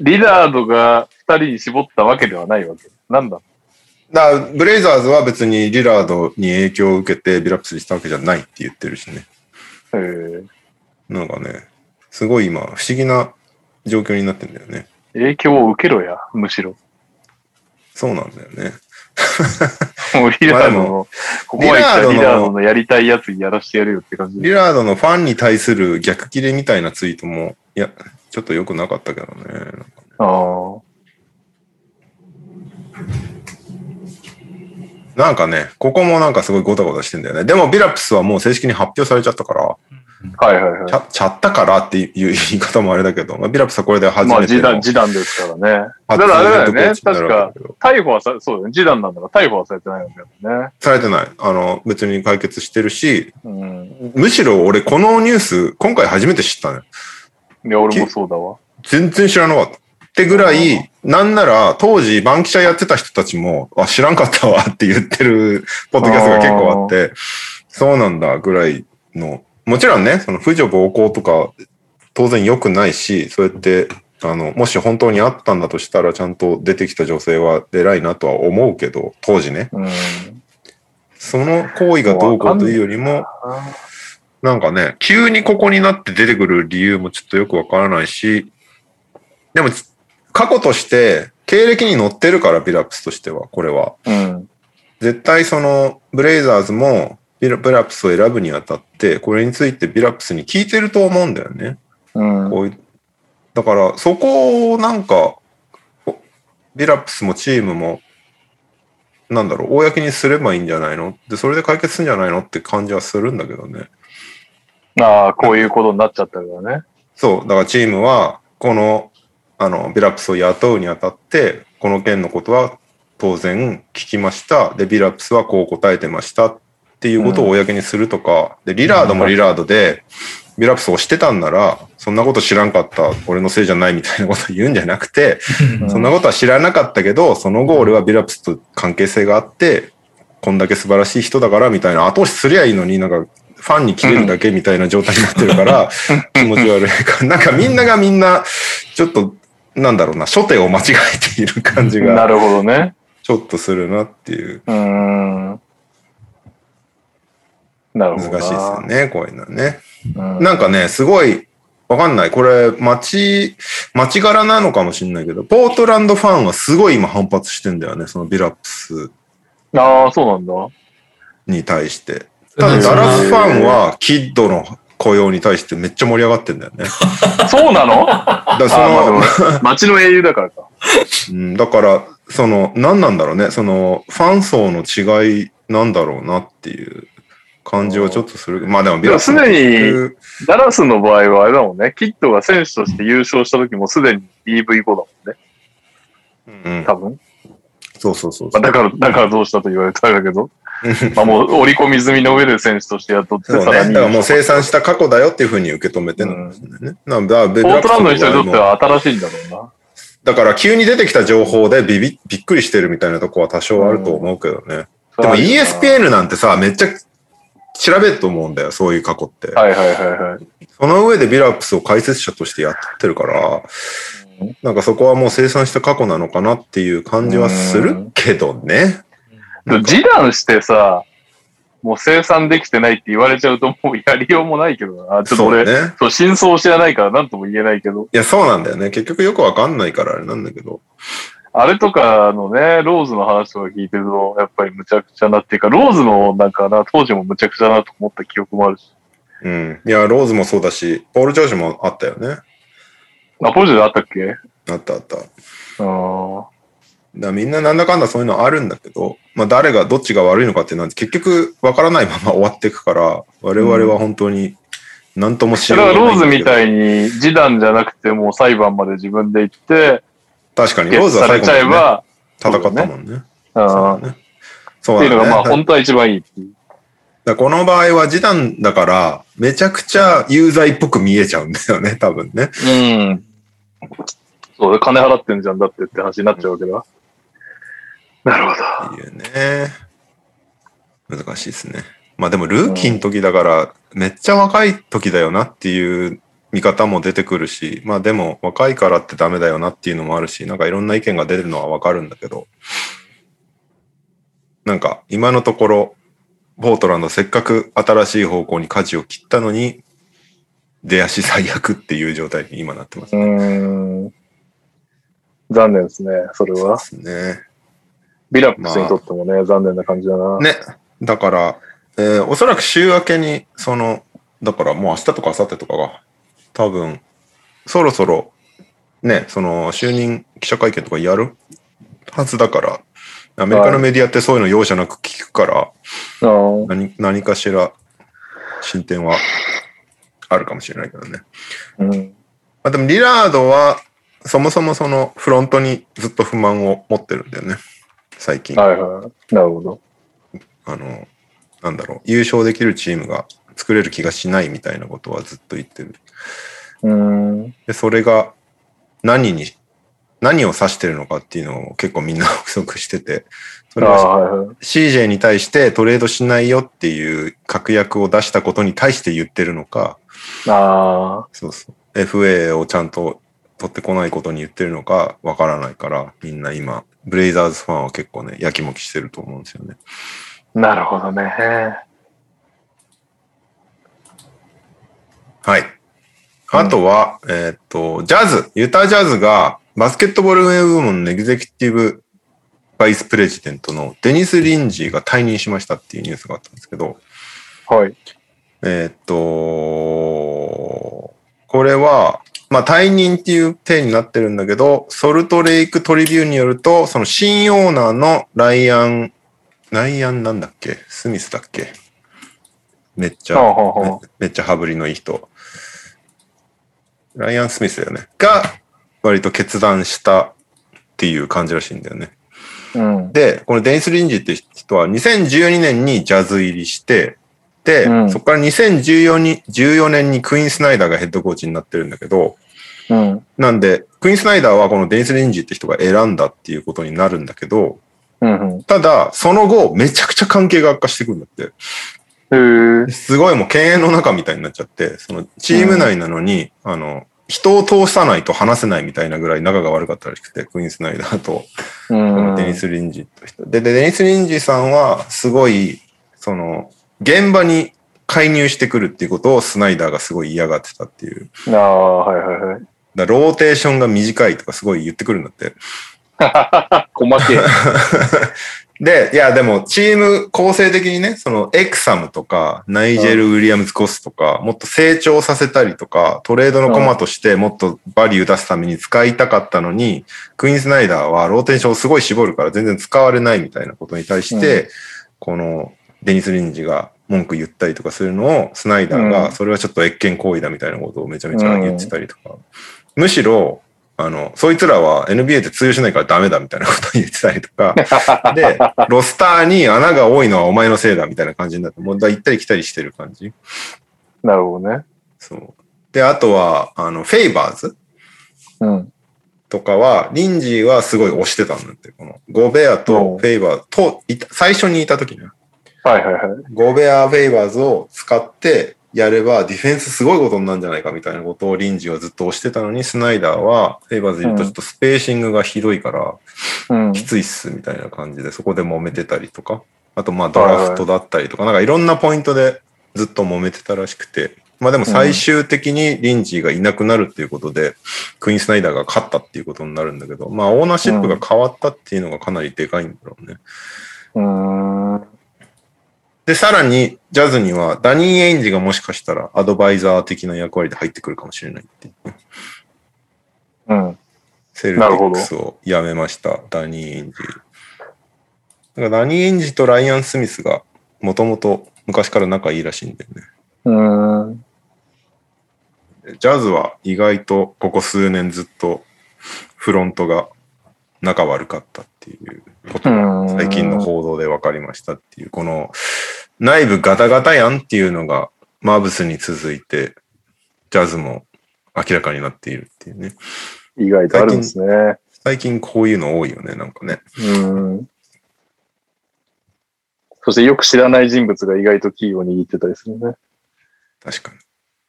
S2: リラードが二人に絞ったわけではないわけ。なんだ
S1: だからブレイザーズは別にリラードに影響を受けてビラップスにしたわけじゃないって言ってるしね。
S2: へー
S1: なんかね、すごい今、不思議な状況になってんだよね。
S2: 影響を受けろや、むしろ。
S1: そうなんだよね。
S2: もうリラード
S1: まあで
S2: の
S1: も、
S2: ここは一回リ
S1: リ
S2: ラ
S1: ラードの
S2: ードのやりたいやつにやらしてやるよって感じ
S1: リラードのファンに対する逆切れみたいなツイートも、いや、ちょっと良くなかったけどね。
S2: ああ。
S1: なんかね、ここもなんかすごいゴタゴタしてんだよね。でもビラップスはもう正式に発表されちゃったから、
S2: はいはい
S1: ちゃ
S2: は
S1: ちゃったからっていう言い方もあれだけど、まあ、ビラップスはこれで
S2: い。
S1: 初
S2: まあ、
S1: めて
S2: 示
S1: の
S2: 談、示談ですからね。だ
S1: 初め
S2: か
S1: て
S2: らあれだ
S1: の
S2: よ
S1: ヘッ
S2: ね。
S1: ドコーチに
S2: 確
S1: なるわ
S2: か
S1: けだけど、
S2: 逮捕はさ、そうだね。示談なんだから、逮捕はされてないわけだもんね。
S1: されてない。あの、別に解決してるし、
S2: うん。
S1: むしろ俺このニュース、今回初めて知ったね。
S2: いや、俺もそうだわ。
S1: 全然知らなかった。ってぐらい、なんなら当時バンキシャやってた人たちも、あ、知らんかったわって言ってるポッドキャストが結構あって、そうなんだぐらいの、もちろんね、その婦女暴行とか当然良くないし、そうやって、あの、もし本当にあったんだとしたらちゃんと出てきた女性は偉いなとは思うけど、当時ね。
S2: うん。
S1: その行為がどうこうというよりも、なんかね、急にここになって出てくる理由もちょっとよくわからないし、でも、つ過去として、経歴に載ってるから、ビラップスとしては、これは。
S2: うん。
S1: 絶対その、ブレイザーズもビラ、ビラップスを選ぶにあたって、これについてビラップスに聞いてると思うんだよね。
S2: うん。
S1: こういうだから、そこをなんか、おビラップスもチームも、なんだろう、公にすればいいんじゃないので、それで解決するんじゃないのって感じはするんだけどね。
S2: ああ、こういうことになっちゃったからね。
S1: そう、だからチームは、この、あの、ビラップスを雇うにあたって、この件のことは当然聞きました。で、ビラップスはこう答えてましたっていうことを公にするとか、で、リラードもリラードで、ビラップスをしてたんなら、そんなこと知らんかった、俺のせいじゃないみたいなことを言うんじゃなくて、
S2: うん
S1: そんなことは知らなかったけど、その後俺はビラップスと関係性があって、こんだけ素晴らしい人だからみたいな、後押しすりゃいいのになんか、ファンに切れるだけみたいな状態になってるから、気持ち悪い から、なんかみんながみんな、ちょっと、なんだろうな、初手を間違えている感じ
S2: な
S1: が、
S2: るほどね。
S1: ちょっとするなっていう、
S2: うん。なるほ
S1: 難
S2: ど
S1: しい
S2: な。
S1: ですよね、こういうのはね。
S2: うん。
S1: なんかね、すごい、わかんない。これ、町、町柄なのかもしれないけど、ポートランドファンはすごい今反発してんだよね、そのビラップス
S2: ああ、そうなんだ。
S1: に対して。
S3: う
S1: ただ、
S3: ん
S1: ダラスファンは、キッドの雇用に対してめっちゃ盛り上がってんだよ ね。
S2: そうなのあ
S1: だから、そ
S2: あまあで
S1: の
S2: も、町の英雄だか らか。
S1: うん、だから、その、何なんだろうね。その、ファン層の違いなんだろうなっていう感じはちょっとする。まあでも、ビラップスも
S2: でもすでに
S1: 結局
S2: ダラスの場合はあれだもんね。キッドが選手として優勝した時もすでに DV 後だもんね。
S1: うん、
S2: 多分。
S1: そうそうそう
S2: ま
S1: そ
S2: あ、
S1: う。
S2: だから、だからどうしたと言われたんだけど。まあもう折り込み済みの上で選手として雇っ て、
S1: そう
S2: さ
S1: ね。
S2: ら
S1: だ
S2: に。
S1: からもう生産した過去だよっていうふうに受け止めてるんですよね。なんだから、ビ
S2: ポ
S1: ラッ
S2: ー
S1: プ
S2: ト
S1: ス
S2: ランドの人にと
S1: 場合
S2: って
S1: も
S2: は新しいんだろうな。
S1: だから急に出てきた情報でビビびっくりしてるみたいなとこは多少あると思うけどね。でも ESPN なんてさ、めっちゃ調べると思うんだよ、そういう過去って。
S2: はいはいはいはい。
S1: その上でビラップスを解説者としてやってるから、なんかそこはもう生産した過去なのかなっていう感じはするけどね。
S2: でも示談してさ、もう生産できてないって言われちゃうともうやりようもないけどな。ちょっと
S1: そう
S2: 俺、そう,、
S1: ね。
S2: 真相を知らないから何とも言えないけど。
S1: いや、そうなんだよね。結局よくわかんないからあれなんだけど。
S2: あれとかのね、ローズの話とか聞いてると、やっぱりむちゃくちゃなっていうか、ローズのなんかな、当時もむちゃくちゃなと思った記憶もあるし、
S1: うん。いや、ローズもそうだし、ポール・ジョージもあったよね。
S2: ナポジョであったっけ
S1: あったあった。だか
S2: うん。
S1: らみんななんだかんだそういうのあるんだけど、まあ誰がどっちが悪いのかってなんて結局わからないまま終わっていくから、我々は本当に何とも知
S2: それ
S1: らな
S2: はい
S1: んだけど。
S2: ローズみたいに、示談じゃなくてもう裁判まで自分で行って、
S1: 確かに、
S2: ゲ
S1: ロー
S2: ッ
S1: ズ
S2: ト
S1: は
S2: さ
S1: 最
S2: れ
S1: 後
S2: ちゃえ
S1: までね
S2: ば、
S1: 戦ったもんね。
S2: うん。
S1: そうだねそ
S2: っ
S1: う
S2: てい
S1: だ
S2: うのが、まあ、
S1: ね。
S2: 本当は一番いいっていう。
S1: だからこの場合は示談だから、めちゃくちゃ有罪っぽく見えちゃうんだよね、多分ね。
S2: うん。そう、金払ってんじゃんだってって話になっちゃうわけだ。なるほど。
S1: っていうね。難しいですね。まあでもルーキーの時だから、めっちゃ若い時だよなっていう見方も出てくるし、まあでも若いからってダメだよなっていうのもあるし、なんかいろんな意見が出るのはわかるんだけど、なんか今のところ、ポートランドせっかく新しい方向に舵を切ったのに、出足最悪っていう状態に今なってます。
S2: うーん。残念ですね、それは。
S1: そうですね。
S2: ビラップスにとってもね、残念な感じだな。
S1: ね。だから、えーおそらく週明けに、その、だからもう明日とか明後日とかが、多分、そろそろ、ね、その、就任記者会見とかやるはずだから、アメリカのメディアってそういうの容赦なく聞くから、
S2: うん
S1: 何何かしら進展はあるかもしれないけどね。
S2: うん。
S1: まあ、でも、リラードは、そもそもその、フロントにずっと不満を持ってるんだよね。最近。
S2: はいはい。なるほど。
S1: あの、なんだろう、優勝できるチームが作れる気がしないみたいなことはずっと言ってる。
S2: うーん。
S1: で、それが何に、何を指してるのかっていうのを結構みんな憶測してて、そ
S2: あ
S1: れは
S2: はいはい。
S1: CJ に対してトレードしないよっていう確約を出したことに対して言ってるのか、
S2: あ
S1: そうそう、FA をちゃんと取ってこないことに言ってるのかわからないから、みんな今、ブレイザーズファンは結構ね、やきもきしてると思うんですよね。
S2: あ、なるほどね。
S1: はい。あとは、えーっと、ジャズ、ユタジャズがバスケットボール運営部門のエグゼクティブバイスプレジデントのデニス・リンジーが退任しましたっていうニュースがあったんですけど、
S2: はい。
S1: えーっと、これは、まあ退任っていう体になってるんだけど、ソルトレイクトリビューによると、その新オーナーのライアン、ライアンなんだっけスミスだっけめっちゃ
S2: ほうほうほ
S1: めめっちゃ羽振りのいい人。ライアン・スミスだよね。が、割と決断したっていう感じらしいんだよね。
S2: う。うん。
S1: で、このデニス・リンジーって人は2012年にジャズ入りして、で、
S2: うん
S1: そこから2014に14年にクイーン・スナイダーがヘッドコーチになってるんだけど、
S2: うん。
S1: なんで、クイーン・スナイダーはこのデニス・リンジーって人が選んだっていうことになるんだけど、
S2: うん。
S1: ただ、その後、めちゃくちゃ関係が悪化してくるんだって。
S2: うん。へえ。
S1: すごいもう犬猿の中みたいになっちゃって、そのチーム内なのに、あの、人を通さないと話せないみたいなぐらい仲が悪かったらしくて、クイーンスナイダーと、
S2: う
S1: そ
S2: ん。
S1: のデニス・リンジーと人。で、でデニス・リンジーさんは、すごい、その、現場に介入してくるっていうことをスナイダーがすごい嫌がってたっていう。
S2: ああ、はいはいはい。
S1: だからローテーションが短いとかすごい言ってくるんだって。
S2: 細 けえ。
S1: で、いや、でも、チーム構成的にね、その、エクサムとか、ナイジェル・ウィリアムズ・コスとか、もっと成長させたりとか、トレードのコマとしてもっとバリュー出すために使いたかったのに、クイーン・スナイダーはローテーションをすごい絞るから全然使われないみたいなことに対して、この、デニス・リンジが文句言ったりとかするのを、スナイダー
S2: う
S1: が、
S2: ん
S1: それはちょっと越権行為だみたいなことをめちゃめちゃ言ってたりとか、むしろ、あの、そいつらは NBA で通用しないからダメだみたいなことを言ってたりとか、で、ロスターに穴が多いのはお前のせいだみたいな感じになって、もうだ行ったり来たりしてる感じ。
S2: なるほどね。
S1: そう。で、あとは、あの、フェイバーズ
S2: うん。
S1: とかは、リンジーはすごい推してたんだって、この、ゴベアとフェイバーズと、いた最初にいた時ね、
S2: はいはいはい。
S1: ゴベア、フェイバーズを使ってやれば、ディフェンスすごいことになるんじゃないかみたいなことをリンジーはずっと推してたのに、スナイダーは、フェイバーズいるとちょっとスペーシングがひどいから、
S2: うん。
S1: きついっすみたいな感じで、そこで揉めてたりとか、あとまあドラフトだったりとか、なんかいろんなポイントでずっと揉めてたらしくて、まあでも最終的にリンジーがいなくなるっていうことで、クイーン・スナイダーが勝ったっていうことになるんだけど、まあオーナーシップが変わったっていうのがかなりでかいんだろうね。
S2: うーん。
S1: で、さらに、ジャズには、ダニー・エインジがもしかしたらアドバイザー的な役割で入ってくるかもしれないっていう。
S2: うん。
S1: セルティックスを辞めました、ダニー・エンジ。だからダニー・エンジとライアン・スミスがもともと昔から仲いいらしいんだよ
S2: うーん。
S1: ね。ジャズは意外とここ数年ずっとフロントが仲悪かったっていうことが最近の報道で分かりましたっていう、この内部ガタガタやんっていうのがマーブスに続いてジャズも明らかになっているっていうね。
S2: 意外とあるんですね。う
S1: 最近こういうの多いよね、なんかね。
S2: ーん。そしてよく知らない人物が意外とキーを握ってたりするね。
S1: 確かに。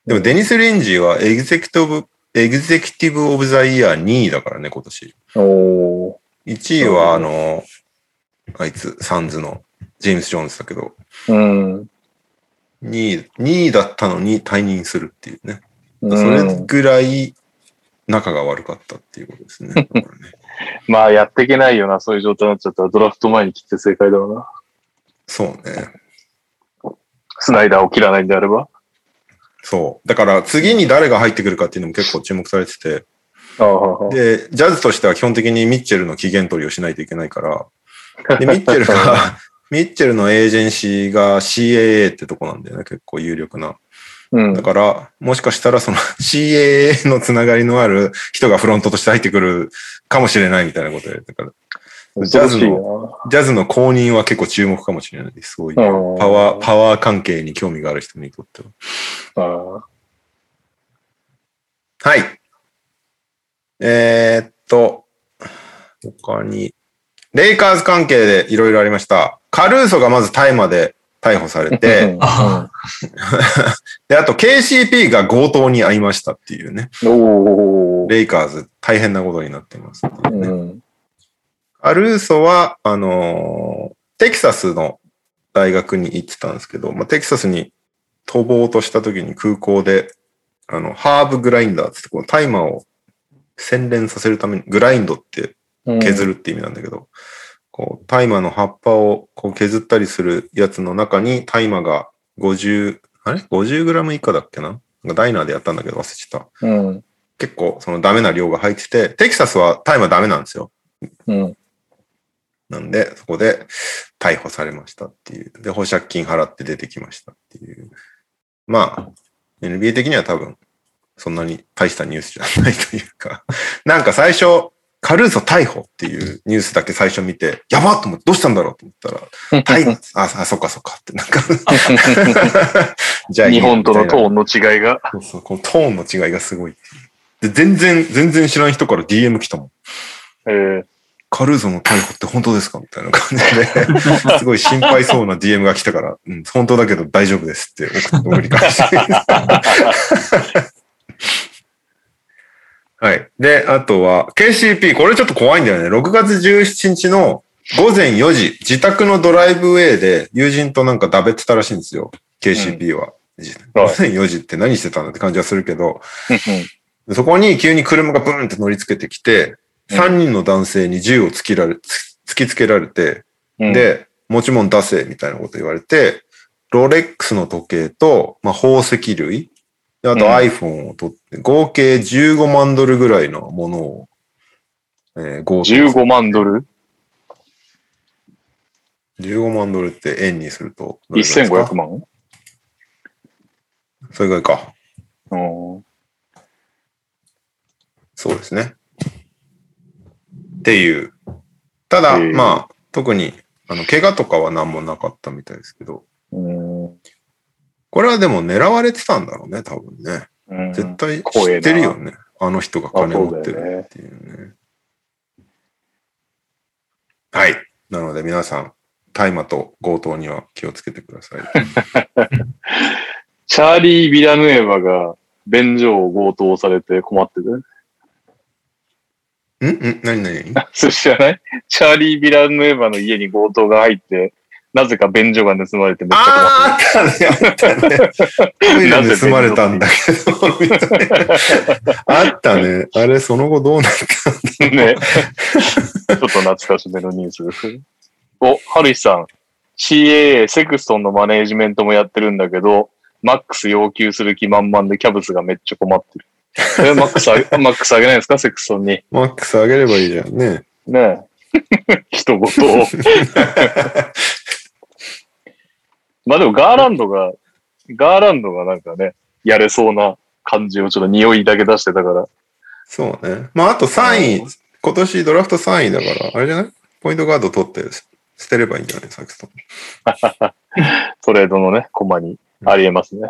S1: でも、デニス・レンジーはエグゼクティブ、エグゼクティブ・オブ・ザ・イヤー2位だからね、今年。
S2: おー。
S1: 1位は、あの、あいつ、サンズの、ジェームス・ジョーンズだけど、
S2: うん。
S1: 2位、2位だったのに退任するっていうね。
S2: う
S1: それ
S2: ん、
S1: ぐらい仲が悪かったっていうことですね。だからね
S2: まあやっていけないよな、そういう状態になっちゃったらドラフト前に切って正解だろうな。
S1: そうね。
S2: スナイダーを切らないんであれば。
S1: そう。だから、次に誰が入ってくるかっていうのも結構注目されてて、
S2: ああ
S1: で、ジャズとしては基本的にミッチェルの期限取りをしないといけないから、で、ミッチェル が、ミッチェルのエージェンシーが CAA ってとこなんだよね、結構有力な。
S2: うん
S1: だ。から、もしかしたらその CAA のつながりのある人がフロントとして入ってくるかもしれないみたいなことで、だから、ジャズの、
S2: の。
S1: ジャズの公認は結構注目かもしれないです。そういう
S2: うん
S1: パワー、パワー関係に興味がある人にとっては。
S2: あ
S1: はい。えーっと、他に、レイカーズ関係でいろいろありました。カルーソがまず大麻で逮捕されて、
S3: あ
S1: で、あと KCP が強盗に遭いましたっていうね。
S2: あ。おお。
S1: レイカーズ大変なことになっていますっていうね、
S2: うん。
S1: アルーソは、あのーテキサスの大学に行ってたんですけど、まあ、テキサスに飛ぼうとした時に空港で、あの、ハーブグラインダーってこのタイマーを洗練させるために、グラインドって削るって意味なんだけど、こう、タイマーの葉っぱをこう削ったりするやつの中にタイマーが50、あれ ?50 グラム以下だっけななんかダイナーでやったんだけど忘れちゃった。
S2: うん。
S1: 結構そのダメな量が入ってて、テキサスは大麻ダメなんですよ。
S2: うん。
S1: なんで、そこで逮捕されましたっていう。で、保釈金払って出てきましたっていう。まあ、NBA 的には多分、そんなに大したニュースじゃないというか、 なんか最初、カルーソ逮捕っていうニュースだけ最初見て、やばっと思って、どうしたんだろうと思ったら、逮捕、あ、あそっかそっかって、なんかじゃあいい
S2: 日
S1: や
S2: 本との
S1: みたいな
S2: トーンの違いが。
S1: そうそう、このトーンの違いがすごいっていう。で、全然、全然知らん人から DM 来たもん。
S2: えー
S1: カルーゾの逮捕って本当ですかみたいな感じで、すごい心配そうな DM が来たから、うん、本当だけど大丈夫ですって送って送り返して。はい。で、あとは、KCP、これちょっと怖いんだよね。6月17日の午前4時、自宅のドライブウェイで友人となんかだべってたらしいんですよ。KCP は。午前4時って何してたんだって感じはするけど、そこに急に車がブーンって乗りつけてきて、
S2: うん
S1: 3人の男性に銃を突きられ、つ突きつけられて、
S2: うん、
S1: で、持ち物出せ、みたいなこと言われて、ロレックスの時計と、まあ、宝石類、であと
S2: うん
S1: iPhone を取って、合計15万ドルぐらいのものを、えー、強盗
S2: 15万ドル
S1: 15万ドルって円にするとどれぐらいですか
S2: ?1500 万
S1: それぐらいか。
S2: うん。
S1: そうですね。っていう。ただ、
S2: えー
S1: まあ、特に、あの、怪我とかは何もなかったみたいですけど、
S2: うん。
S1: これはでも狙われてたんだろうね、多分ね。
S2: うん
S1: 絶対
S2: 怖
S1: 知
S2: え
S1: っ
S2: な
S1: てるよね。あの人が金持ってるっていうね。はい。なので皆さん、大麻と強盗には気をつけてください。
S2: チャーリー・ビラヌエバが便所を強盗されて困ってて。
S1: んん何何
S2: それ知らないチャーリー・ビラヌエバの家に強盗が入って、なぜか便所が盗まれてめっちゃ
S1: あーあったね、あったね。トイレ盗まれたんだけど、みたいな。あったね。あれ、その後どうなったんだ
S2: 困る。ね。 ちょっと懐かしめのニュースです。お、はるしさん。CAA、セクストンのマネージメントもやってるんだけど、マックス要求する気満々でキャブスがめっちゃ困ってる。え、マックスあげ、マックスあげないんですかセクストンに。
S1: マックス上げればいいじゃんね。
S2: ね え。一言を。まあでもガーランドが、ガーランドがなんかね、やれそうな感じをちょっと匂いだけ出してたから。
S1: そうね。まあ、あと3位、今年ドラフト3位だから、あれじゃないポイントガード取って捨てればいいんじゃないサクストン。
S2: トレードのね、コマにありえますね。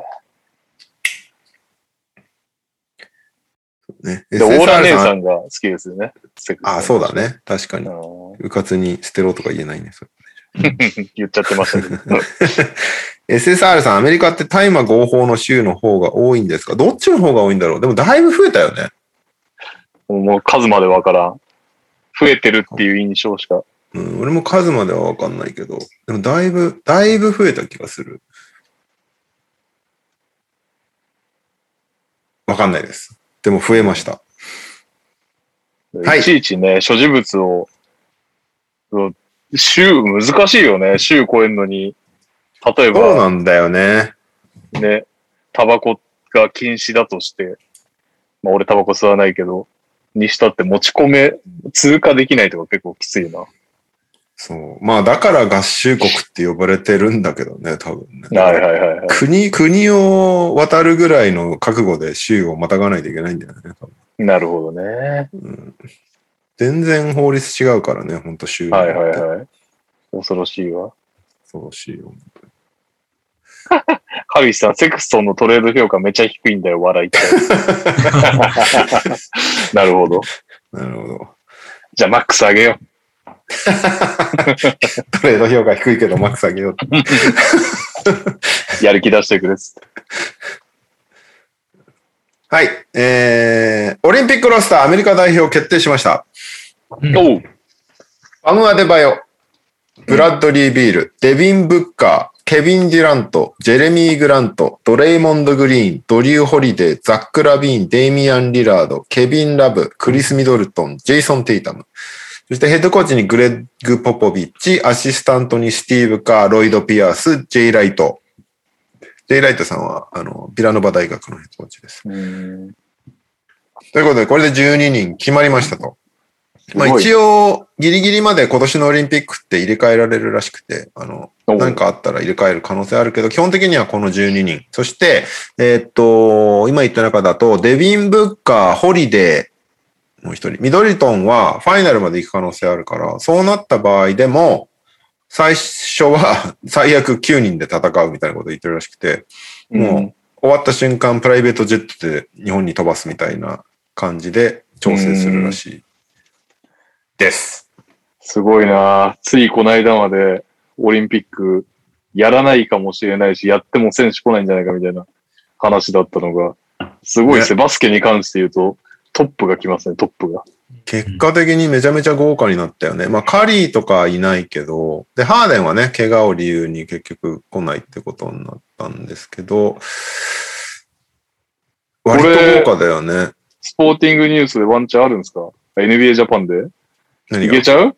S1: ね。
S2: で、オーラ
S1: SSR
S2: 姉
S1: さん
S2: さんが好きですよね。
S1: あ、そうだ
S2: ね。
S1: ね。確か
S2: あ
S1: に。
S2: の
S1: うかつに捨てろとか言えないんですよ。
S2: ー言っちゃってましたけど。
S1: SSR さん、アメリカって大麻合法の州の方が多いんですかどっちの方が多いんだろうでもだいぶ増えたよね。
S2: もう数までわからん。増えてるっていう印象しか。
S1: うん、俺も数まではわかんないけど、でもだいぶ、だいぶ増えた気がする。わかんないです。でも増えました。はい
S2: い、ちいちね、所持物を、うん週、難しいよね。週超えんのに。例えば、
S1: そうなんだよね。
S2: ね、タバコが禁止だとして、まあ俺タバコ吸わないけど、にしたって持ち込め、通過できないとか結構きついな。
S1: そう。まあだから合衆国って呼ばれてるんだけどね、多分ね。
S2: はいはいはいはい。
S1: 国、国を渡るぐらいの覚悟で州をまたがないといけないんだよね。多分
S2: なるほどね。
S1: うん、全然法律違うからね、ほんと州によ
S2: は
S1: っ
S2: い
S1: て
S2: はいはい。恐ろしいわ。
S1: 恐ろしいよ。
S2: ハリスさん、セクストンのトレード評価めちゃ低いんだよ、笑いって。 なるほど。
S1: なるほど。
S2: じゃあマックス上げよ
S1: トレード評価低いけど、マックス上げよう。
S2: う。やる気出してくれっつって。
S1: はい。えー、オリンピックロスターアメリカ代表決定しました。
S3: うん
S2: おう。
S1: バムアデバヨ、ブラッドリー・ビール、デビン・ブッカー、ケビン・デュラント、ジェレミー・グラント、ドレイモンド・グリーン、ドリュー・ホリデー、ザック・ラビーン、デイミアン・リラード、ケビン・ラブ、クリス・ミドルトン、ジェイソン・テイタム。そしてヘッドコーチにグレッグ・ポポビッチ、アシスタントにスティーブ・カー、ロイド・ピアース、ジェイ・ライト。ジェイ・ライトさんは、あの、ビラノバ大学のヘッドコーチです。
S2: うん
S1: ということで、これで12人決まりましたと。まあ
S2: すごい
S1: 一応、ギリギリまで今年のオリンピックって入れ替えられるらしくて、あの、
S2: おう
S1: 何かあったら入れ替える可能性あるけど、基本的にはこの12人。そして、えーっと、今言った中だと、デビン・ブッカー、ホリデー、もう一人、ミドリトンはファイナルまで行く可能性あるから、そうなった場合でも、最初は最悪9人で戦うみたいなこと言ってるらしくて、もう終わった瞬間プライベートジェットで日本に飛ばすみたいな感じで調整するらしいです。
S2: すごいなぁついこの間までオリンピックやらないかもしれないし、やっても選手来ないんじゃないかみたいな話だったのが、すごいですね。バスケに関して言うと、トップが来ますね、トップが。
S1: 結果的にめちゃめちゃ豪華になったよね。まあカリーとかいないけど、で、ハーデンはね、怪我を理由に結局来ないってことになったんですけど、割と豪華だよね。
S2: スポーティングニュースでワンチャンあるんですか ?NBA ジャパンで
S1: 何
S2: い
S1: が
S2: けちゃう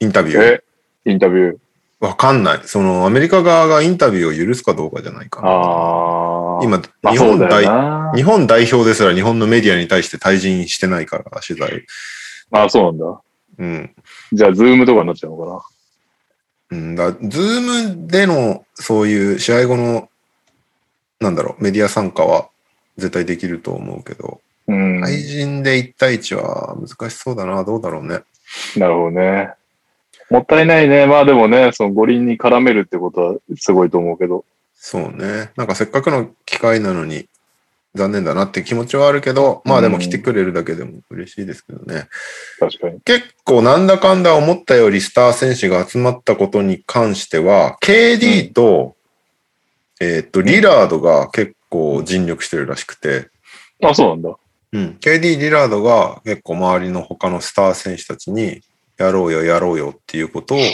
S1: インタビュー
S2: え、インタビュー。
S1: わかんない。そのアメリカ側がインタビューを許すかどうかじゃないかな。
S2: あー。
S1: 今、
S2: まあ、
S1: 日
S2: そう
S1: 本
S2: だ
S1: 代
S2: よな。
S1: 日本代表ですら日本のメディアに対して退陣してないから、取材。
S2: あ、そうなんだ。
S1: うん。
S2: じゃあ、ズームとかになっちゃうのか
S1: うん、だズームでのそういう試合後の、なんだろう、メディア参加は絶対できると思うけど、
S2: な。うん。
S1: 対人で1対1は難しそうだな、どうだろうね。
S2: なるほどね。もったいないね。まあでもね、その五輪に絡めるってことはすごいと思うけど。
S1: そうね。なんかせっかくの機会なのに、残念だなって気持ちはあるけど、まあでも来てくれるだけでも嬉しいですけどね。
S2: 確かに。
S1: 結構なんだかんだ思ったよりスター選手が集まったことに関しては、KD と、えーっと、リラードが結構尽力してるらしくて、
S2: あ、そうなんだ。
S1: うん、KD、リラードが結構周りの他のスター選手たちに、やろうよ、やろうよっていうことを伝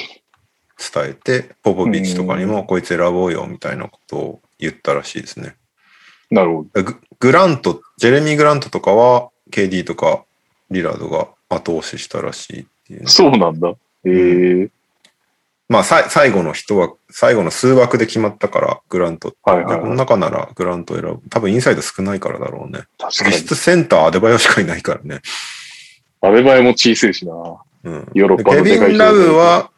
S1: えて、ポポビッチとかにも、こいつ選ぼうよみたいなことを言ったらしいですね。
S2: なるほど。
S1: ググラント、ジェレミー・グラントとかは KD とかリラードが後押ししたらしいっていうね。
S2: そうなんだ。ええ
S1: まあさい最後の人は、最後の数枠で決まったから、グラント。
S2: はい
S1: で
S2: はい
S1: こ
S2: は
S1: の
S2: い。
S1: 中ならグラント選ぶ。多分インサイド少ないからだろうね。
S2: 確か
S1: 実
S2: に。
S1: 質センターアデバイオしかいないからね。
S2: アデバイも小さいしな。は
S1: うん、
S2: ヨーロッパの
S1: でケ
S2: 世界
S1: ビン・ラ
S2: 中
S1: ブは、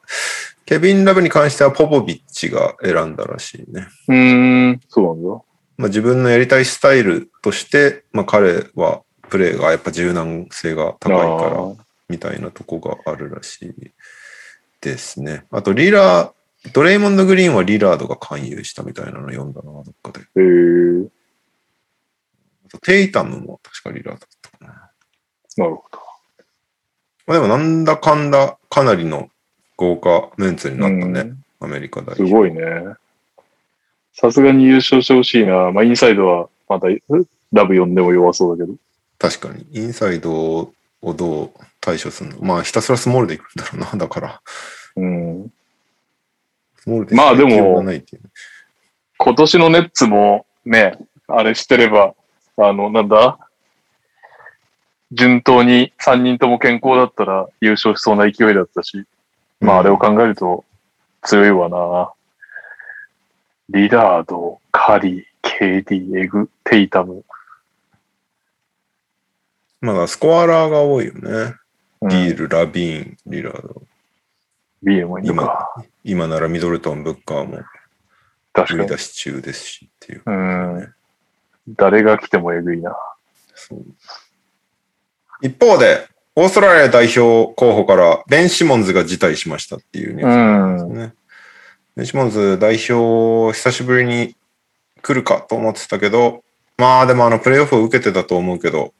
S1: ケビン・ラブに関してはポポビッチが選んだらしいね。
S2: うーん、そうなんだ。
S1: まあ、自分のやりたいスタイルとして、まあ、彼はプレーがやっぱ柔軟性が高いから、
S2: あー
S1: みたいなとこがあるらしいですね。あと、リラー、ドレイモンド・グリーンはリラードが勧誘したみたいなの読んだな、どっかで。
S2: えー、
S1: あとテイタムも確かリラードだったかな。
S2: なるほど。
S1: まあ、でも、なんだかんだ、かなりの豪華メンツになったね、アメリカ代
S2: す
S1: 表。
S2: ごいね。さすがに優勝してほしいな。まあ、インサイドはまた、えラブ呼んでも弱そうだけど。
S1: 確かに、インサイドをどう対処するのまあ、ひたすらスモールでいくんだろうな、だ から。
S2: うん。
S1: スモールで
S2: まあでも
S1: 基本がないっていう
S2: 今年のネッツも、ね、あれしてれば、あの、なんだ順当に3人とも健康だったら優勝しそうな勢いだったし、まあ、あれを考えると強いわな。リラード、カリー、KD、エグ、テイタム。
S1: まだスコアラーが多いよね。
S2: うん
S1: ビール、ラビーン、リラード。
S2: ビールもいいのか。
S1: 今ならミドルトン、ブッカーも
S2: 確
S1: 売
S2: か
S1: り
S2: に。
S1: 出し中ですしっていう。
S2: うん。誰が来てもエグいな。
S1: そう一方で、オーストラリア代表候補からベン・シモンズが辞退しましたっていうニュース
S2: ん
S1: ですね。ベン・シモンズ代表、久しぶりに来るかと思ってたけど、まあでもあのプレーオフを受けてたと思うけど、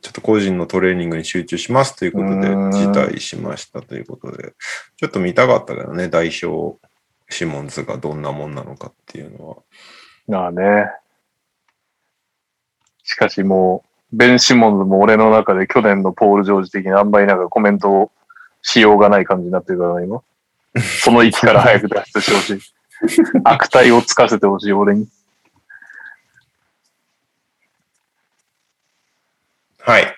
S1: ちょっと個人のトレーニングに集中しますということで
S2: うん
S1: 辞退しましたということで、ちょっと見たかったけどね、代表シモンズがどんなもんなのかっていうのは。
S2: まあね。しかしもう、ベン・シモンズも俺の中で去年のポール・ジョージ的にあんまりなんかコメントをしようがない感じになってるからな、今。その域から早く脱出してほしい。悪態をつかせてほしい、俺に。
S1: はい。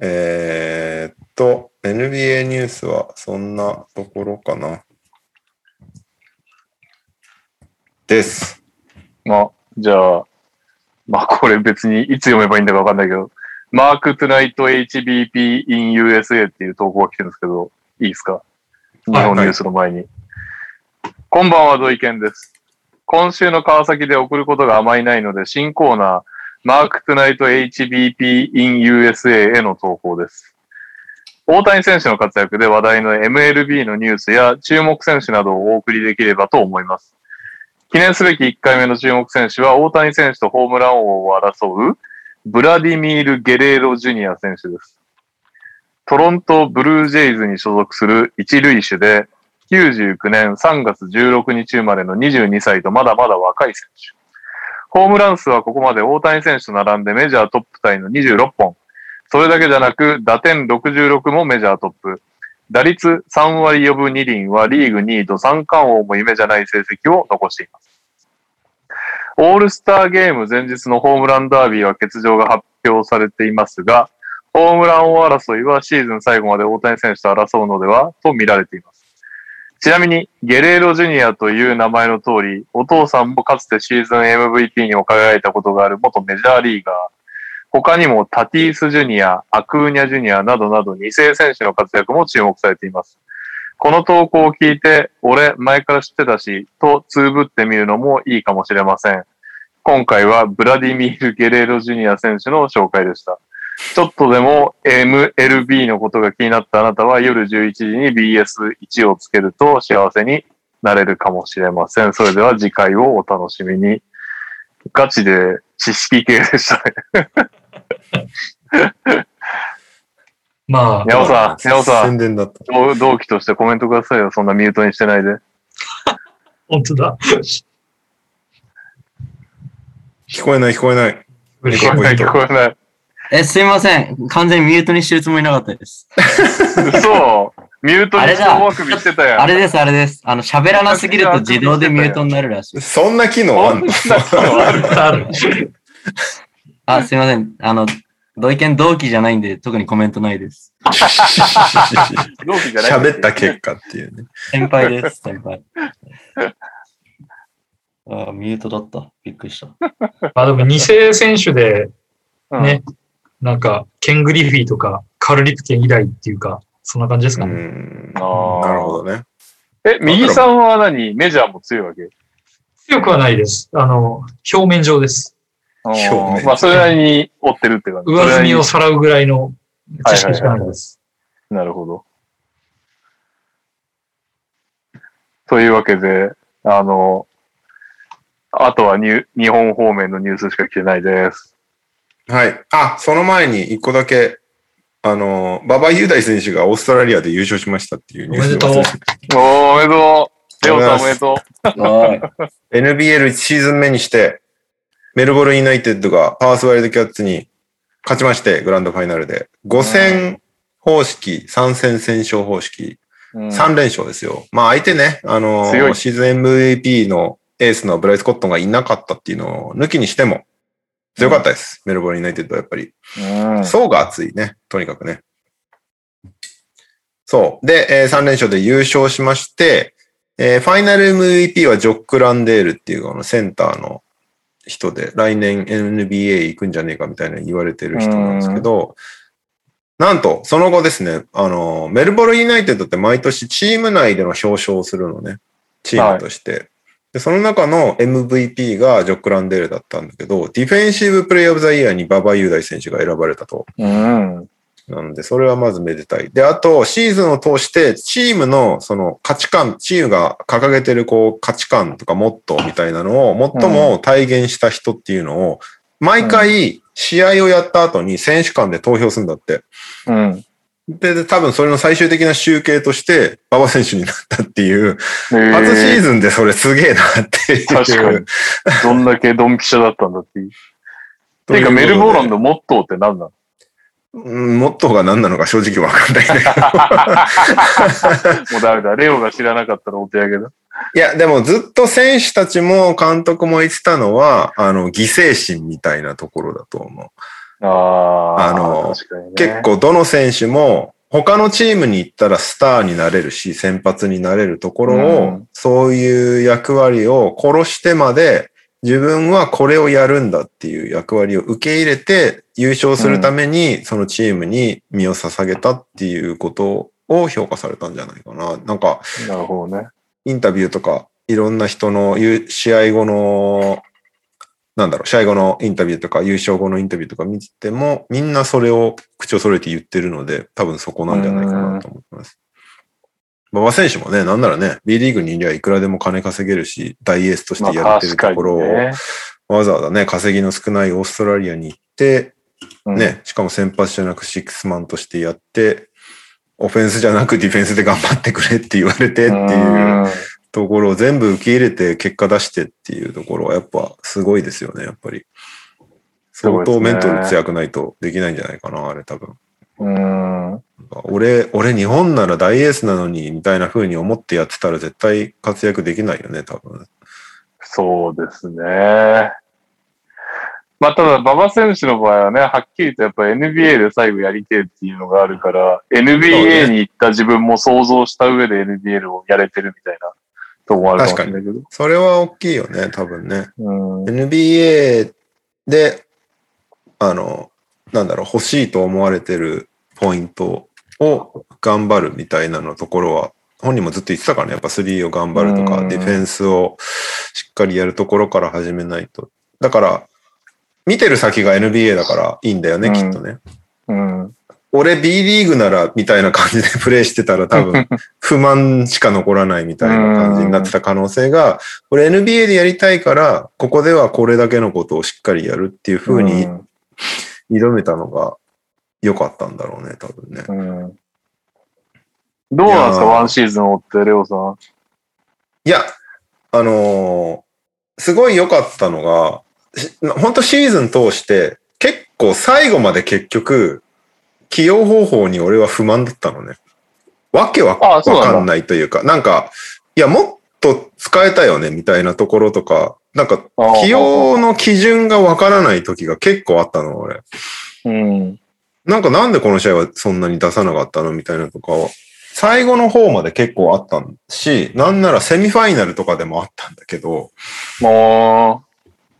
S1: えーっと、NBA ニュースはそんなところかな。です。
S2: まあ、じゃあ、まあこれ別にいつ読めばいいんだかわかんないけど、マーク・トゥナイト HBP in USA っていう投稿が来てるんですけど、いいですか日
S3: はい
S2: 本ニュースの前に。こんばんは、土井健です。今週の川崎で送ることがあまりないので、新コーナー、マーク・トゥナイト HBP in USA への投稿です。大谷選手の活躍で話題の MLB のニュースや注目選手などをお送りできればと思います。記念すべき1回目の注目選手は、大谷選手とホームラン王を争う、ブラディミール・ゲレーロ・ジュニア選手です。トロント・ブルージェイズに所属する一塁手で、99年3月16日生まれの22歳とまだまだ若い選手。ホームラン数はここまで大谷選手と並んでメジャートップタイの26本。それだけじゃなく、打点66もメジャートップ。打率3割4分2厘はリーグ2位と三冠王も夢じゃない成績を残しています。オールスターゲーム前日のホームランダービーは欠場が発表されていますが、ホームラン王争いはシーズン最後まで大谷選手と争うのではと見られています。ちなみに、ゲレーロジュニアという名前の通り、お父さんもかつてシーズン MVP にも輝いたことがある元メジャーリーガー、他にもタティース・ジュニア、アクーニャ・ジュニアなどなど2世選手の活躍も注目されています。この投稿を聞いて、俺前から知ってたし、とつぶってみるのもいいかもしれません。今回はブラディミール・ゲレーロ・ジュニア選手の紹介でした。ちょっとでも MLB のことが気になったあなたは夜11時に BS1 をつけると幸せになれるかもしれません。それでは次回をお楽しみに。ガチで知識系でしたね。
S3: まあ、
S2: 宮尾さん、宮尾さん
S1: 宣、伝だった。
S2: 同同期としてコメントくださいよ。そんなミュートにしてないで。
S3: 本当だ。
S1: 聞こえない聞こえない。
S3: 嬉しい
S2: 聞こえない、聞こえない。
S5: え、すいません。完全にミュートにしてるつもりなかったです。
S2: 嘘ミュート
S4: あ
S2: に
S4: れだ
S2: 総あくびしてたやん。
S4: あれです、あれです。あの、喋らなすぎると自動でミュートになるらしい。
S1: そんな機能あんの
S3: あるある。
S4: あ、すいません。あの、同意見同期じゃないんで、特にコメントないです。
S2: 同期じゃない
S1: 喋った結果っていうね。
S4: 先輩です、先輩。あーミュートだった。びっくりした。
S3: まあでも、2世選手で、
S2: うん
S3: ねなんか、ケン・グリフィーとか、カル・リプケン以来っていうか、そんな感じです
S1: う
S3: かね。
S1: ん。なる
S2: あー
S1: ほどね。
S2: え、右さんは何メジャーも強いわけ
S3: 強くはないです。あの、表面上です。
S1: 表面
S2: まあ、それなりに追ってるって感じ。
S3: 上積みを
S2: そ
S3: さらうぐらいの知識しかないです。
S2: れなりになるほど。というわけで、あの、あとはニュ日本方面のニュースしか来てないです。
S1: はい。あ、その前に一個だけ、あの、馬場雄大選手がオーストラリアで優勝しましたっていうニュース
S3: おめでと
S2: おー、おめでとう。レオさんおめでと
S4: おい。
S1: NBL1 シーズン目にして、メルボルンユナイテッドがパワースワイルドキャッツに勝ちまして、グランドファイナルで。5戦方式、3戦先勝方式、
S2: う。うん
S1: 3連勝ですよ。まあ相手ね、あの
S2: 強い
S1: シーズン MVP のエースのブライス・コットンがいなかったっていうのを抜きにしても、強かったです。メルボルンユナイテッドはやっぱり。
S2: うん
S1: 層が厚いね。とにかくね。そう。で、え3連勝で優勝しまして、えーファイナル MVP はジョック・ランデールっていうあのセンターの人で、来年 NBA 行くんじゃねえかみたいな言われてる人なんですけど、なんと、その後ですね、あの、メルボルンユナイテッドって毎年チーム内での表彰をするのね。チームとして。で、その中の MVP がジョック・ランデールだったんだけど、ディフェンシブプレイオブザイヤーに馬場雄大選手が選ばれたと。
S2: うん。
S1: なんで、それはまずめでたい。で、あと、シーズンを通して、チームのその価値観、チームが掲げてるこう価値観とかモットーみたいなのを最も体現した人っていうのを、毎回試合をやった後に選手間で投票するんだって。
S2: うん。
S1: で、で多分それの最終的な集計として、馬場選手になったっていう、初シー
S2: ズ
S1: ズンでそれすげえなっていう。
S2: 確かに。どんだけドンピシャだったんだっていう。ていうか、メルボルンのモットーって何なの
S1: うん、モットーが何なのか正直わかんない ね。
S2: もうダメだ。レオが知らなかったらお手上げだ。
S1: いや、でもずっと選手たちも監督も言ってたのは、あの、犠牲心みたいなところだと思う。
S2: あー
S1: あの
S2: 確かにね
S1: 結構どの選手も、他のチームに行ったらスターになれるし、先発になれるところを、
S2: うん
S1: そういう役割を殺してまで、自分はこれをやるんだっていう役割を受け入れて、優勝するために、そのチームに身を捧げたっていうことを評価されたんじゃないかな。なんか、
S2: なるほどね。
S1: インタビューとか、いろんな人のゆ試合後の、なんだろう、試合後のインタビューとか、優勝後のインタビューとか見てても、みんなそれを口を揃えて言ってるので、多分そこなんじゃないかなと思ってます。馬場選手もね、なんならね、B リーグにいりゃいくらでも金稼げるし、大エースとしてやってるところを、
S2: ね。
S1: わざわざね、稼ぎの少ないオーストラリアに行って、
S2: うん
S1: ね、しかも先発じゃなくシックスマンとしてやって、オフェンスじゃなくディフェンスで頑張ってくれって言われてっていう、ところを全部受け入れて結果出してっていうところはやっぱすごいですよね、やっぱり。相
S2: ごいです
S1: 当メ
S2: ね
S1: ンタル強くないとできないんじゃないかな、あれ多分。
S2: うん。うん。
S1: 俺、俺日本なら大エースなのに、みたいな風に思ってやってたら絶対活躍できないよね、多分。
S2: そうですね。まあ、ただ、馬場選手の場合はね、はっきりとやっぱ NBA で最後やりてえっていうのがあるから、NBA に行った自分も想像した上で NBA をやれてるみたいなとこもあるかもしれないけど。
S1: それは大きいよね、多分ね。
S2: うん。
S1: NBA で、あの、なんだろう、欲しいと思われてるポイントを頑張るみたいなのところは、本人もずっと言ってたからね、やっぱスリーを頑張ると
S2: う
S1: か、
S2: ん
S1: ディフェンスをしっかりやるところから始めないと。だから、見てる先が NBA だからいいんだよね、
S2: うん
S1: きっとね。
S2: うん。
S1: 俺 B リーグならみたいな感じでプレイしてたら多 分不満しか残らないみたいな感じになってた可能性が、俺 NBA でやりたいから、ここではこれだけのことをしっかりやるっていう風に
S2: うん
S1: 挑めたのが良かったんだろうね、多分ね。
S2: うんどうなんで
S1: いやー
S2: すか、ワンシーズンを追って、レオさん。
S1: いや、あのーすごい良かったのが、し本当シーズン通して結構最後まで結局、起用方法に俺は不満だったのね。わけわ
S2: あ
S1: わ
S2: そうなんだ
S1: かんないというか、なんか、いや、もっと使えたよね、みたいなところとか、なんか、
S2: あー
S1: 起用の基準がわからない時が結構あったの、俺。
S2: うん。
S1: なんかなんでこの試合はそんなに出さなかったのみたいなとかは、最後の方まで結構あったし、なんならセミファイナルとかでもあったんだけど、
S2: も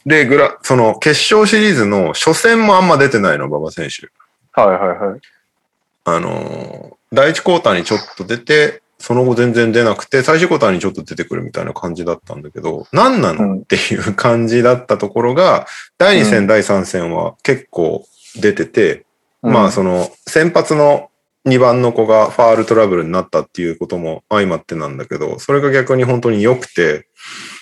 S1: で、グラ、その決勝シリーズの初戦もあんま出てないの、馬場選手。
S2: う、はいはいはい。
S1: あのー第一クォーターにちょっと出て、その後全然出なくて、最終クォーターにちょっと出てくるみたいな感じだったんだけど、何な
S2: うん
S1: のっていう感じだったところが、第2戦、
S2: うん
S1: 第3戦は結構出てて、
S2: うん
S1: まあその先発の2番の子がファールトラブルになったっていうことも相まってなんだけど、それが逆に本当に良くて、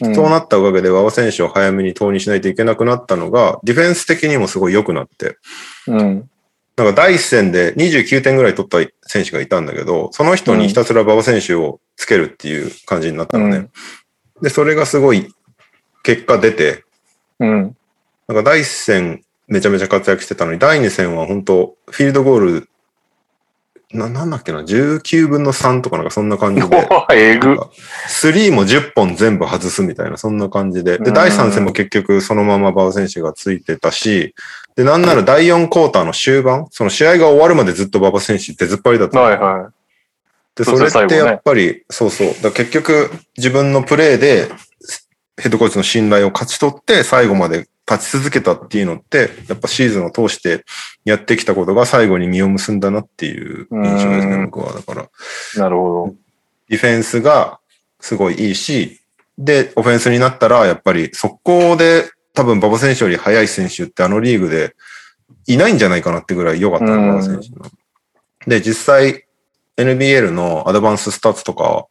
S2: うん
S1: そうなったおかげで馬場選手を早めに投入しないといけなくなったのが、ディフェンス的にもすごい良くなって、
S2: うん。
S1: なんか第一戦で29点ぐらい取った選手がいたんだけど、その人にひたすら馬場選手をつけるっていう感じになったのね。で、それがすごい結果出て、
S2: うん。
S1: なんか第一戦めちゃめちゃ活躍してたのに、第二戦は本当フィールドゴール、な、なんだっけな、19分の3とかなんかそんな感じで。
S2: おーえ
S1: な
S2: ぐ
S1: ん。かスリーも10本全部外すみたいな、そんな感じで。
S2: う
S1: で、
S2: ん
S1: 第3戦も結局そのまま馬場選手がついてたし、で、なんなら第4クォーターの終盤、その試合が終わるまでずっと馬場選手出ずっぱりだった。
S2: はいは
S1: で、
S2: そう
S1: そ
S2: そ
S1: れ
S2: う
S1: って
S2: 最後ね
S1: やっぱり、そうそう。だから結局自分のプレーでヘッドコーチの信頼を勝ち取って最後まで立ち続けたっていうのって、やっぱシーズンを通してやってきたことが最後に実を結んだなっていう印象ですね、
S2: うん
S1: 僕は。だから。
S2: い。なるほ
S1: ディフェンスがすごいいいし、で、オフェンスになったら、やっぱり速攻で多分馬場選手より速い選手ってあのリーグでいないんじゃないかなってぐらい良かったの、
S2: うん
S1: 馬場選手の。で、実際 NBL のアドバンススタッツとか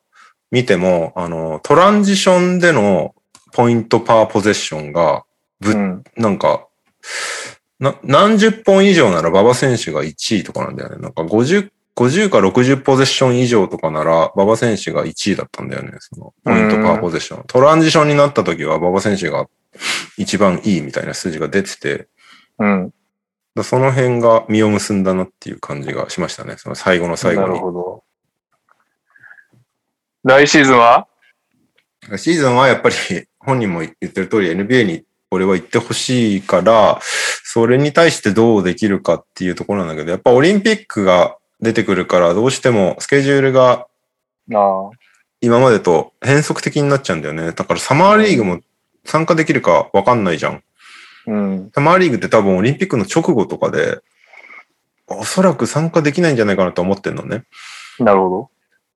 S1: 見ても、あの、トランジションでのポイントパーポゼッションが、ぶ
S2: ど。うん。
S1: なんか、な、何十本以上なら馬場選手が1位とかなんだよね。なんか50、50か60ポゼッション以上とかなら馬場選手が1位だったんだよね。そのポイントパーポゼッション。トランジションになった時は馬場選手が一番いいみたいな数字が出てて、だか
S2: うん。
S1: らその辺が実を結んだなっていう感じがしましたね。その最後の最後
S2: なる
S1: に。
S2: ほど。来シーズンは
S1: シーズンはやっぱり 本人も言ってる通り NBA に俺は行ってほしいから、それに対してどうできるかっていうところなんだけど、やっぱオリンピックが出てくるからどうしてもスケジュールが
S2: ああ。
S1: 今までと変則的になっちゃうんだよね。だからサマーリーグも参加できるかわかんないじゃん。
S2: うん。
S1: サマーリーグって多分オリンピックの直後とかで、おそらく参加できないんじゃないかなと思ってんのね。
S2: なるほ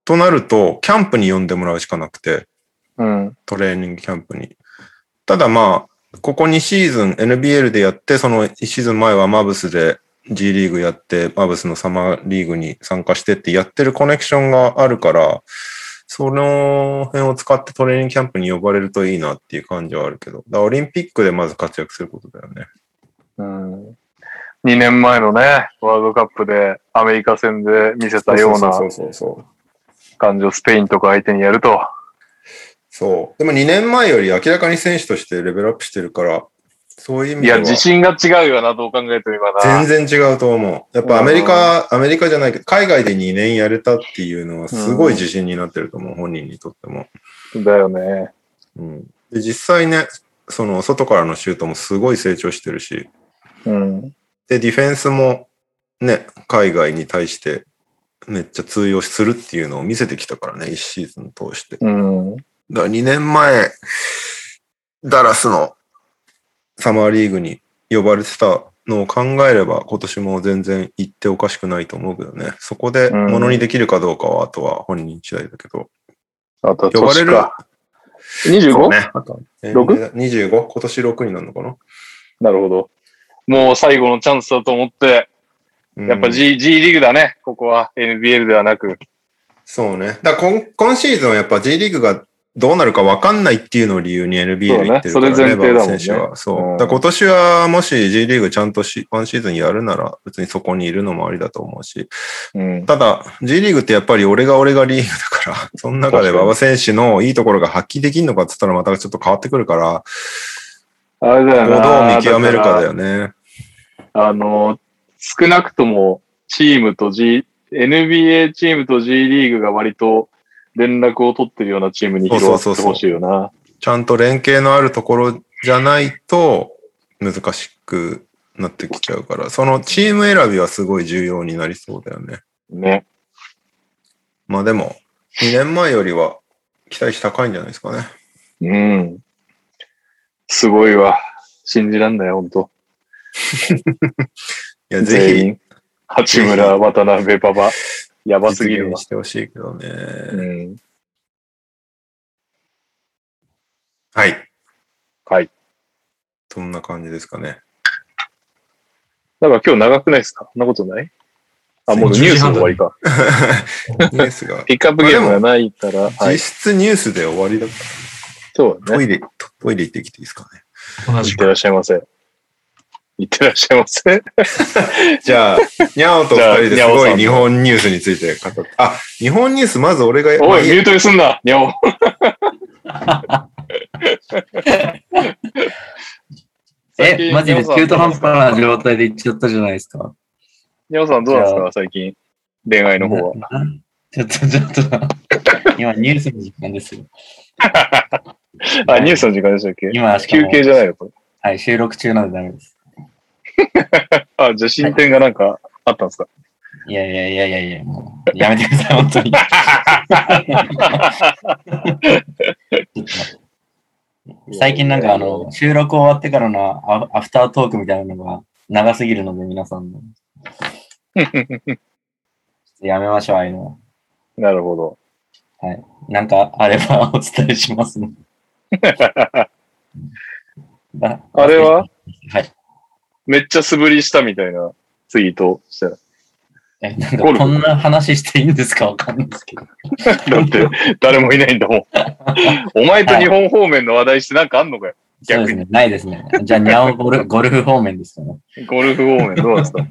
S1: となると、キャンプに呼んでもらうしかなくて、
S2: ど。うん。
S1: トレーニングキャンプに。ただまあ、ここ2シーズン NBL でやって、その1シーズン前はマブスで G リーグやって、マブスのサマーリーグに参加してってやってるコネクションがあるから、その辺を使ってトレーニングキャンプに呼ばれるといいなっていう感じはあるけど、だからオリンピックでまず活躍することだよね。
S2: うん。2年前のね、ワールドカップでアメリカ戦で見せたような
S1: そうそうそう。
S2: 感じをスペインとか相手にやると。
S1: そう。でも2年前より明らかに選手としてレベルアップしてるから、そういう意味
S2: い
S1: では。
S2: や、自信が違うよな、どう考えても今な。
S1: 全然違うと思う。やっぱアメリカ、アメリカじゃないけど、海外で2年やれたっていうのはすごい自信になってると思う、本人にとっても。
S2: だよね。
S1: うん、で実際ね、その外からのシュートもすごい成長してるし、
S2: うん。
S1: で、ディフェンスもね、海外に対してめっちゃ通用するっていうのを見せてきたからね、1シーズン通して。
S2: うん。
S1: だから2年前、ダラスのサマーリーグに呼ばれてたのを考えれば、今年も全然行っておかしくないと思うけどね。そこで
S2: うん
S1: ものにできるかどうかは、あとは本人次第だけど。
S2: あとは
S1: 呼ばれる
S2: 年か。25?
S1: そうね。
S2: 6
S1: 25? 今年6になるのかな、
S2: なるほど。もう最後のチャンスだと思って、
S1: うん
S2: やっぱ G,、G リーグだね、ここは NBL ではなく。
S1: そうね。だから今今シーズンはやっぱ J リーグがどうなるか分かんないっていうのを理由に NBA に行ってるからね、
S2: そうねそれ前提だもん
S1: 馬
S2: ね
S1: 場選手は。そう。
S2: うん
S1: だから今年はもし J リーグちゃんとしワンシーズンやるなら、別にそこにいるのもありだと思うし、
S2: うん。
S1: ただ、J リーグってやっぱり俺が俺がリーグだから、 その中で馬場選手のいいところが発揮できるのかって言ったらまたちょっと変わってくるから、
S2: あれだよ
S1: こうど
S2: な。
S1: う見極めるかだ
S2: よ。
S1: よね。
S2: あの、少なくともチームと G、 NBA チームと G リーグが割と連絡を取ってるようなチームに広がってほしいよな。
S1: ちゃんと連携のあるところじゃないと難しくなってきちゃうから、そのチーム選びはすごい重要になりそうだよね。
S2: ね。
S1: まあでも、2年前よりは期待値高いんじゃないですかね。
S2: うん。すごいわ。信じらんない、ほんと。
S1: いや、
S2: 全
S1: ぜ
S2: 員。八村、渡辺、馬場。や
S1: ひ、
S2: ばすぎ
S1: 実
S2: る
S1: 現
S2: わ
S1: し。てほしいけどね。
S2: うん。
S1: はい。
S2: はい。
S1: そんな感じですかね。
S2: なんか今日長くないですかそんなことないあ、もうニュースの終わりか。
S1: ニュース が、
S2: ピックアップゲームがないから、は
S1: 実
S2: い。
S1: 質ニュースで終わりだか
S2: そうだ
S1: ら、
S2: ね
S1: ト。イレ、トイレ行ってきていいですかね。
S3: 同
S2: い
S3: じ
S2: っ
S3: く
S2: てらっしゃいませ。いってらっしゃいませ。
S1: じゃあ、にゃおと
S2: じゃあ
S1: 二人ですご
S2: にゃおさ
S1: い
S2: ん
S1: 日本ニュースについて語って。あ、日本ニュース、まず俺が、ま
S2: お
S1: あい
S2: い、ミ
S1: い
S2: ュ
S1: や
S2: ートにすんな、にゃお。最近
S4: え、マジで中途半端な状態で行っちゃったじゃないですか。
S2: にゃおさんどうなんですか、最近。恋愛の方は。
S4: ちょっと、ちょっと、今ニュースの時間ですよ。
S2: あ、ニュースの時間でしたっけ
S4: 今、しか
S2: 休
S4: も
S2: 憩じゃないよ、これ。
S4: はい、収録中なんでダメです。
S2: あ、じゃあ進展がなんかあったんですか
S4: いやいやいやいやいや、もう、やめてください、本当に。最近なんかあの、収録終わってからのアアフタートークみたいなのが長すぎるので、皆さんの。ちょっとやめましょう、ああいうの。
S2: なるほど。
S4: なんかあればお伝えし ますね。だ
S2: あれは
S4: はい。
S2: めっちゃ素振りしたみたいなツイートしたら。
S4: え、なん
S2: ゴ
S4: か
S2: ルフ
S4: こんな話していいんですかわかんないですけど。
S2: だ って、誰もいないんだもん。お前と日本方面の話題してなんかあんのかよ。
S4: そう
S2: 逆
S4: で
S2: に
S4: すね。ないですね。じゃあ、ニャオゴルゴルフ方面ですかね。
S2: ゴルフ方面どうなんですか
S4: い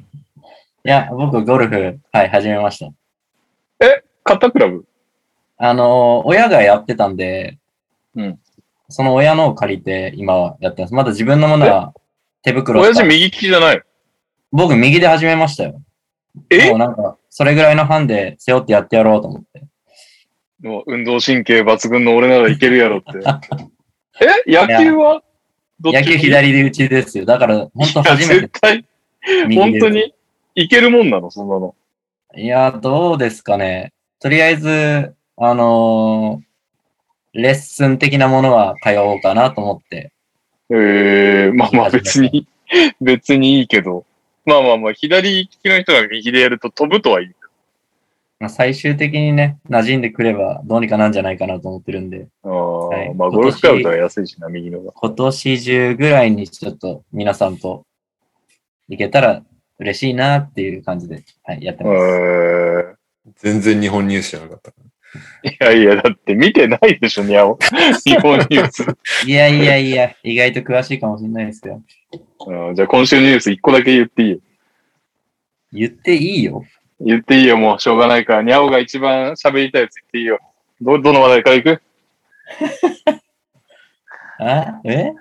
S4: や、僕、ゴルフ、はい、始めました。
S2: 買ったクラブ
S4: あの、親がやってたんで、
S2: うん
S4: その親のを借りて、今はやってます。まだ自分のものは手袋
S2: 親
S4: し
S2: 父
S4: か。
S2: 右利きじゃないの
S4: 僕、右で始めましたよ。
S2: え
S4: もうなんか、それぐらいのハンデ背負ってやってやろうと思って。
S2: もう運動神経抜群の俺ならいけるやろって。え野球はど
S4: 野球左で打ちですよ。だから、本当初めて
S2: 絶対、
S4: 右
S2: 本
S4: で打つ
S2: 当にいけるもんなのそんなの。
S4: いや、どうですかね。とりあえず、あのーレッスン的なものは通おうかなと思って。
S2: ええまあまあ別に、別にいいけど。まあまあまあ、左利きの人が右でやると飛ぶとはいい。
S4: まあ、最終的にね、馴染んでくればどうにかなんじゃないかなと思ってるんで、
S2: あ
S4: は
S2: あ、
S4: い
S2: まあゴルフクラブとは安いしな、右のが。
S4: 今年中ぐらいにちょっと皆さんと行けたら嬉しいなっていう感じで、はい、やって
S2: え
S4: ます。
S2: ー
S1: 全然日本ニュースじゃなかった。
S2: いやいや、だって見てないでしょ、に ゃお。日本ニュース。
S4: いやいやいや、意外と詳しいかもしれないですよ。
S2: うんじゃあ今週のニュース一個だけ言っていいよ。
S4: 言っていいよ。
S2: 言っていいよ、もう。しょうがないから。にゃおが一番喋りたいやつ言っていいよ。ど、どの話題からいく
S4: あええ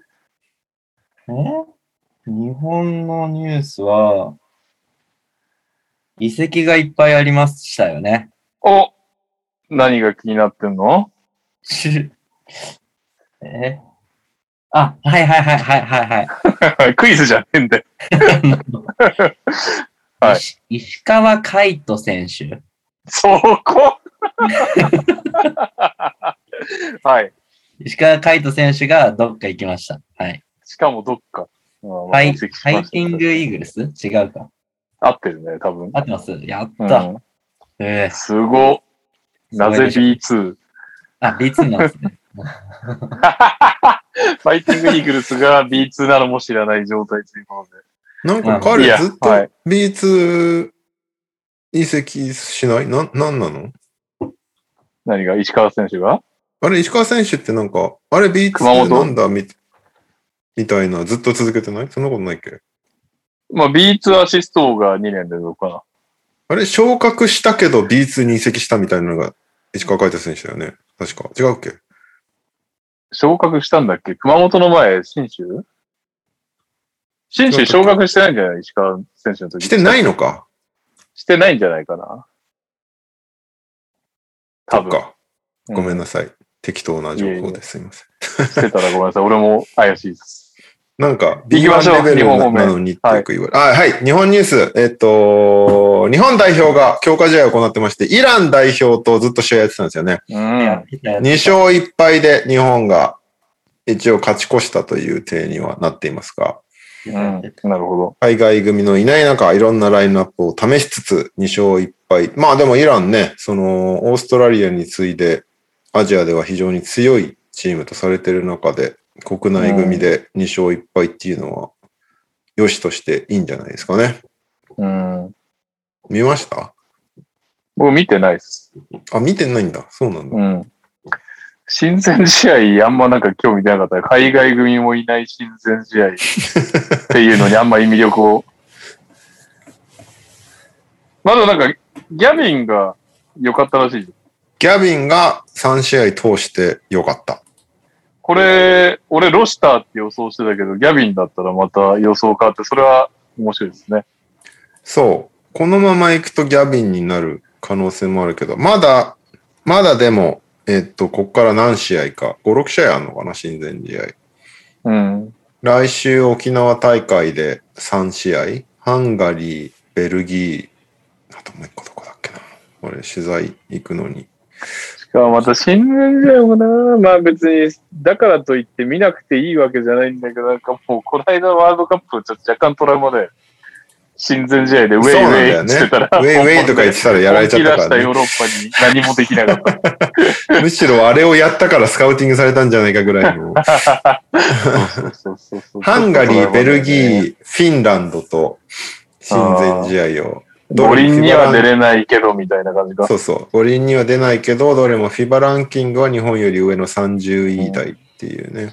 S4: 日本のニュースは、遺跡がいっぱいありましたよね。
S2: お何が気になってんの
S4: しえあ、はいはいはいはいはいはい。
S2: クイズじゃねえんだよ。はい
S4: 石石川海人選手。
S2: そこ はい。
S4: 石川海人選手がどっか行きました。はい。
S2: しかもどっか。
S4: ファイ
S2: フ
S4: ファイティングイーグルス違うか。
S2: 合ってるね、多分。
S4: 合ってますやっ
S2: う
S4: た。
S2: ん、
S4: えー
S2: すごっ。なぜ
S4: すごい
S2: B2?
S4: あ、B2 なんですね。
S2: ファイティングイーグルスが B2 なのも知らない状態というこ
S1: なんか彼
S2: いや
S1: ずっと
S2: はい
S1: B2 移籍しないな、なんなの
S2: とで。何が石川選手が
S1: あれ、石川選手ってなんか、あれ B2
S2: 熊
S1: って
S2: 本
S1: なんだみみたいな、ずっと続けてないそんなことないっけ
S2: まあ B2 アシスト王が2年連続かな。
S1: あれ、昇格したけど B2 に移籍したみたいなのが石川海人選手だよね。確か。違うっけ
S2: 昇格したんだっけ熊本の前、新州新州昇格してないんじゃない石川選手の時。
S1: してないのか。
S2: してないんじゃないかな。多
S1: そっ
S2: 分。
S1: か。ごめんなさい。適当な情報です。すいません。
S2: してたらごめんなさい。俺も怪しいです。
S1: なんか、
S2: 行きましょう
S1: B1 レベル
S2: 日本方面
S1: なのにってよく言われ、あ、はい。日本ニュース。えっ と、日本代表が強化試合を行ってまして、イラン代表とずっと試合やってたんですよね。
S2: うん。
S1: 2勝1敗で日本が一応勝ち越したという体にはなっていますが、
S2: うん、なるほど。
S1: 海外組のいない中、いろんなラインナップを試しつつ2勝1敗。まあでもイランね、そのオーストラリアに次いでアジアでは非常に強いチームとされてる中で、国内組で2勝1敗っていうのは、良しとしていいんじゃないですかね。
S2: うん。
S1: 見ました
S2: 僕見てないです。
S1: あ、見てないんだ。そうなんだ。
S2: うん。親善試合、あんまなんか興味出なかったね。海外組もいない親善試合っていうのにあんまり魅力を。まだなんか、ギャビンが良かったらしい。
S1: ギャビンが3試合通して良かった。
S2: これ、俺、ロシターって予想してたけど、ギャビンだったらまた予想変わって、それは面白いですね。
S1: そう。このまま行くとギャビンになる可能性もあるけど、まだ、まだでも、えっと、こっから何試合か、5、6試合あるのかな、親善試合。
S2: うん。
S1: 来週沖縄大会で3試合、ハンガリー、ベルギー、あともう一個どこだっけな。俺、取材行くのに。
S2: しかもまた新聞試合もな、まあ別に、だからといって見なくていいわけじゃないんだけど、なんかもう、この間ワールドカップ、ちょっと若干トラウマで、親善試合でウェ
S1: そうなんだ
S2: イウ
S1: よ
S2: ェイ
S1: ね
S2: してたら、
S1: ウェイウェイとか言ってたらやられちゃったからね
S2: 本気出したヨーロッパに何もできなかった。
S1: むしろあれをやったからスカウティングされたんじゃないかぐらい の。 ハンガリー、ベルギ
S2: ー、
S1: ー、フィンランドと親善試合を。
S2: 五輪には出れないけど、みたいな感じか。
S1: そうそう。五輪には出ないけど、どれも FIBA ランキングは日本より上の30位台っていうね。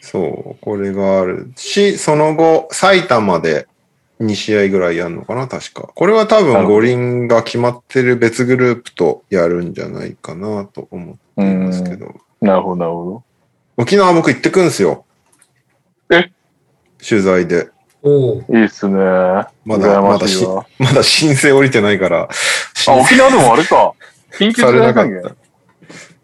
S1: そう、これがあるし、その後、埼玉で2試合ぐらいやるのかな、確か。これは多
S2: な
S1: 分
S2: るほど
S1: 五輪が決まってる別グループとやるんじゃないかなと思っていますけど。
S2: なるほど、なるほ
S1: 沖縄僕行ってくんすよ。
S2: え
S1: 取材で。
S3: おお。
S2: ど。いいっすね。
S1: まだ、
S2: 羨
S1: ま
S2: ま
S1: だ
S2: しい
S1: し
S2: わ、
S1: まだ申請降りてないから、
S2: あ、沖縄でもあれか。緊急
S1: さ
S2: 事
S1: れな
S2: 態
S1: かっ
S2: 宣
S1: た。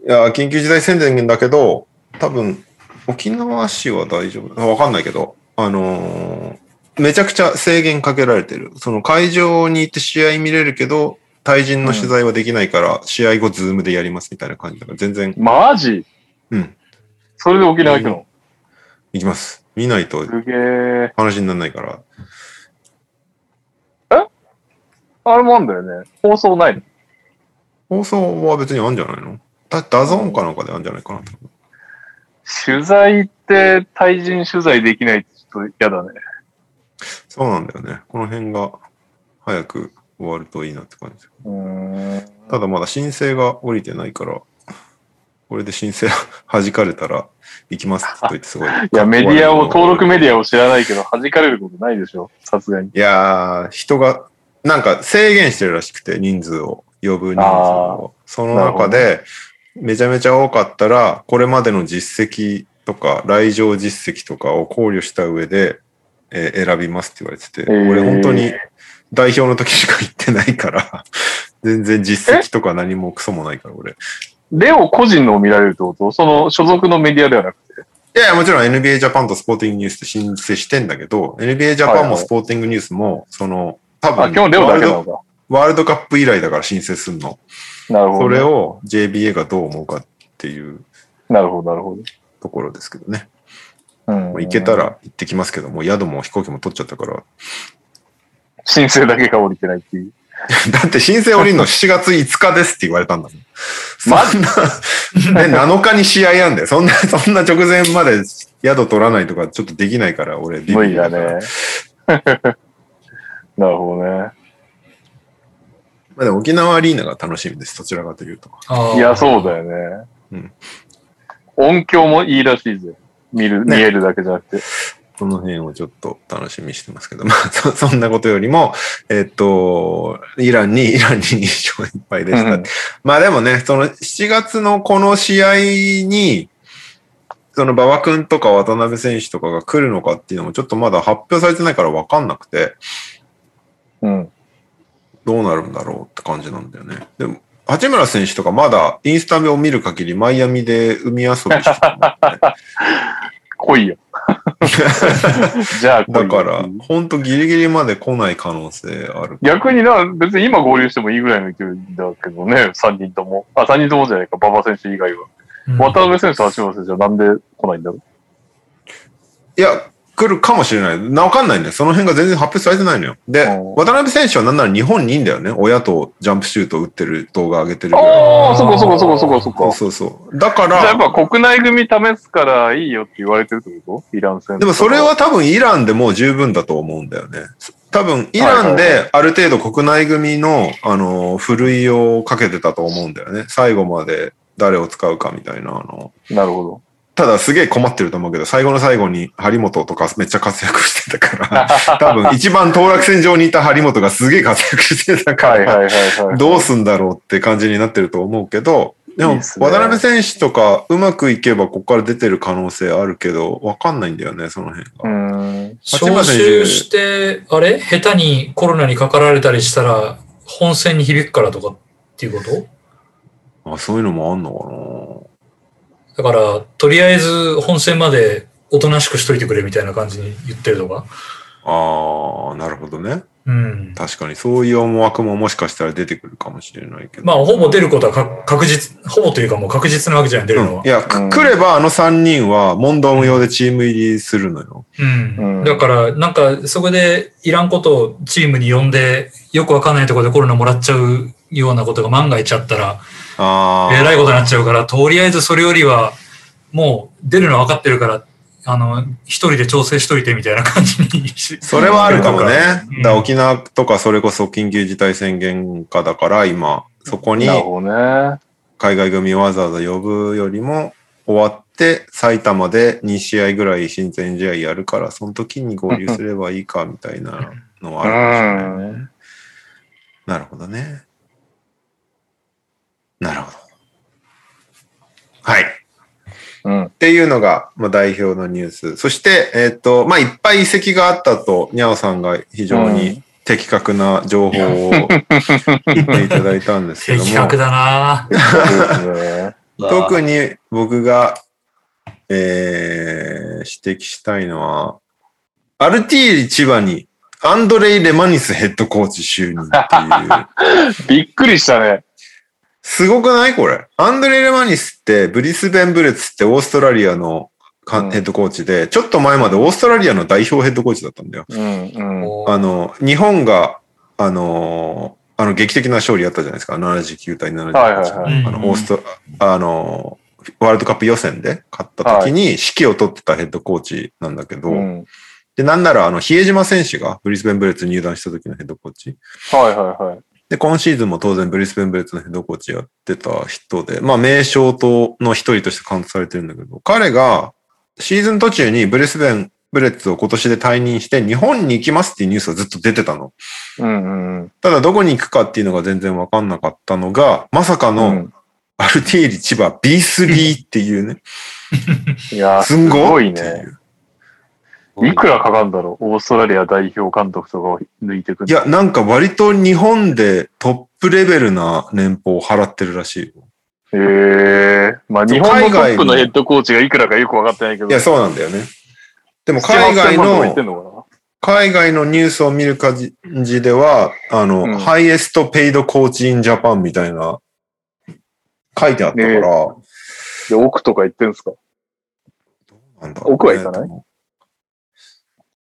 S2: 言。
S1: いや、緊急事態宣言だけど、多分、沖縄市は大丈夫。あわかんないけど、あのーめちゃくちゃ制限かけられてる。その会場に行って試合見れるけど、対人の取材はできないから、試合後ズームでやりますみたいな感じだから、全然、
S2: マジ
S1: うん、
S2: それで沖縄行くの、
S1: 行きます。見ないと
S2: すげえ。
S1: 話にならないから。
S2: あれもあんだよね。放送ないの
S1: 放送は別にあるんじゃないのだダゾーンかなんかであるんじゃないかなと。
S2: 取材って対人取材できないってちょっと嫌だね。
S1: そうなんだよね。この辺が早く終わるといいなって感じ。
S2: うーん。
S1: ただまだ申請が降りてないから、これで申請 弾かれたら行きますと言ってすごい。い
S2: いや、メディアを、登録メディアを知らないけど、弾かれることないでしょ。さすがに。
S1: いやー、人が、なんか制限してるらしくて、人数を、呼ぶ人数
S2: あ
S1: を。その中で、めちゃめちゃ多かったら、これまでの実績とか、来場実績とかを考慮した上で、えー選びますって言われてて、
S2: ー
S1: 俺本当に代表の時しか行ってないから、全然実績とか何もクソもないから、俺。
S2: レオ個人のを見られるってことその所属のメディアではなくて。
S1: いやいや、もちろん NBA ジャパンとスポーティングニュースって申請してんだけど、NBA ジャパン
S2: はいは
S1: も
S2: い
S1: スポーティングニュースも、その、多
S2: あ、
S1: 分
S2: 基本レオ
S1: ワー
S2: だ
S1: ル
S2: けなの
S1: ド、
S2: か。
S1: ワールドカップ以来だから申請するの。
S2: なるほ
S1: そ
S2: どね、
S1: れを JBA がどう思うかっていう
S2: なるほど、なるほ
S1: ところですけどね。
S2: ど。うん。
S1: まあ行けた。ら行ってきますけど、もう宿も飛行機も取っちゃったから。
S2: 申請だけが降りてないっていう。
S1: だって申請降り るの7月5日ですって言われたんだもん。
S2: マ
S1: そんな、 ね、7日に試合やんだよ。そんな、 そんな直前まで宿取らないとかちょっとできないから、俺、ビ
S2: 無
S1: ビ
S2: 理
S1: り
S2: だね
S1: から。。
S2: なるほどね。
S1: まあでも沖縄アリーナが楽しみです。どちらかというと。
S3: あー
S2: いや、そうだよね。
S1: うん
S2: 音響もいいらしいぜ。見る、
S1: ね
S2: 見えるだけじゃなくて。
S1: この辺をちょっと楽しみにしてますけど、 まあ、そそんなことよりも、えっと、イランに、イ ランに2勝1敗でした。
S2: うん
S1: まあでもね、その7月のこの試合に、その馬場君とか渡辺選手とかが来るのかっていうのもちょっとまだ発表されてないから分かんなくて、
S2: うん。
S1: どうなるんだろうって感じなんだよね。でも、八村選手とかまだインスタを見る限りマイアミで海遊び してるんだよね
S2: 来いよ。じゃあ来いよ
S1: だから、ほんとギリギリまで来ない可能性ある。
S2: 逆にな、別に今合流してもいいぐらいの勢いだけどね、3人とも。あ、3人ともじゃないか、馬場選手以外は。
S3: うん
S2: 渡辺選手と橋本選手はなんで来ないんだろう。
S1: いや、来るかもしれない。な、わかんないんだよ。その辺が全然発表されてないのよ。で
S2: うん、
S1: 渡辺選手はなんなら日本にいんだよね。親とジャンプシュート打ってる動画上げてるぐらい。
S2: ああ、そこそこそこそこそ
S1: そう
S2: こ。
S1: そうそう。だか
S2: じゃあやっ
S1: ら、
S2: ぱ国内組試すからいいよって言われてるってことイラン戦とか。
S1: でもそれは多分イランでもう十分だと思うんだよね。多分イラン
S2: はいはい
S1: である程度国内組の、あの、ふるいをかけてたと思うんだよね。最後まで誰を使うかみたいな、あの、
S2: なるほ
S1: ただすげえ困ってると思うけど、最後の最後に張本とかめっちゃ活躍してた から、多分一番当落線上にいた張本がすげえ活躍してた
S2: ど。
S1: か
S2: はいはい
S1: ら、
S2: はいはい。
S1: どうすんだろうって感じになってると思うけど、で
S2: いい
S1: も
S2: っすね
S1: 渡辺選手とかうまくいけばここから出てる可能性あるけど、わかんないんだよね、その辺
S2: う
S1: が。
S2: ーん。
S1: 八村
S3: 招
S1: 選手
S3: 集して、あれ下手にコロナにかかられたりしたら、本戦に響くからとかっていうこと
S1: あそういうのもあんの
S3: だから、とりあえず本戦までおとなしくしといてくれみたいな感じに言ってるとか。
S1: かなああ、なるほどね。
S3: うん。
S1: 確かにそういう思惑ももしかしたら出てくるかもしれないけど。
S3: まあ、ほぼ出ることはか確実、ほぼというかもう確実なわけじゃない、出るの
S1: うん。
S3: はい
S1: や、
S2: うん
S1: く来ればあの3人は問答無用でチーム入りするのよ。
S3: うん。
S2: うん
S3: だから、なんか、そこでいらんことをチームに呼んで、よくわかんないところでコロナもらっちゃうようなことが万が一あったら、
S1: あ
S3: え
S1: あ。
S3: らいことになっちゃうから、とりあえずそれよりは、もう出るの分かってるから、あの、一人で調整しといてみたいな感じに し。
S1: それはあるかもね。
S3: うん
S1: だから沖縄とかそれこそ緊急事態宣言下だから今、そこに
S2: なるほどね。
S1: 海外組をわざわざ呼ぶよりも終わって埼玉で2試合ぐらい親善試合やるから、その時に合流すればいいかみたいなのはあるかもしれないね。なるほどね。なるほど。はい。
S2: うん。
S1: っていうのが、まあ、代表のニュース。そして、えっ、と、まあ、いっぱい移籍があったと、にゃおさんが非常
S2: う
S1: に的確な情報を言っていただいたんですけど
S3: 的確
S1: も、
S3: だなぁ
S2: そうですね。
S1: 特に僕が、えー、指摘したいのは、アルティーリ千葉にアンドレイ・レマニスヘッドコーチ就任っていう。
S2: びっくりしたね。
S1: すごくないこれ。アンドレ・レマニスって、ブリスベン・ブレッツってオーストラリアのか
S2: うん
S1: ヘッドコーチで、ちょっと前までオーストラリアの代表ヘッドコーチだったんだよ。
S2: うんうん。
S1: あの、日本が、あのー、あの劇的な勝利あったじゃないですか。79対78。
S2: はいはいはい
S1: あの、オースト、あのー、ワールドカップ予選で勝った時に指揮を取ってたヘッドコーチなんだけど、
S2: うん
S1: で、なんならあの、比江島選手がブリスベンブレッツに入団した時のヘッドコーチ。
S2: はいはいはい。
S1: で、今シーズンも当然ブリスベンブレッツのヘッドコーチやってた人で、まあ名将との一人としてカウントされてるんだけど、彼がシーズン途中にブリスベンブレッツを今年で退任して日本に行きますっていうニュースがずっと出てたの。
S2: うんうんうん。
S1: ただどこに行くかっていうのが全然わかんなかったのが、まさか
S2: う
S1: の
S2: ん
S1: アルティーリ千葉 B3 っていう ね、
S2: いやー、
S1: す
S2: す
S1: んご
S2: ご
S1: い
S2: い
S1: ってい
S2: ね。
S1: う。
S2: いくらかかんだろうオーストラリア代表監督とかを抜いてくる。
S1: いや、なんか割と日本でトップレベルな年俸を払ってるらしいよ。
S2: へえ。まあ、
S1: そう
S2: 日本の
S1: 海
S2: ト
S1: 外
S2: ップのヘッドコーチがいくらかよく分かってないけど。
S1: いや、そうなんだよね。でも海外
S2: 7-8
S1: の
S2: 万とか言ってんの
S1: 海外のニュースを見る感じでは、あの、
S2: うん
S1: ハイエストペイドコーチインジャパンみたいな、書いてあったから、
S2: ねかなで、奥とか言ってんすか
S1: なんだ
S2: 奥は行かない
S1: い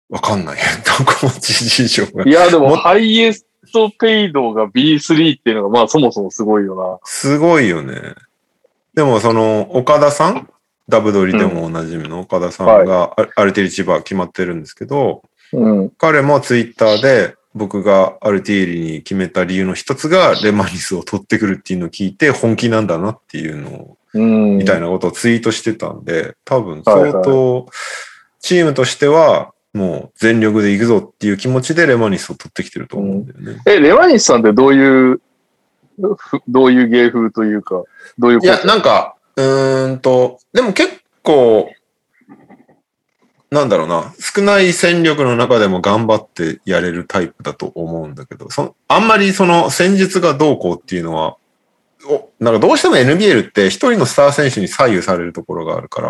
S1: わかんない。コーチ事情が
S2: い。や、でも、
S1: も
S2: ハイエストペイドが B3 っていうのが、まあ、そもそもすごいよ
S1: すごいよね。でも、その、岡田さんダブドリでもおなじみの岡田さんが、あアルティリ千葉決まってるんですけど、
S2: な。うん。
S1: 彼もツイッターで、僕がアルティーリに決めた理由の一つが、レマニスを取ってくるっていうのを聞いて、本気なんだなっていうのを
S2: うん。
S1: みたい
S2: な。
S1: なことをツイートしてたんで、多分
S2: はい
S1: 相当、チームとしては、もう全力で行くぞっていう気持ちでレマニスを取ってきてると思うんだよね。
S2: え、レワニスさんってどういう、ふどういう芸風というか、どういう
S1: い
S2: こ
S1: や、なんか、うーんと、でも結構、なんだろうな、少ない戦力の中でも頑張ってやれるタイプだと思うんだけど、そあんまりその戦術がどうこうっていうのは、おなんかどうしても NBL って一人のスター選手に左右されるところがあるから、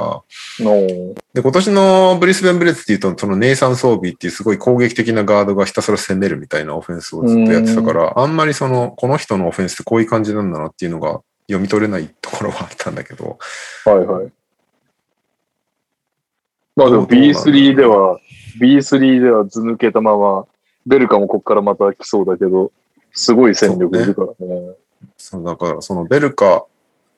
S2: の
S1: で、今年のブリスベンブレッツっていうと、そのネイサン・ソービーっていうすごい攻撃的なガードがひたすら攻めるみたいなオフェンスをずっとやってたから、あんまりその、この人のオフェンスってこういう感じなんだなっていうのが読み取れないところはあったんだけど、
S2: はいはい。まあでも B3 では、B3 では図抜けたまま、ベルカもここからまた来そうだけど、すごい戦力いるからね。
S1: そうだから、そのベルカ、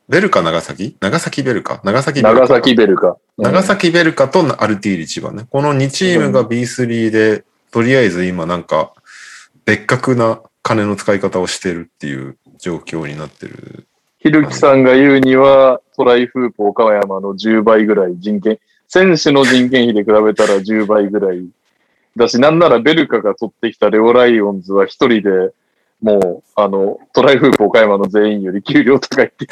S1: ベルカ長崎長崎ベルカ長崎ベルカ
S2: 長崎ベルカ。
S1: 長崎ベルカとアルティーリ千葉ね。この2チームが B3 で、とりあえず今なんか、別格な金の使い方をしてるっていう状況になってる。
S2: ひるきさんが言うには、トライフープ岡山の10倍ぐらい人件、選手の人件費で比べたら10倍ぐらい。だし、なんならベルカが取ってきたレオライオンズは一人で、もう、あの、トライフープ岡山の全員より給料高いって言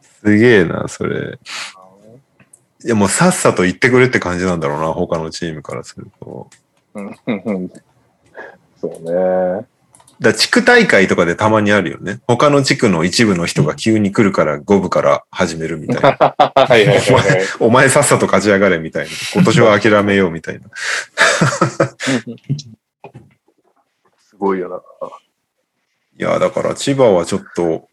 S1: すげえな、それ。いや、もうさっさと行ってくれって感じなんだろうな、他のチームからすると。
S2: ってる。そうね。
S1: だから地区大会とかでたまにあるよね。他の地区の一部の人が急に来るから5部から始めるみたい な。
S2: はいはいはいはい。
S1: お前さっさと勝ち上がれみたいな。今年は諦めようみたいな。
S2: すごいよな。
S1: いや、だから千葉はちょっと、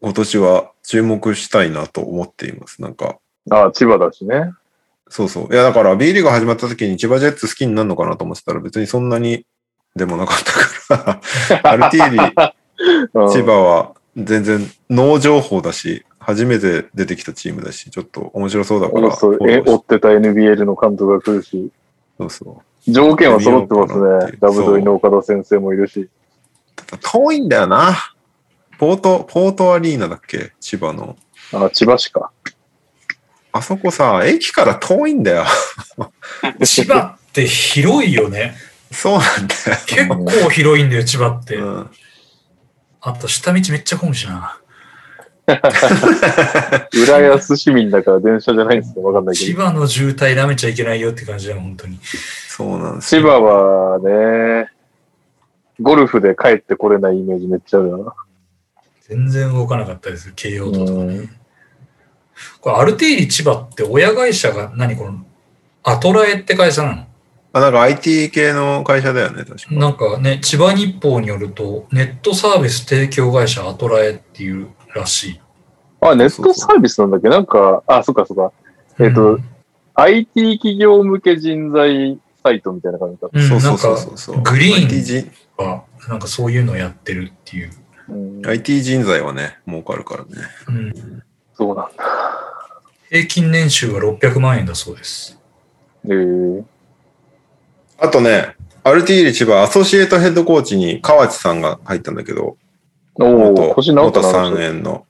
S1: 今年は注目したいなと思っています。なんか、
S2: ああ、千葉だしね。
S1: そうそう。いや、だから B リーグ始まった時に千葉ジェッツ好きになるのかなと思ってたら別にそんなにでもなかったから、ア ルティーリ、
S2: うん
S1: 千葉は全然脳情報だし、初めて出てきたチームだし、ちょっと面白そうだから、
S2: そう
S1: フォ
S2: え
S1: ローし
S2: 追ってた NBL の監督が来るし、
S1: そうそう。
S2: 条件は揃ってます
S1: 見ようかなってい
S2: ね
S1: う。
S2: ダブドリの岡田先生もいるし。
S1: 遠いんだよな。ポート、ポートアリーナだっけ千葉の。
S2: ああ、千葉市か。
S1: あそこさ、駅から遠いんだよ。
S3: 千葉って広いよね。
S1: そうなんだよ。
S3: 結構広いんだよ、千葉って。
S1: うん
S3: あと、下道めっちゃ混むしな。
S2: 浦安市民だから電車じゃないんですかわかんないけ
S3: 千
S2: ど。
S3: 葉の渋滞舐めちゃいけないよって感じだよ、本当に。
S1: そうなんです
S2: 千
S1: よ。
S2: 葉はね、ゴルフで帰ってこれないイメージめっちゃあるな。
S3: 全然動かなかったです、慶応とか。
S2: うん
S3: これ、アルティーリ千葉って親会社が何この、アトラエって会社なの
S1: あ、なんか IT 系の会社だよね、確か。
S3: なんかね、千葉日報によると、ネットサービス提供会社アトラエっていうらしい。
S2: あ、ネットサービスなんだっけなんか、あ、そっかそっか。えっと
S3: うん、
S2: IT 企業向け人材サイトみたいな感じだっ
S3: うん
S1: そう
S3: な
S1: そ
S3: ん
S1: うそうそ
S3: か
S1: うそう。
S3: グリーン
S1: IT 人
S3: は、なんかそういうのやってるっていう。
S2: た。うん、
S1: IT 人材はね、儲かるからね。
S3: うん
S2: そうなんだ。
S3: 平均年収は600万円だそう です。
S2: えー、
S1: あとね、アルティーリ千葉アソシエイトヘッドコーチに川地さんが入ったんだけど、
S2: おお、
S1: 元
S2: 腰治った
S1: 元
S2: なあ
S1: 3
S2: の人。
S1: 円の。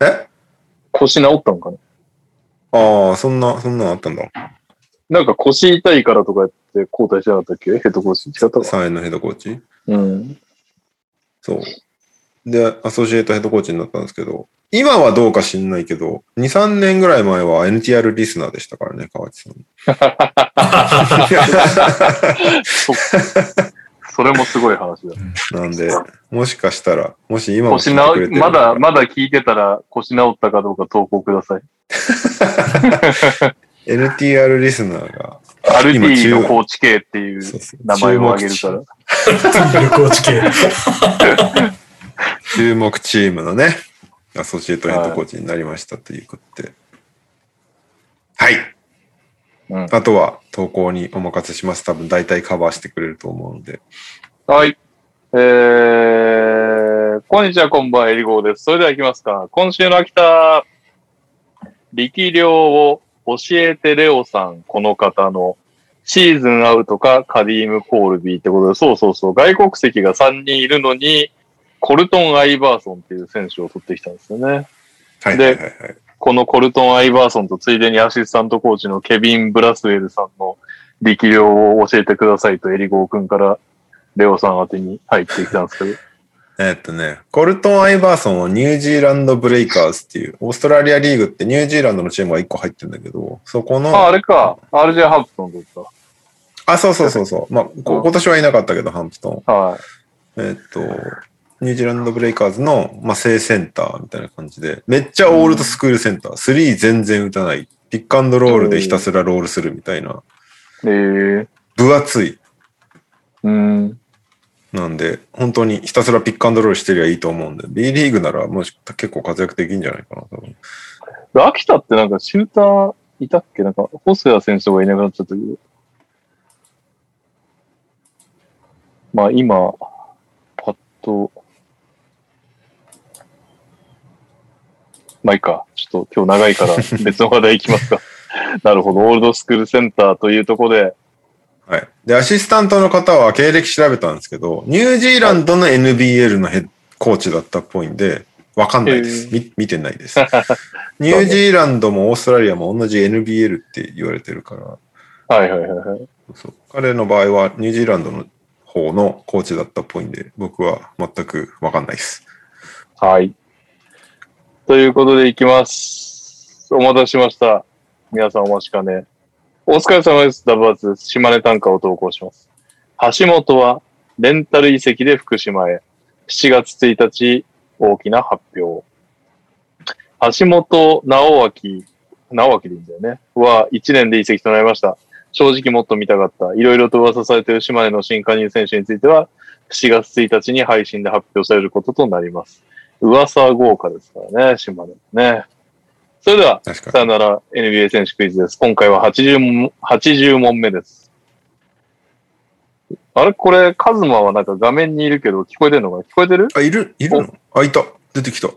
S1: え
S2: 腰治ったのかな
S1: ああ、そんな、そんなのあったんだ。
S2: なんか腰痛いからとかやって交代してなかったっけヘッドコーチ違ったか
S1: 3円のヘッドコーチ
S2: うん。
S1: そう。で、アソシエイトヘッドコーチになったんですけど、今はどうか知んないけど、2、3年ぐらい前は NTR リスナーでしたからね、川地 さん。
S2: それもすごい話だ。
S1: なんで、もしかしたら、もし今も
S2: 腰
S1: 聞
S2: 治、
S1: いてくれてる
S2: まだ、まだ聞いてたら腰治ったかどうか投稿ください。
S1: NTR リスナーが、
S2: アルティ
S1: 今
S2: の
S1: 中
S2: コーチ系っていう
S1: そうそう
S2: 名前を挙げるから。
S3: 旅行地系。
S1: 注目チームのね、アソシエイトヘッドコーチになりましたということで。はい。
S2: うん
S1: あとは投稿にお任せします。多分大体カバーしてくれると思うので。
S2: はい。えー、こんにちは、こんばんは、エリゴーです。それでは行きますか。今週の秋田、力量を教えてレオさん、この方の、シーズンアウトかカディーム・コールビーってことで、そうそうそう、外国籍が3人いるのに、コルトン・アイバーソンっていう選手を取ってきたんですよね。
S1: はいは
S2: で
S1: いはいはい。
S2: このコルトン・アイバーソンとついでにアシスタントコーチのケビン・ブラスウェルさんの力量を教えてくださいとエリゴー君からレオさん宛てに入ってきたんですけど、
S1: えっとね、コルトン・アイバーソンはニュージーランド・ブレイカーズっていう、オーストラリアリーグってニュージーランドのチームが1個入ってるんだけど、そこの、
S2: あ、あ
S1: あ
S2: れか。RJ ハンプトンだっ
S1: そうそうそうそう、まあ、こ今年はいなかったけど、ハンプトン。
S2: た。はい。
S1: えっと、ニュージーランド・ブレイカーズの、まあ、正センターみたいな感じで、めっちゃオールドスクールセンター、スリー全然打たない、ピックアンドロールでひたすらロールするみたいな、
S2: えー、
S1: 分厚い。
S2: うん。
S1: なんで、本当にひたすらピックアンドロールしてりゃいいと思うんで、B リーグならもし結構活躍できるんじゃないかな、多分。
S2: 秋田ってなんかシューターいたっけなんか、細谷選手とかいなくなっちゃったけど。まあ今、パッと、まあいいか。ちょっと今日長いから別の話題いきますか。なるほど。オールドスクールセンターというところで、
S1: はい。で、アシスタントの方は経歴調べたんですけど、ニュージーランドの NBL のヘッコーチだったっぽいんで、わかんないです。
S2: へー
S1: み見てない です。ニュージーランドもオーストラリアも同じ NBL って言われてるから、
S2: はいはいはいはい。
S1: そう彼の場合はニュージーランドの方のコーチだったっぽいんで、僕は全くわかんないです。
S2: はい。ということでいきます。お待たせしました。皆さんお待ちかね。お疲れ様です。ダブアツです。島根短歌を投稿します。橋本はレンタル遺跡で福島へ。7月1日、大きな発表。橋本直明、直明でいいんだよね。は1年で移籍となりました。正直もっと見たかった。いろいろと噂されている島根の新加入選手については、7月1日に配信で発表されることとなります。噂は豪華ですからね、島根もね。それでは、
S1: 確か
S2: さよなら NBA 選手クイズです。今回は80問 ,80 問目です。あれこれ、カズマはなんか画面にいるけど、聞こえてるのかな聞こえてる。
S1: に。あ、いる、いるのあ、いた。出てきた。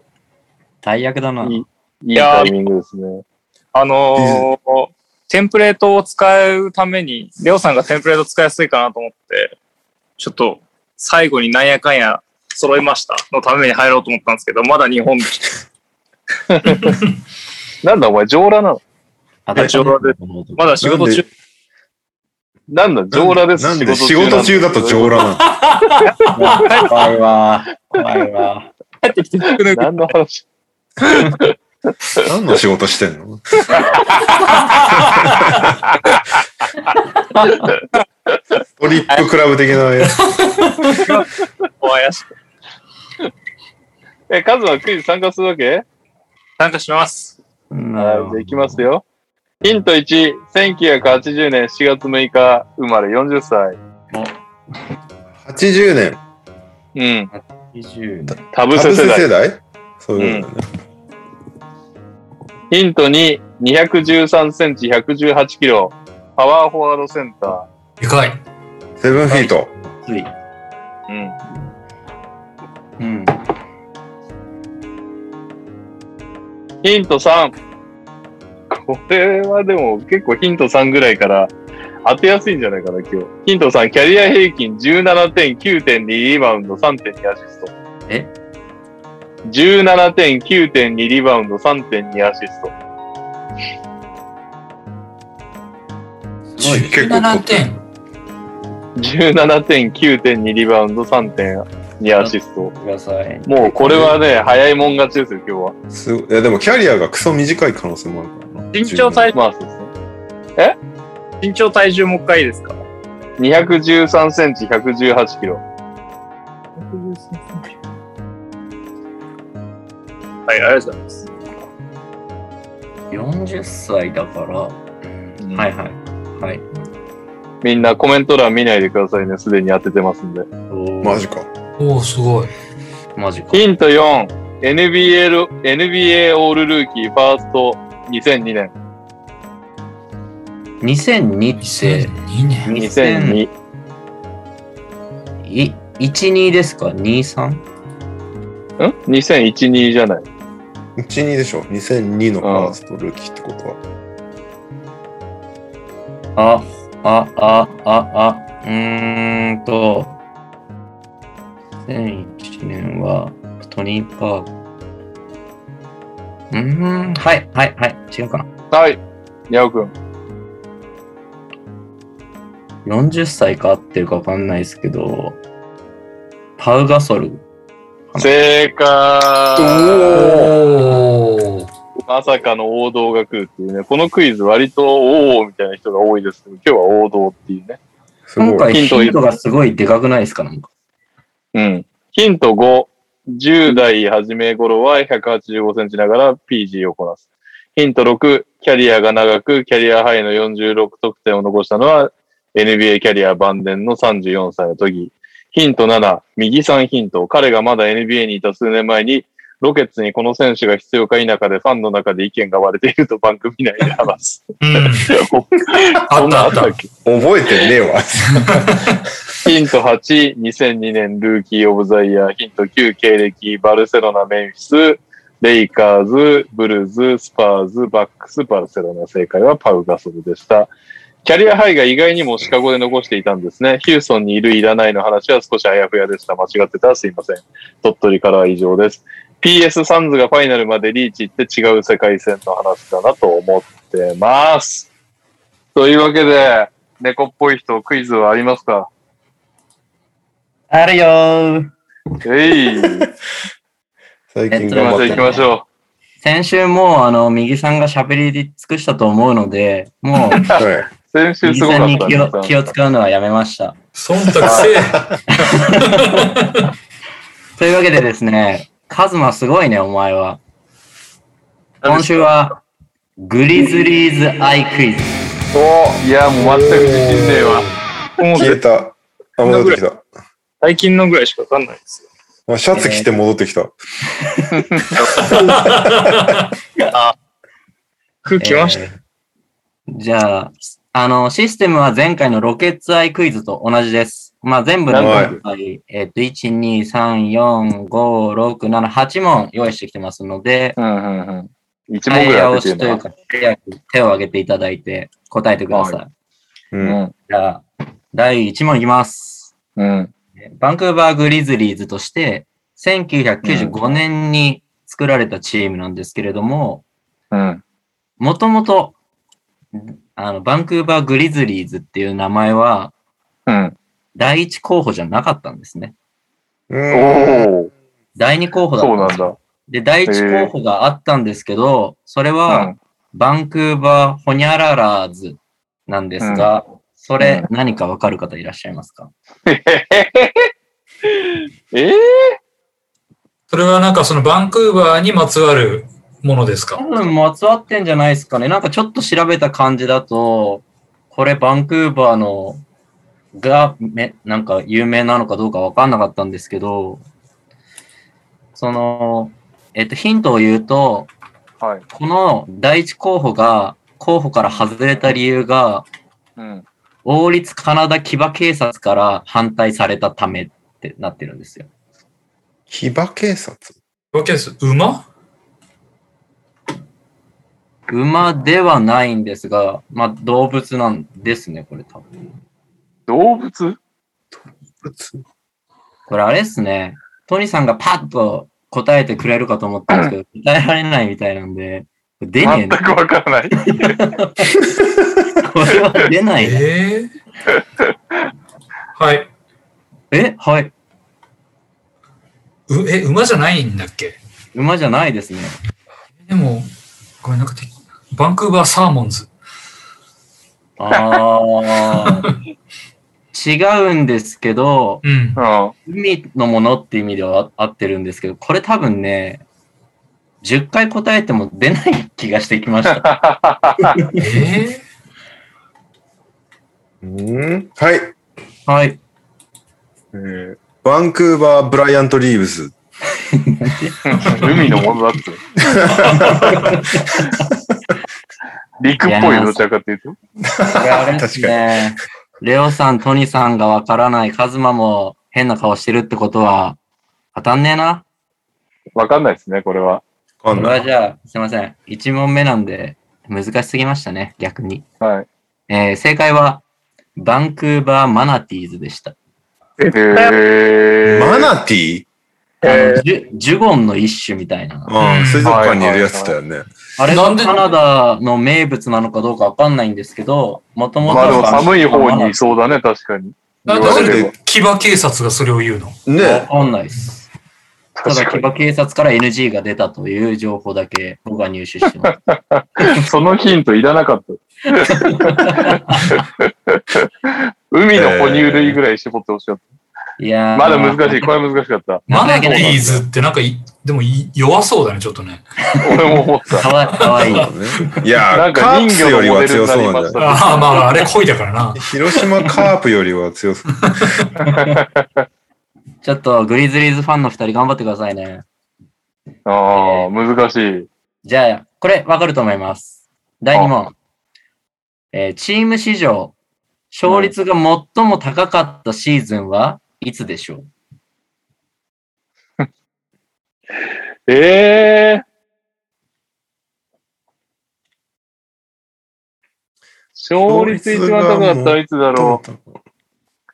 S5: 大役だない
S2: いいい
S6: や
S2: タ
S6: ー
S2: イミングですね。
S6: あのーテンプレートを使うために、レオさんがテンプレート使いやすいかなと思って、ちょっと最後になんやかんや揃いましたのために入ろうと思ったんですけど、まだ日本でした。
S2: なんだお前、上裸なの
S5: あ
S6: 大丈夫まだ仕事中。
S2: なんだ、上裸です。
S1: なんで仕事中だと上
S2: 裸。
S1: 裸なの
S5: 怖いわ。怖いわ。
S6: 帰ってきて服脱ぐ
S2: 何の話
S1: 何の仕事して んのストリップクラブ的なやつ。
S6: の怪しく
S2: え、カズマクイズ参加するわけ
S6: 参加します。
S5: な
S2: はい、じゃあ行きますよ。ヒント1、1980年7月6日生まれ40歳。
S1: 80年。
S2: うん。
S5: 20
S2: タブ
S1: タ
S2: セ
S1: ブ
S2: 世
S1: セ
S2: 代。
S1: 世代そういうことだね。
S2: ヒント2、213センチ118キロ。パワーフォワードセンタ
S3: でかい。
S1: セブンフィート。
S5: つい。
S2: ー。うん。
S5: うん。
S2: ヒント3。これはでも結構ヒント3ぐらいから当てやすいんじゃないかな、今日。ヒント3、キャリア平均17点、9.2リバウンド、3.2アシスト。
S5: え
S2: ?17 点、9.2リバウンド、3.2アシスト。
S1: すごい結構
S3: 17点。
S2: 17点、9.2リバウンド、3.2アシスト。
S5: ください。
S2: もうこれはね、早いもん勝ちですよ、今日は。
S1: すごいいや、でもキャリアがクソ短い可能性もあるからな。
S6: 身長体、
S2: まあそうですね。
S6: 身長体重もう一回いいですか
S2: 213センチ、118キロ。
S6: はい、ありがとうございます。
S5: 40歳だから。はいはい。はい。
S2: みんなコメント欄見ないでくださいね。すでに当ててますんで。
S5: おー
S1: マジか。
S3: おお、すごい。
S5: マジか。
S2: ヒント4、NBA ル、NBA オールルーキーファースト2002年。
S5: 2002って、
S3: 2002年。
S2: 2002。
S5: い12ですか ?23?
S2: ん ?2001、2じゃない。
S1: うちにでしょ。2002のファーストルーキーってことは。
S5: あ、あ、あ、あ、あ、うーんと、2001年はトニーパーク。うーん、はい、はい、はい、違うかな。
S2: はい。にゃおくん。
S5: 40歳か合ってるか分かんないですけど、パウガソル。
S1: かな。
S2: 正解
S3: おー
S2: まさかの王道が来るっていうね。このクイズ割と、おおみたいな人が多いですけど、今日は王道っていうね。
S1: す
S4: 今
S1: ごい。
S4: 回ヒントがすごいでかくないですかなんか。
S2: うん。ヒント5。10代初め頃は185センチながら PG をこなす。ヒント6。キャリアが長く、キャリアハイの46得点を残したのは、NBA キャリア晩年の34歳の時。ヒント7。右3ヒント。彼がまだ NBA にいた数年前に、ロケッツにこの選手が必要か否かでファンの中で意見が割れていると番組内で話す。
S3: うん。あ
S2: そ
S3: っ
S2: ん
S3: た
S2: な
S3: あ
S2: あ
S3: っ
S2: ったた。っけ
S1: 覚えてねえ わ。
S2: ヒント8、2002年ルーキー・オブ・ザ・イヤー。ヒント9、経歴、バルセロナ、メンフィス、レイカーズ、ブルーズ、スパーズ、バックス、バルセロナ。正解はパウ・ガソルでした。キャリアハイが意外にもシカゴで残していたんですね。ヒューソンにいるいらないの話は少しあやふやでした。間違ってたらすいません。鳥取からは以上です。PS サンズがファイナルまでリーチって違う世界線の話だなと思ってます。というわけで、猫っぽい人クイズはありますか
S4: あるよー。
S2: えい。
S1: 最
S4: え
S1: 近
S4: っと
S2: 行
S1: 頑張って
S2: きましょう、行きましょ。
S4: 先週もうあの、右さんが喋り尽くしたと思うので、もう、
S1: る。はいう
S2: 先週
S4: 右
S2: すごかっ
S4: さ
S2: た
S4: んに気を気を
S2: つ
S4: 使うのはやめました。
S3: 忖度せえ。
S4: というわけでですね、カズマすごいね、お前は。今週は、グリズリーズアイクイズ。
S2: いや、もう全く自信ねえわ。
S6: も
S1: 消
S6: う
S1: えた。あ、戻ってきた。
S6: 最近のぐらいしかわかんないですよ。
S1: あシャツ着て戻ってきた。
S6: 空気ました。
S4: えーじゃあ、あの、システムは前回のロケッツアイクイズと同じです。まあ、全部で
S1: はい
S4: 今回、えっと、1、2、3、4、5、6、7、8問用意してきてますので、
S2: うんうんうん。一問
S4: 早
S2: ぐらい
S4: 押
S2: 当て
S4: してという
S2: る
S4: か、早く手を挙げていただいて答えてください。
S1: うん。
S2: な。
S4: じゃあ、第1問いきます。
S2: うん。うん。
S4: バンクーバーグリズリーズとして、1995年に作られたチームなんですけれども、
S2: うん。
S4: もともと、あの、バンクーバーグリズリーズっていう名前は、
S2: うん。
S4: 第一候補じゃなかったんですね。
S1: うん。
S2: おお。
S4: 第二候補だった
S2: そうんな
S4: です
S2: んだ。
S4: で、第一候補があったんですけど、それ
S2: う
S4: は、
S2: ん。
S4: バンクーバーホニャララーズなんですが、それ
S2: う
S4: 何かわかる方いらっしゃいますか
S2: ええ
S3: それはなんかそのバンクーバーにまつわるものです
S4: 多
S3: か
S4: 分まつわってんじゃないですかね。なんかちょっと調べた感じだと、これバンクーバーのがめ、なんか有名なのかどうかわかんなかったんですけど、その、えっと、ヒントを言うと、
S2: はい。
S4: この第一候補が、候補から外れた理由が、
S2: うん。
S4: 王立カナダ騎馬警察から反対されたためってなってるんですよ。
S1: 騎馬警察
S3: わけです。馬
S4: 馬ではないんですが、まあ動物なんですね、これ多分。
S2: 動物
S4: これあれですね。トニーさんがパッと答えてくれるかと思ったんですけど、答えられないみたいなんで、これ出ねえ
S2: 全
S4: な。
S2: くわからない。
S4: これは出ないな。
S3: ええ はい。
S4: えはい。
S3: う、え、馬じゃないんだっけ
S4: 馬じゃないですね。
S3: でも、これなんかて、バンクーバーサーモンズ。
S4: あー。違うんですけど、
S3: うん。
S2: うん。
S4: 海のものって意味では合ってるんですけど、これ多分ね、10回答えても出ない気がしてきました。
S3: ええ
S1: うんはい。
S4: はい。
S1: えーバンクーバー・ブライアント・リーブス。
S2: 海のものだって。陸っぽいよどちらかっていうと。
S4: これ あれですね。レオさん、トニさんがわからない、カズマも変な顔してるってことは、当たんねえな。
S2: わかんないですね、これは。
S1: わか
S4: これ
S1: んな。
S4: はいじゃあ、すいません。1問目なんで、難しすぎましたね、逆に。
S2: はい。
S4: えー正解は、バンクーバーマナティーズでした。
S2: えー
S1: マナティー
S4: あ
S2: え
S4: のジュジュゴンの一種みたいな。
S1: う、
S2: うんん
S1: 水族館にいるやつだよね。
S4: あれ
S3: な
S4: が
S3: んで
S4: カナダの名物なのかどうかわかんないんですけど、もともと
S2: まあでも
S4: は
S2: 寒い方にいそうだね、確かに。
S3: なん
S2: 言わ
S1: な
S2: れ
S1: ん
S2: れ
S1: で
S2: ば
S3: 騎馬警察がそれを言うの
S1: ね
S4: わかんないです。ただ、
S2: 確
S4: 騎
S2: か
S4: 馬警察から NG が出たという情報だけ僕は入手し てます。
S2: に。そのヒントいらな かった。海の哺乳類ぐらい絞ってほしかった。
S4: いやー
S2: まだ難しい。これ難しかった。
S3: マナティーズってなんかい、でもい弱そうだね、ちょっとね。
S2: 俺も思った。
S4: かわかわいい。
S1: いや
S2: なん
S1: ー、 カ
S2: か
S1: ープ
S2: 人魚
S1: より
S2: のモ
S1: は
S2: デル
S1: 強
S2: にな
S1: そう
S2: りま
S1: なん
S2: し
S1: じゃ
S2: た。
S1: ない
S3: ああ、まあ、あれ恋だからな。
S1: 広島カープよりは強そう。
S4: ちょっとグリズリーズファンの二人頑張ってくださいね。
S2: ああ、難しい。
S4: じゃあ、これわかると思います。第2問。えーチーム史上、勝率が最も高かったシーズンはいつでしょう
S2: ええ勝率一番高かったらいつだ ろ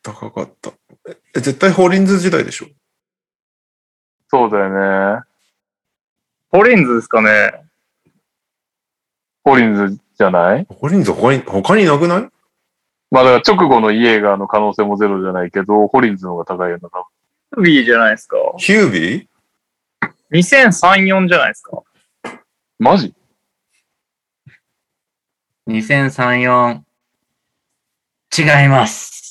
S1: 高かった。え、絶対ホーリンズ時代でしょ。
S2: う。そうだよね。
S6: ホリンズですかね。
S2: ホリンズじゃない
S1: ホーリンズ他に、他になくない
S2: まあだから直後のイエーガーの可能性もゼロじゃないけど、ホリンズの方が高いよな、多
S6: ルビーじゃないですか。
S1: ヒュービー
S6: 2003、4じゃないですか。
S2: 分。マジ
S4: ?2034。違います。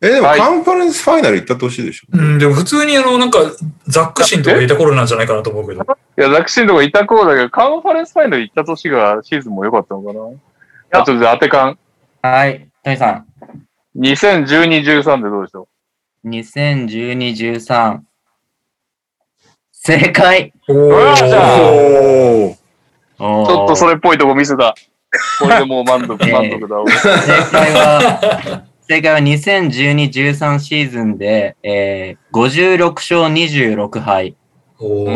S1: え、でも
S2: はい
S1: カンファレンスファイナル行った年でしょ。
S3: うん、でも普通にあの、なんか、ザックシンとかいた頃なんじゃないかなと思うけど。
S2: いや、ザクシンとかいた頃だけど、カンファレンスファイナル行った年がシーズンも良かったのかな。あ、ちょっと当て感。
S4: はい、トニさん。
S2: 2012-13でどうでしょ
S4: 2012-13。正解。
S3: お
S2: よっしゃ
S3: ー
S1: おー。
S4: ちょ
S2: うちょっとそ
S4: れ。
S2: れっぽいとこ見せた。これでもう満足、
S4: ええ
S2: 満足だ。俺
S4: 正解は、正解は2012-13シーズンで、えー、56勝26敗。
S3: おー
S1: お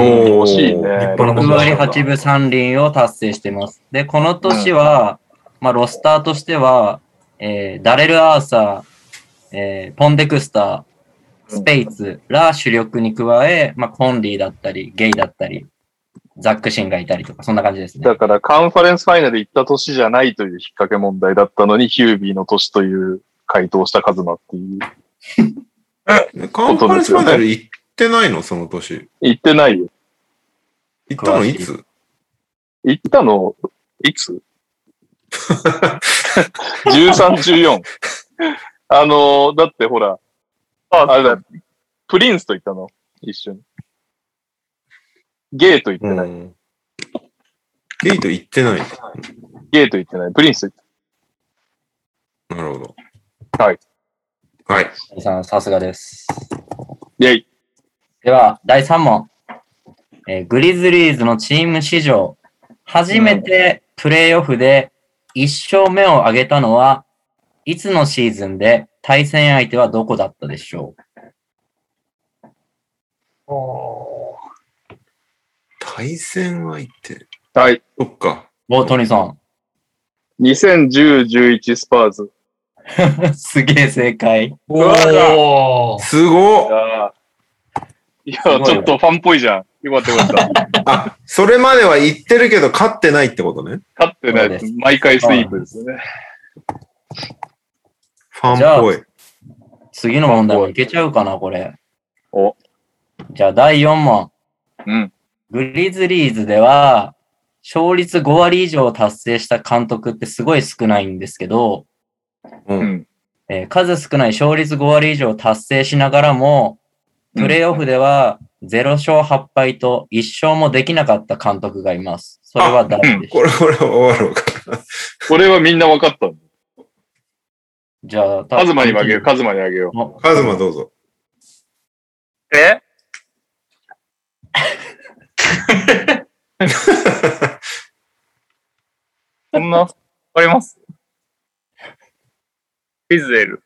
S1: ー
S2: 惜しいね。
S3: 立派なも
S4: 6
S3: んだ
S4: 割8分3厘を達成してます。で、この年は、まあ、ロスターとしては、えー、ダレル・アーサー、えー、ポン・デクスター、スペイツら主力に加え、まあ、コンリーだったり、ゲイだったり、ザック・シンがいたりとか、そんな感じですね。
S2: だからカンファレンスファイナル行った年じゃないという引っ掛け問題だったのに、ヒュービーの年という回答したカズマっていう。
S1: カンファレンスファイナル行ってないのその年。
S2: 行ってないよ。
S1: 行ったの
S4: 詳
S1: い
S4: しい
S1: つ
S2: 行ったの、いつ ?13、14。あのー、だってほら、ああれだ、プリンスと行ったの一緒に。ゲート行ってない。
S1: ん。ゲイト行ってない。
S2: ゲート行ってない。プリンスと行っ
S1: なるほど。
S2: はい。
S1: はい。
S4: 皆さん、さすがです。
S2: た。イェイ。
S4: では、第3問。えーグリズリーズのチーム史上、初めてプレーオフで1勝目を挙げたのは、いつのシーズンで対戦相手はどこだったでしょ
S1: 対戦は行って。
S2: はい。
S1: そっか。
S4: うお、トニーさ
S2: 2010、11スパーズ。
S4: ん。 すげえ正解。
S3: おー
S1: すごっ
S2: ああ。いや、ち
S4: ごいね
S2: ょっとファンっぽいじゃん。よかったよかった。
S1: あ、それまでは行ってるけど勝ってないってことね。
S2: 勝ってな
S4: そうで
S2: い
S4: す
S2: 毎回スイープですよね。
S1: ファンっぽい。
S4: 次の問題もいけちゃうかな、これ。
S2: お。
S4: じゃあ、第4問。
S2: うん。
S4: グリズリーズでは、勝率5割以上を達成した監督ってすごい少ないんですけど、
S1: うん
S2: うん
S4: えー数少ない勝率5割以上を達成しながらも、プレイオフでは0勝8敗と1勝もできなかった監督がいます。それは誰でし
S1: こ
S4: ょう
S1: れ、これ、終わろうか。
S2: これはみんな分かったの。
S4: じゃあ、た
S2: カズマにあげよう、カズマにあげよ
S4: お
S1: カズマどうぞ。
S6: えこんな、わかりますフィズエル。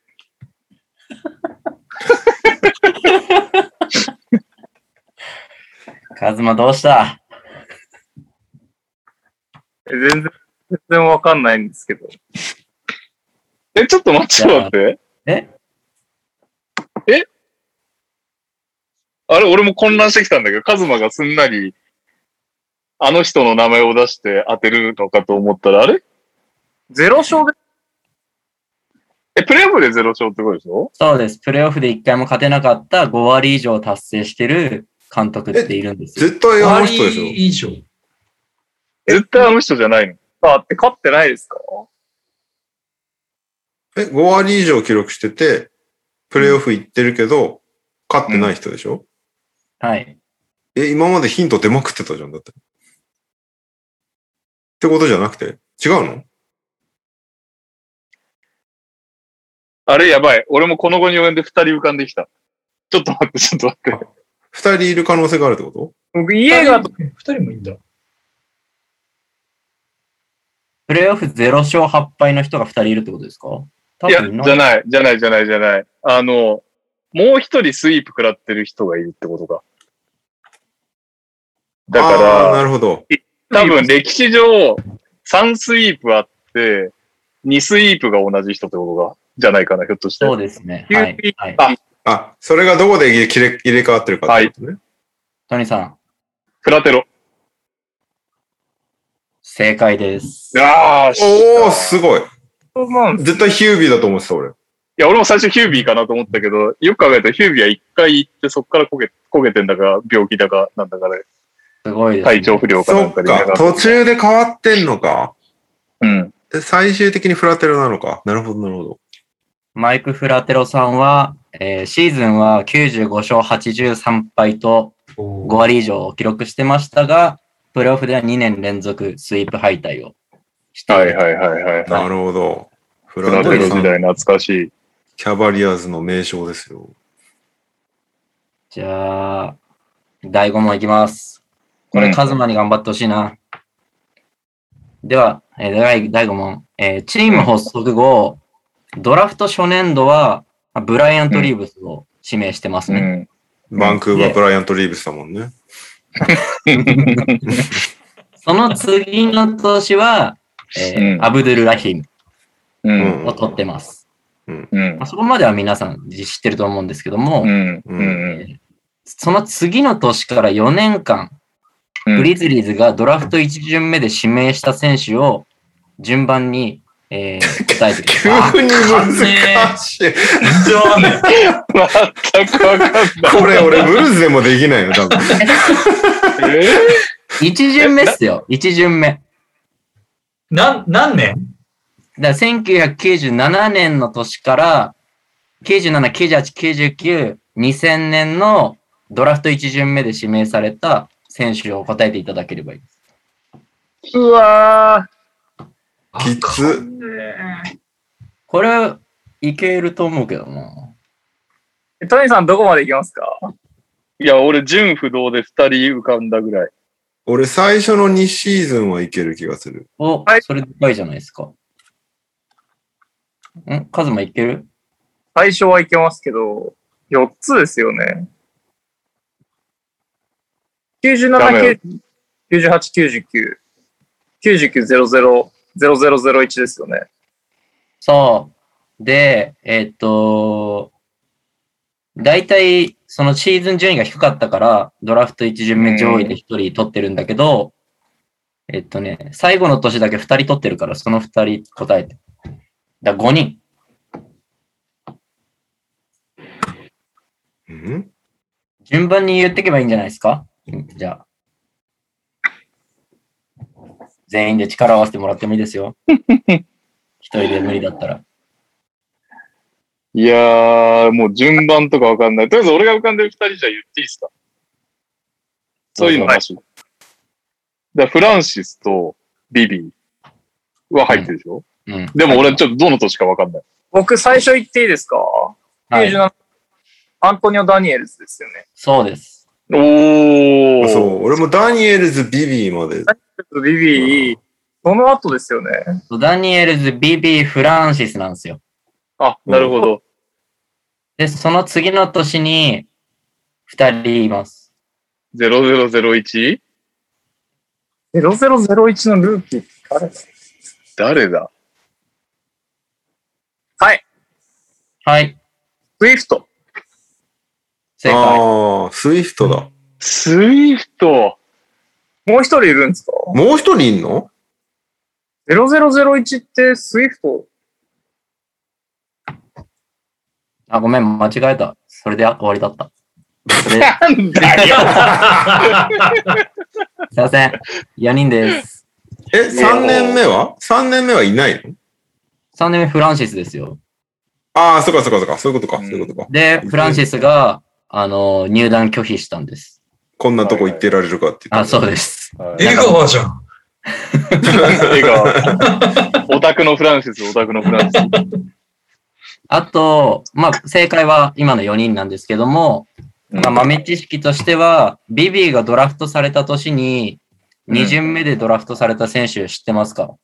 S4: カズマどうした
S6: え全然、全然わかんないんですけど。
S2: う。え、ちょっと待って、ちょっと待って。
S4: え
S2: えあれ、俺も混乱してきたんだけど、カズマがすんなり、あの人の名前を出して当てるのかと思ったら、あれ
S6: ゼロ勝で
S2: え、プレーオフで0勝ってことでしょ
S4: そうです。プレーオフで一回も勝てなかった5割以上達成してる監督っているんですよ。
S1: 絶対あの人で
S3: 5
S1: し
S3: 以上。
S2: 絶対あの人じゃないの。
S6: あって勝ってないですか
S1: ょ。え、5割以上記録してて、プレイオフ行ってるけど、勝ってない人でしょ、
S4: はい。
S1: え、今までヒント出まくってたじゃん、だって。ってことじゃなくて違うの
S2: あれやばい。俺もこの後に応援で2人浮かんできた。ちょっと待って、ちょっと待って。
S1: 二人いる可能性があるってこと
S6: 僕、家が、
S3: 2人もいいんだ。
S4: プレーオフ0勝8敗の人が2人いるってことですか多
S2: いや、
S4: 分い
S2: じゃ
S4: ない。
S2: ない、じゃない、じゃない、じゃない。あの、もう一人スイープ食らってる人がいるってことか。だ
S1: あー
S2: か
S1: なるほど。
S2: ら、多分歴史上3スイープあって、2スイープが同じ人ってことか。じゃないかな、ひょっとして。
S4: そうですね。はい
S2: 急に。
S4: はい、
S2: あ
S1: あ、それがどこで切れ入れ替わってるかってことね。
S4: トニーさん、
S2: プラテロ。
S4: 正解です。
S2: ああ、
S1: おー、すごい。
S6: そうなんです
S1: 絶対ヒュービーだと思ってた、俺。
S2: いや、俺も最初ヒュービーかなと思ったけど、よく考えたらヒュービーは一回行って、そこから焦げ、焦げてんだか、病気だか、なんだかで、
S4: すごいです、ね。
S2: 体調不良か
S1: そ
S2: なん
S1: っ
S2: かでいな
S1: か
S2: が、ら。
S1: 途中で変わってんのか。
S2: うん。
S1: で最終的にフラテロなのか。なるほど、なるほど。
S4: マイク・フラテロさんは、えーシーズンは95勝83敗と5割以上を記録してましたが、プレーオフでは2年連続スイープ敗退をしてい
S2: は
S4: る
S2: いはいはいはい。
S1: なるほど。フ
S2: プ
S1: ラ
S2: ラテ
S1: テ
S2: ロ
S1: ロさ
S2: 時
S1: ん、
S2: 代懐かしい。
S1: キャバリアーズの名称ですよ。
S4: じゃあ、第5問いきます。こ
S2: う
S4: れ、
S2: ん
S4: カズマに頑張ってほしいな。では、えー第第5問、えーチーム発足後、ドラフト初年度は、あブライアント・リーブスを指名してます
S2: う
S4: ね。
S2: ん。
S1: バンクーバ
S4: ね
S1: ー・ブライアント・リーブスだもんね。
S4: その次の年は、えー
S2: うん
S4: アブドゥル・ラヒム
S2: う。
S1: うんん
S4: を取ってます。
S2: うん
S4: まあ、。そこまでは皆さん知ってると思うんですけども、
S2: うん。
S1: う
S2: うんん。
S4: その次の年から4年間、
S2: うん
S4: グリズリーズがドラフト1巡目で指名した選手を順番に、えー答えてくだ
S1: 急
S4: さい。
S1: に難しい。
S3: じゃあね、
S2: 全くわかんない。
S1: これ俺ブルーズでもできないの、多 分。
S2: え
S4: 1巡目っすよ、1巡目。
S3: なん、 何年
S4: だから1997年の年から、97、98、99、2000年のドラフト1巡目で指名された選手を答えていただければいいです。
S2: ーうわ
S1: きつ。
S4: これ、いけると思うけどな。
S6: えトニーさんどこまで行きますか
S2: ーいや、俺、純不動で二人浮かんだぐらい。
S1: 俺最初の2シーズンはいける気がする。
S4: お、
S6: はい
S4: それでかいじゃないですか。んカズマいける
S6: 最初はいけますけど、4つですよね。
S2: ダメ
S6: 97
S2: よ、
S6: 98、99、99、00、0001ですよね。
S4: そう。で、えっと、大体、そのシーズン順位が低かったから、ドラフト1巡目上位で1人取ってるんだけど、えっとね、最後の年だけ2人取ってるから、その2人答えて。だ5人。
S1: うん
S4: 順番に言ってけばいいんじゃないですかじゃあ。全員で力を合わせてもらってもいいですよ。一人で無理だったら。
S2: いやー、もう順番とかわかんない。とりあえず、俺が浮かんでる二人じゃ言っていいですかそういうのなし。だからフランシスとビビは入ってるでしょ、
S4: うん。
S2: でも俺、ちょっとどの年かわかんない。
S6: 僕、最初行っていいですか、
S4: はい、
S6: ?97、アントニオ・ダニエルズですよね。
S4: そうです。
S2: おー。
S1: そう。俺もダニエルズ・ビビーまで。
S6: ビビー、その後ですよね。
S4: ダニエルズ、ビビー、フランシスなんですよ。
S2: あ、なるほど。
S4: で、その次の年に二人います。
S2: 0001?
S6: 0001のルーキーって誰ですか
S2: 誰だ
S4: はい、
S6: スイフト。
S4: 正解。
S1: ああ、スイフトだ。
S2: スイフト。
S6: もう一人いるんですか
S1: もう一人いんの
S6: ?0001 ってスイフト
S4: あ、ごめん、間違えた。それで終わりだった。それ、
S2: なんだよ
S4: すいません。4人です。
S1: え、3年目は ?3 年目はいないの
S4: 3年目フランシスですよ。
S1: ああ、そっかそっかそっか、そういうことか、そういうことか。
S4: で、フランシスが、あの、入団拒否したんです。
S1: こんなとこ行ってられるかって言
S4: あ、
S1: って。
S4: そうです。
S3: エリカバーじゃん。
S2: てか、オタクのフランシス、オタクのフランシス。
S4: あと、まあ、正解は今の4人なんですけども、まあ、豆知識としては、ビビーがドラフトされた年に、2巡目でドラフトされた選手知ってますか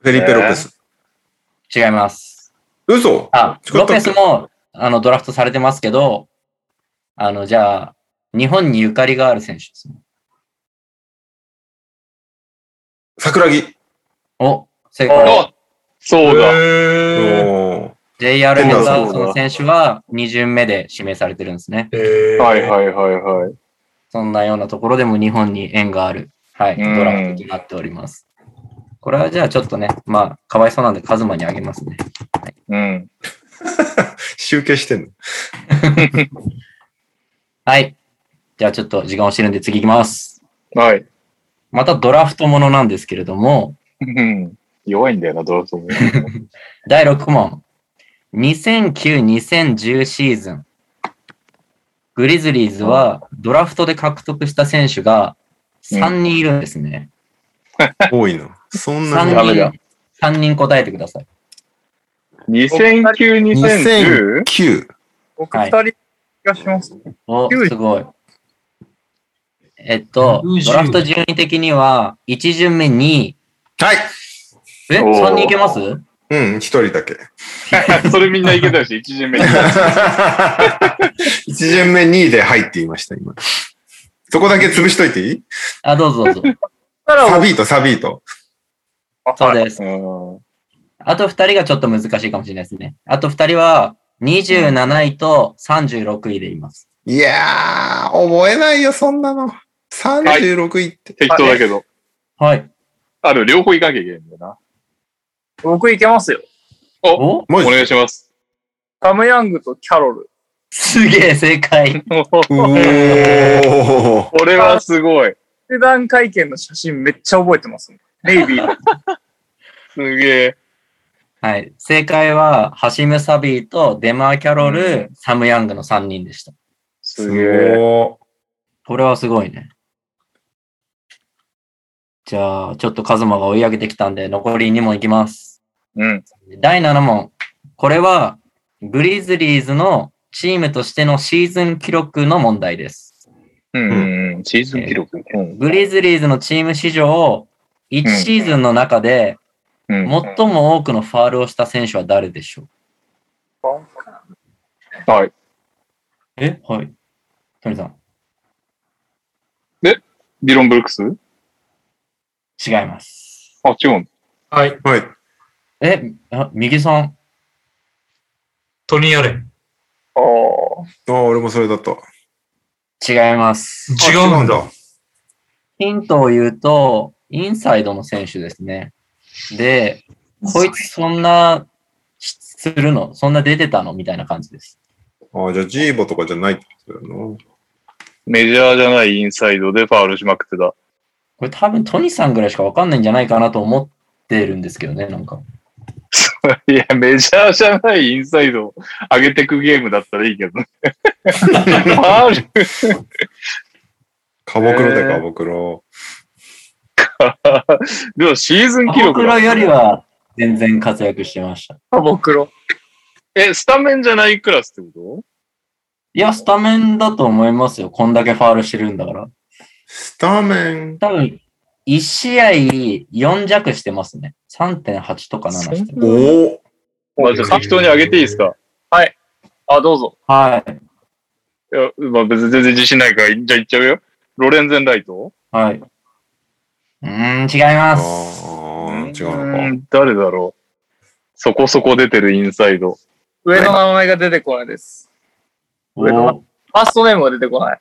S1: フェリペ・ロペス。
S4: 違います。
S1: 嘘
S4: あ、
S1: 違った
S4: ロ
S1: っけ
S4: ペスも、あの、ドラフトされてますけど、あの、じゃあ、日本にゆかりがある選手ですね。
S1: 桜木。
S4: お、正解。
S2: あそうだ。
S1: お
S3: へ
S1: ー
S4: JR
S1: 変
S4: ヘ
S1: な
S4: ンダーソン選手は2巡目で指名されてるんですね。
S3: え
S2: はいはいはいはい。
S4: そんなようなところでも日本に縁がある、はい、
S2: うん
S4: ドラフトとなっております。これはじゃあちょっとね、まあ、かわいそうなんでカズマにあげますね。
S2: うん。
S1: 集計してんの
S4: はい。じゃあちょっと時間をしてるんで次行きます。
S2: はい。
S4: またドラフトものなんですけれども、
S2: うん弱いんだよな、ドラフトも。
S4: 第6問。2009-2010シーズン、グリズリーズはドラフトで獲得した選手が3人いるんですね。
S1: 多いな。そんな
S4: 3
S1: に。
S2: ダメだ
S4: 人、3人答えてください。
S2: 2009、2010?
S1: 2009。
S2: 僕
S4: はい
S2: 人気がします。
S4: お、
S2: 90
S4: すごい。えっと、
S3: 90
S4: ドラフト順位的には、1巡目2位。
S1: はい。
S4: え、
S2: おー
S4: 3人いけます
S1: うん、一人 だけ。
S2: それみんないけたし、1巡目に。
S1: 一巡目2位で入って言いました、今。そこだけ潰しといていい
S4: あ、どうぞどうぞ。
S1: サビート、サビート。
S4: そうです。
S2: うん
S4: あと2人がちょっと難しいかもしれないですね。あと2人は、27位と36位でいます。
S1: いやー、覚えないよ、そんなの。36位って。
S2: 適当だけど。
S4: はい。
S2: ある両方行かなきゃいけないんだよな。
S6: 僕いけますよ。
S4: お
S2: お
S1: マジ
S2: 願いします。
S6: タムヤングとキャロル。
S4: すげえ、正解。
S1: おー
S2: これはすごい。
S6: 球団会見の写真めっちゃ覚えてますもん。ネイビーの。
S2: すげえ。
S4: はい。正解は、ハシム・サビーとデマー・キャロル、サム・ヤングの3人でした。
S2: すげえ。
S4: これはすごいね。じゃあ、ちょっとカズマが追い上げてきたんで、残り2問いきます。
S2: うん。
S4: 第7問。これは、グリズリーズのチームとしてのシーズン記録の問題です。
S2: うんうんうん。シーズン記録。うん
S4: グリズリーズのチーム史上、1シーズンの中で、
S2: うん。
S4: 最も多くのファールをした選手は誰でしょう
S2: はい。
S4: えはい。トニー
S2: ディロン・ブルックス
S4: さん、違います。
S2: あ、違うん。
S3: はい。
S1: はい。
S4: え、あ右さん。
S3: トニー・アレン。
S6: あー
S1: ああ、俺もそれだった。
S4: 違います。
S3: 違うんだ。。
S4: ヒントを言うと、インサイドの選手ですね。で、こいつそんなしするのそんな出てたのみたいな感じです。
S1: ああ、じゃあ、ジーボとかじゃないってことだよ
S2: メジャーじゃないインサイドでファールしまくってた。
S4: これ多分トニーさんぐらいしかわかんないんじゃないかなと思ってるんですけどね、なんか。
S2: いや、メジャーじゃないインサイドを上げてくゲームだったらいいけどね。ファール
S1: な。カボクロだよ、カボクロ。
S2: でもシーズン記録
S4: 僕
S2: だ
S4: らよりは全然活躍してました。
S6: タボクロ。
S2: え、スタメンじゃないクラスってこ
S4: いや、スタメンだと思いますよ。こんだけファールしてるんだから。
S1: スタメン。
S4: 多分、1試合4弱してますね。3.8とか7して
S1: お
S4: る。
S1: お
S2: とまあ、じゃあ適当に上げていいですか
S6: あ、どうぞ。
S4: はい。
S2: いや、まあ別に全然自信ないから、じゃあいっちゃうよ。ロレンゼン・ライト
S4: はい。うーん、違い
S1: あ
S4: ます。
S1: あ、違う
S2: う
S1: のか。
S2: ん誰だろうそこそこ出てるインサイド。
S6: 上の名前が出てこないです。
S4: おー
S6: ファーストネームが出てこない。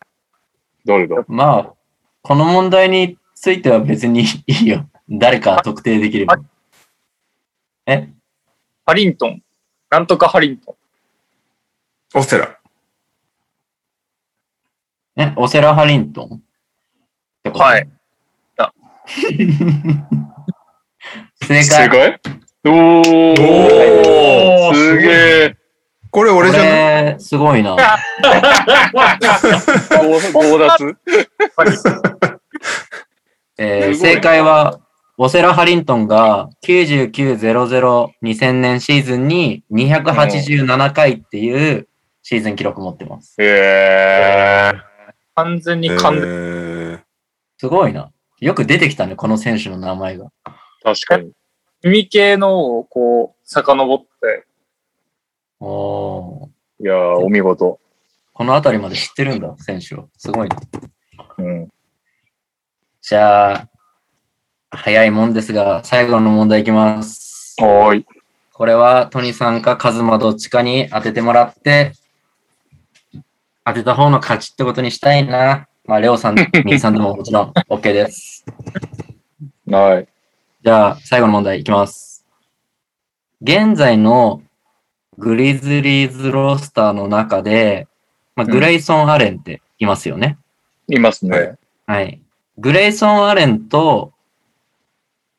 S2: 誰だ
S4: まあ、この問題については別にいいよ。 誰か特定できれば。え
S6: ハリントン。なんとかハリントン。
S1: オセラ。
S4: え、オセラ・ハリントンってこと
S6: はい。
S4: 正
S2: 正
S4: 解。
S2: 解おーすげえ
S1: これ
S4: こ
S1: 俺じゃない
S4: れ、すごいな。
S2: 強奪
S4: えー正解は、オセラ・ハリントンが99002000年シーズンに287回っていうシーズン記録持ってます。
S2: えー
S6: 完全に
S1: え
S6: 完全、
S1: ー
S4: すごいな。よく出てきたね、この選手の名前が。
S2: 確かに。
S6: 海系のをこう、遡って、
S4: おー
S2: いやー、お見事。
S4: この辺りまで知ってるんだ、選手は。すごいな。
S2: うん。
S4: じゃあ、早いもんですが、最後の問題いきます。
S2: はーい。
S4: これは、トニさんかカズマどっちかに当ててもらって、当てた方の勝ちってことにしたいな。まあ、レオさん、ミキさんでももちろん OK です。
S2: はい。
S4: じゃあ、最後の問題いきます。現在のグリズリーズロースターの中で、まあ、グレイソン・アレンっていますよね。
S2: います
S1: は
S2: ね
S1: い。
S4: はい。グレイソン・アレンと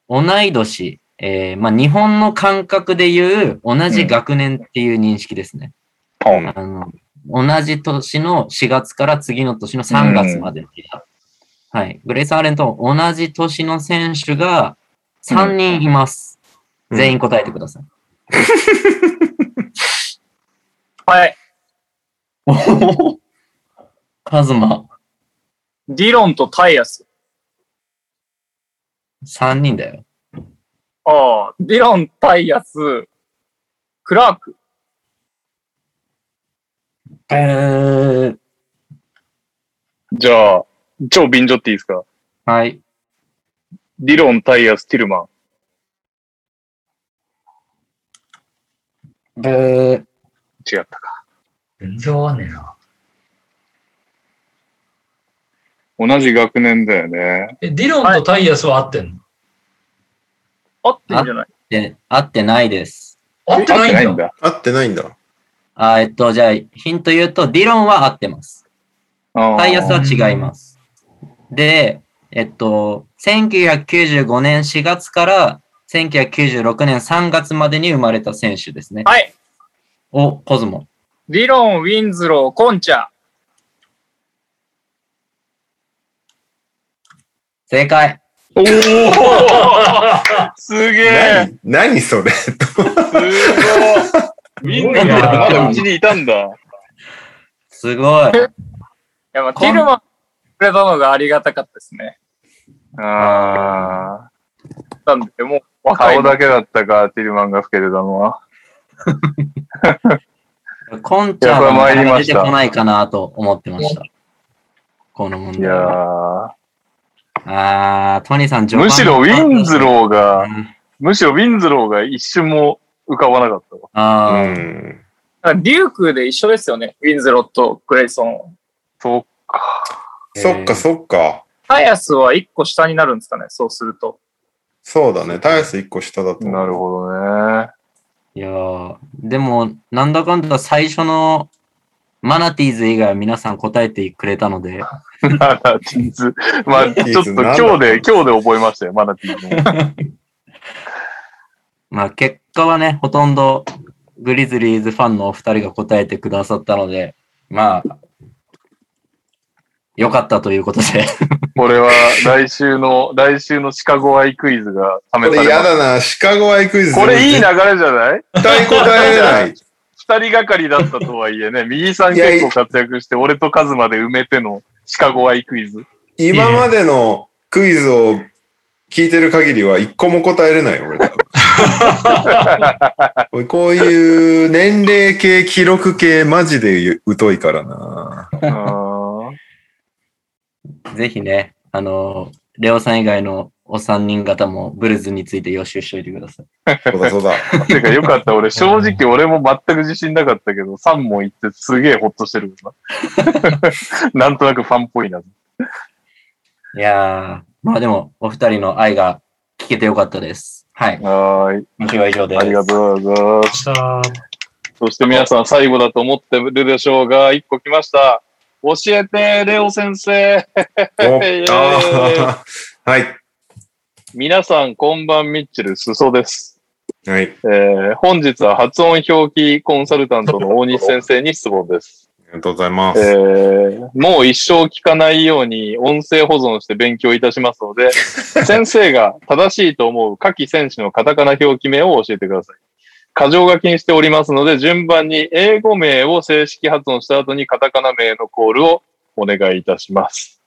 S4: 同い年、えーまあ、日本の感覚でいう同じ学年っていう認識ですね。
S2: ポン。
S4: あの同じ年の4月から次の年の3月までの間はい。グレイソン・アレンと同じ年の選手が3人います。
S1: うん
S4: 全員答えてください。
S6: はい。
S4: おおカズマ、
S6: ディロンとタイヤス。
S4: 3人だよ。
S6: ああ、ディロン、タイヤス、クラーク。
S4: えー、
S2: じゃあ、超便乗っていいですか
S4: はい。
S2: ディロン、タイヤス、ティルマン。
S4: ブー
S2: 違ったか。
S3: 全然わかんねえな。
S2: 同じ学年だよね。
S3: え、ディロンとタイヤスは合ってんの
S6: 合ってんじゃない
S4: で、合ってないです。
S3: 合って
S2: 合っ
S3: な
S2: てないい
S3: ん
S2: ん
S3: だ。
S2: だ。
S1: 合ってないんだ。
S4: あーえっと、じゃあ、ヒント言うと、ディロンは合ってます。
S2: あー
S4: タイヤスは違います。で、えっと、1995年4月から1996年3月までに生まれた選手ですね。
S6: はい。
S4: お、コズモ。
S6: ディロン、ウィンズロー、コンチャ。
S4: 正解。
S2: おーす げえ
S1: 何何それ
S2: すごいみんなまだうちにいたんだ。
S4: すごい。
S6: や
S4: コン
S6: っぱ、ティルマンくれたのがありがたかったですね。
S2: あ
S6: なんで、もう、
S2: あ。顔だけだったか、ティルマンが老けてたのは。
S4: コンちゃん
S2: いやこれ参り
S4: は
S2: ま
S4: 出
S2: した
S4: てこないかなと思ってました。この問
S2: い
S4: 題
S2: や
S4: は。あー、トニーさん、
S2: ーむしろウィンズ
S4: ー。
S2: ローが、
S4: うん
S2: むしろウィンズローが一瞬も浮かばなかったわ。
S1: う
S4: あー、
S1: ん。
S6: なんかデュークで一緒ですよね。ウィンズローとグレイソン。
S2: そう
S1: そっかそっか。
S6: タイヤスは一個下になるんですかね、そうすると。
S1: そうだね。タイヤス1個下だと思う。
S2: なるほどね。
S4: いやーでも、なんだかんだ最初のマナティーズ以外は皆さん答えてくれたので、
S2: マナティーズ。まあ、
S1: ティ
S2: ち
S1: ー
S2: ょっ
S1: ズ
S2: と
S1: なん
S2: 今
S1: だ
S2: 日で、今日で覚えましたよ、マナティーズ も。
S4: まあ結果はね、ほとんどグリズリーズファンのお二人が答えてくださったので、まあ、良かったということで。
S2: これは来週の、来週のシカゴアイクイズが試
S1: こ
S2: さ
S1: れ
S2: れ
S1: や
S2: ます。
S1: だな。シカゴアイクイズ。
S2: これいい流れじゃない
S1: 絶対答えない。
S2: 二人がかりだったとはいえね、右さん結構活躍して、俺とカズマで埋めてのシカゴアイクイズ。
S1: 今までのクイズを聞いてる限りは一個も答えれないよ、俺だ。 俺こういう年齢系、記録系、マジで疎いからな。
S2: うーん
S4: ぜひね、あのーレオさん以外のお三人方もブルズについて予習しておいてください。
S1: そうだそう だ。
S2: てかよかった、俺正直俺も全く自信なかったけど、3問いってすげえほっとしてるもんな。 なんとなくファンっぽいな。
S4: いやー、まあでも、お二人の愛が聞けてよかったです。はい。
S2: はーい。
S4: 今週は以上です。
S2: ありがとうございます。
S3: さあ
S2: そして皆さん最後だと思ってるでしょうが、一個来ました。教えて、レオ先生。
S1: お
S2: えー
S1: あー はい。
S2: 皆さん、こんばんミッチェル、すそです。
S1: はい。
S2: えー本日は発音表記コンサルタントの大西先生に質問です。
S1: ありがとうございま
S2: え
S1: す。
S2: ーもう一生聞かないように音声保存して勉強いたします ので、先生が正しいと思う下記選手のカタカナ表記名を教えてください。箇条書きにしておりますので、順番に英語名を正式発音した後にカタカナ名のコールをお願いいたします。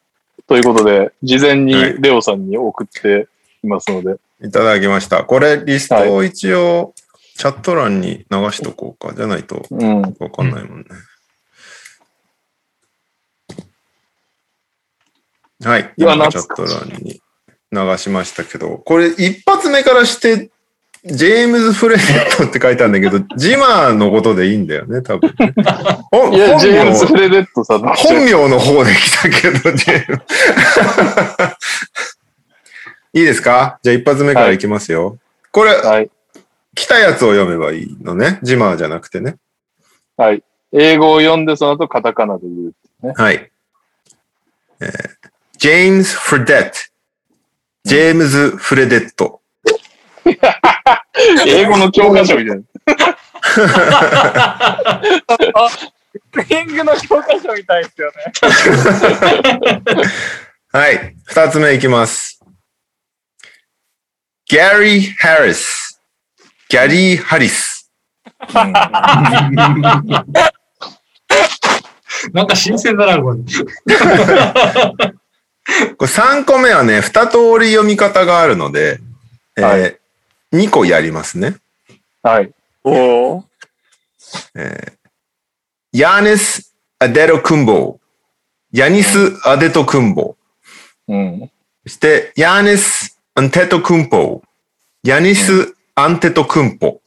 S2: ということで、事前に
S1: はい
S2: レオさんに送っていますので、
S1: いただきました。これ、リストを一応、チャット欄に流しとこうか。じゃないと、
S2: うん。
S1: わかんないもんね。はい。
S2: うわ
S1: 今、チャッ
S2: 懐
S1: ト欄に流しましたけど、これ、一発目からして、ジェームズ・フレットって書いたんだ けど、ジマーのことでいいんだよね、多分。ほん
S2: いや、ジェームズ・フ
S1: 本
S2: レデットさん
S1: 名、本名の方で来たけど、ジェームズ。 いいですかじゃあ一発目からいきますよ。これ、
S2: はい。
S1: 来たやつを読めばいいのね。ジマーじゃなくてね。
S2: はい。英語を読んで、その後カタカナで言う。
S1: はい。えー、ジェームズ・フレデット。ジェームズ・フレデット。
S2: 英語の教科書みたいな。
S7: リングの教科書みたいですよね。
S1: はい。二つ目いきます。ギャリー・ハリス。ギャリー・ハリス。
S3: なんか新鮮だな、これ。
S1: これ三個目はね、二通り読み方があるので、えー
S2: は
S1: 二個やりますね。
S2: はい。
S6: おお。
S1: ヤーネス・アデロ・クンボー。ヤニス・アデト・クンボー。
S2: うん。
S1: そして、ヤーネス・アンテト・クンポ。ヤニス・アンテト・クンポ。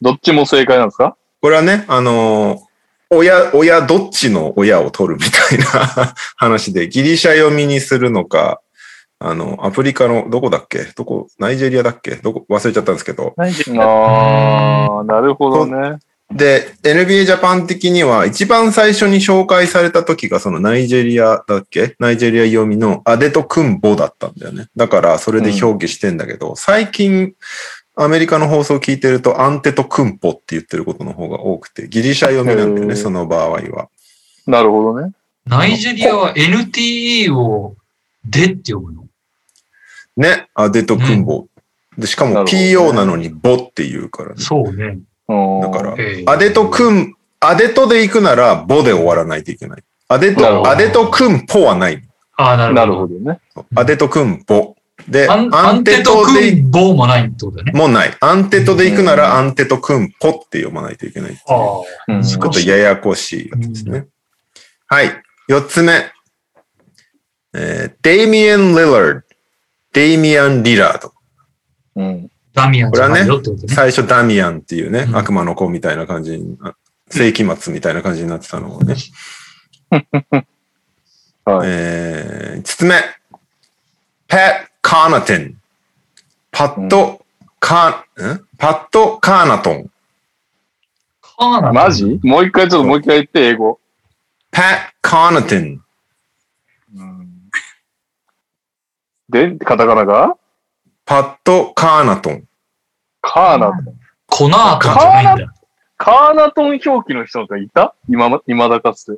S2: どっちも正解なんですか
S1: これはね、あのー親、親、どっちの親を取るみたいな 話で、ギリシャ読みにするのか、あの、アフリカの、どこだっけどこ、ナイジェリアだっけどこ、忘れちゃったんですけど。
S2: ああ、なるほどね。
S1: で、NBA ジャパン的には、一番最初に紹介された時が、そのナイジェリアだっけナイジェリア読みのアデトクンボだったんだよね。だから、それで表記してんだけど、最近、アメリカの放送を聞いてると、アンテトクンポって言ってることの方が多くて、ギリシャ読みなんだよ
S2: へー
S1: ね、その場合は。
S2: なるほどね。
S3: ナイジェリアは NTE をでって呼ぶの
S1: ね、アデトクンボ。で、しか
S2: なる
S1: も
S2: ほどね
S1: PO なのにボって言うからね。
S3: そうね。
S1: だ
S2: だ
S1: から、
S3: ええ
S1: アデトくん、アデトで行くなら、ボで終わらないといけない。アデ
S2: なるほ
S1: ト、
S2: ど
S1: アデトくんぽはない。
S3: ああ、なるほど。
S2: なるほどね。
S1: アデトくんぽ。で、
S3: アンア
S1: ア
S3: ン
S1: ン
S3: テ
S1: テ
S3: と
S1: トで
S3: ク
S1: い、
S3: ンボもないってことだね。
S1: もうない。アンテトで行くなら、アンテトくんぽって読まないといけない。ち
S3: あ
S1: ょ
S2: うん
S3: そ
S1: っとややこしいやつですね。はい。四つ目。えーデイミアン・リラード。デイミアン・リラード。
S2: うん。
S3: あ、ダミアンじゃないよってことね。
S1: 最初ダミアンっていうね、
S3: うん
S1: 悪魔の子みたいな感じに、あ世紀末みたいな感じになってたのをね。
S2: はい
S1: えー、5つ目。パット・カーナテン。パット・カー、んパット・カーナトン。
S3: カーナ
S2: マジもう一回ちょっともう一回言って、英語。
S1: パット・カーナテン。
S2: で、カタカナが
S1: パット・カーナトン。
S2: カーナトン。
S3: コナートじゃないんだ。
S2: カーナトン表記の人なんかいた今ま、今だかつ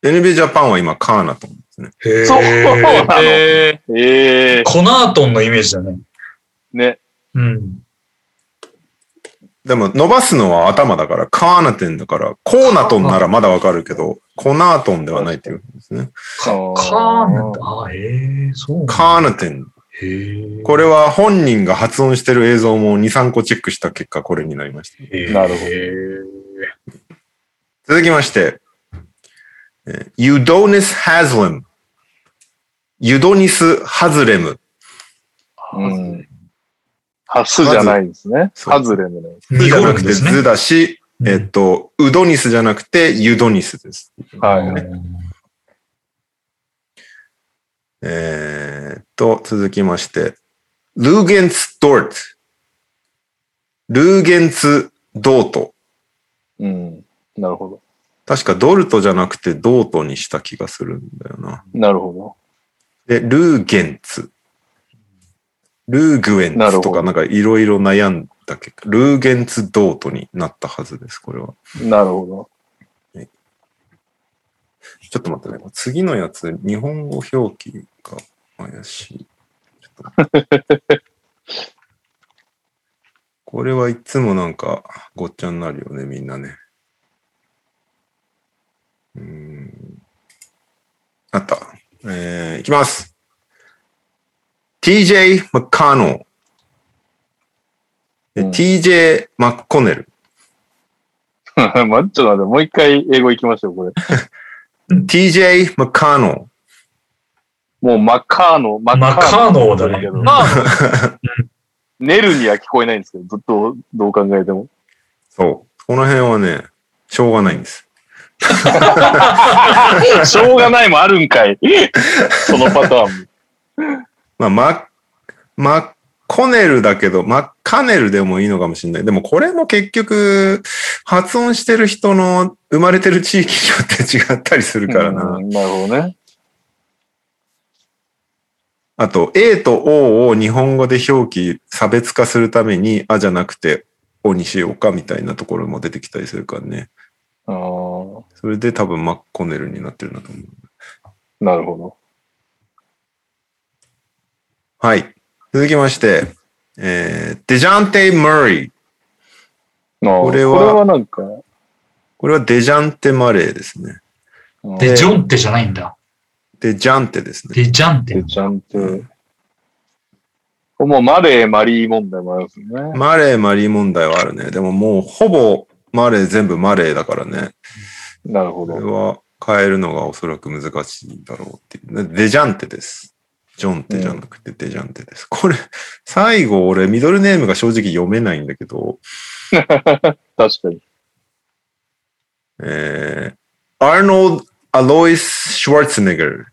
S2: て。
S1: NBA ジャパンは今、カーナトンですね。
S3: へ
S2: そうなの。
S6: え
S2: ええ
S3: コナートンのイメージだね。
S2: ね。
S3: うん。
S1: でも、伸ばすのは頭だから、カーナテンだから、コーナトンならまだわかるけど、コナートンではないっていうことですね。
S3: カ
S2: あー
S3: カーナトン。あ、ええ、そうなんだ。
S1: カーナテン。
S3: へえ。
S1: これは本人が発音してる映像も2、3個チェックした結果、これになりました。
S2: なるほど。
S1: 続きまして、えーユドニス・ハズレム。ユドニス・ハズレム。
S2: うん。ハスじゃないですね。
S1: そう
S2: ハズレムね。
S1: ズ
S3: 見
S1: じゃ
S3: 頃
S1: なくて
S3: ですね。
S1: ズだし、
S3: うん
S1: えっと、ウドニスじゃなくてユドニスです。
S2: はい。
S1: えーっと、続きまして、ルーゲンツ・ドート。ルーゲンツ・ドート。
S2: うん。なるほど。
S1: 確かドルトじゃなくてドートにした気がするんだよな。
S2: なるほ
S1: で、ルーゲンツ。ルーグエンツとかなんかいろいろ悩んだ結果、ルーゲンツドートになったはずです、これは。
S2: ど。なるほど。
S1: ちょっと待ってね。次のやつ、日本語表記が怪しい。ちょっと待ってこれはいつもなんかごっちゃになるよね、みんなね。うーん。あった。えー、いきます。TJ マッカーノー。で
S2: うん
S1: TJ マッコネル。
S2: ま、ちょっと 待って、もう一回英語行きましょう、これ。
S1: TJ マッカーノー。
S2: もうマッカーノ、マ
S3: マカーノだね
S2: マネルには聞こえないんですけど、どどうどう考えても。
S1: そう。この辺はね、しょうがないんです。
S2: しょうがないもあるんか い。そのパターンも。
S1: まあ、マッ、マッコネルだけど、マッカネルでもいいのかもしれない。でもこれも結局、発音してる人の生まれてる地域によって違ったりするからな。
S2: うんなるほどね。
S1: あと、A と O を日本語で表記、差別化するために、あじゃなくて、O にしようかみたいなところも出てきたりするからね。
S2: あー
S1: それで多分マッコネルになってるんだと思う。
S2: なるほ
S1: はい。続きまして、えー、デジャンテ・マリー。
S2: ど。
S1: これは
S2: これはなんか、
S1: これはデジャンテ・マレーですね。
S2: うん
S3: で、ジョンってじゃないんだ。
S1: デジャンテですね。
S3: で、ジャンって
S2: で。ちゃんと。もうマレー、マリー問題もありますよね。
S1: マレー、マリー問題はあるね。でももうほぼマレー全部マレーだからね。
S2: なるほ
S1: これ
S2: ど。
S1: は変えるのがおそらく難しいんだろうっていう。デジャンテです。ジョンテじゃなくてデジャンテです。これ、最後俺ミドルネームが正直読めないんだけど、
S2: 確かに。
S1: えー、アーノルド・アロイス・シュワルツェネッガー。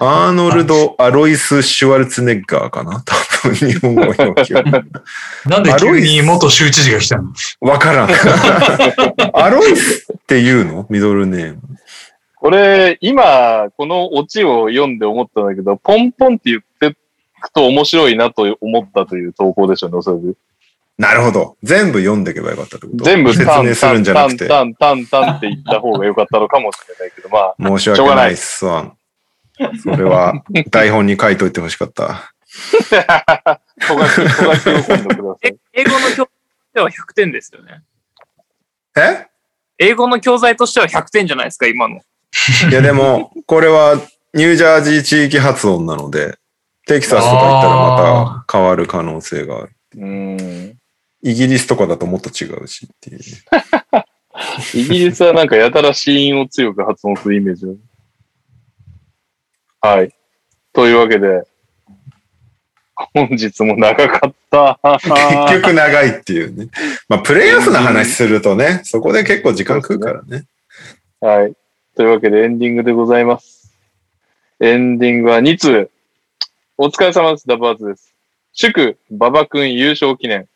S1: アーノルド・アロイス・シュワルツェネッガーかな多分日本語表記は。
S3: なんで急に元州知事が来たの
S1: わからん。 アロイスって言うのミドルネーム。
S2: これ、今、このオチを読んで思ったんだけど、ポンポンって言ってくと面白いなと思ったという投稿でしたね、おそらく。
S1: なるほど。全部読んでいけばよかったってこと
S2: 全部
S1: 説
S2: タン
S1: 明す
S2: タ
S1: るん
S2: ン
S1: じゃな
S2: タ
S1: く
S2: ン
S1: て。
S2: タンタンタンって言った方が良かったのかもしれないけど、ま
S1: 申
S2: あ、
S1: し
S2: しょう
S1: 訳
S2: が
S1: な
S2: ない
S1: っ
S2: い
S1: すわん。それは台本に書いといてほしかった。
S2: 小書き、小書きを今度くださ
S7: え
S2: い。
S7: 英語の教材としては100点ですよね。
S1: え
S7: 英語の教材としては100点じゃないですか、今の。
S1: いやでも、これはニュージャージー地域発音なので、テキサスとか行ったらまた変わる可能性がある。
S2: うん。
S1: イギリスとかだともっと違うしっていう。
S2: イギリスはなんかやたら子音を強く発音するイメージある。はい。というわけで、本日も長か った。
S1: 結局長いっていうね。まあ、プレイオフの話するとね、そこで結構時間食うからね。
S2: はい。というわけでエンディングでございます。エンディングは2通。お疲れ様です。ダバーズです。祝、馬場くん優勝記念。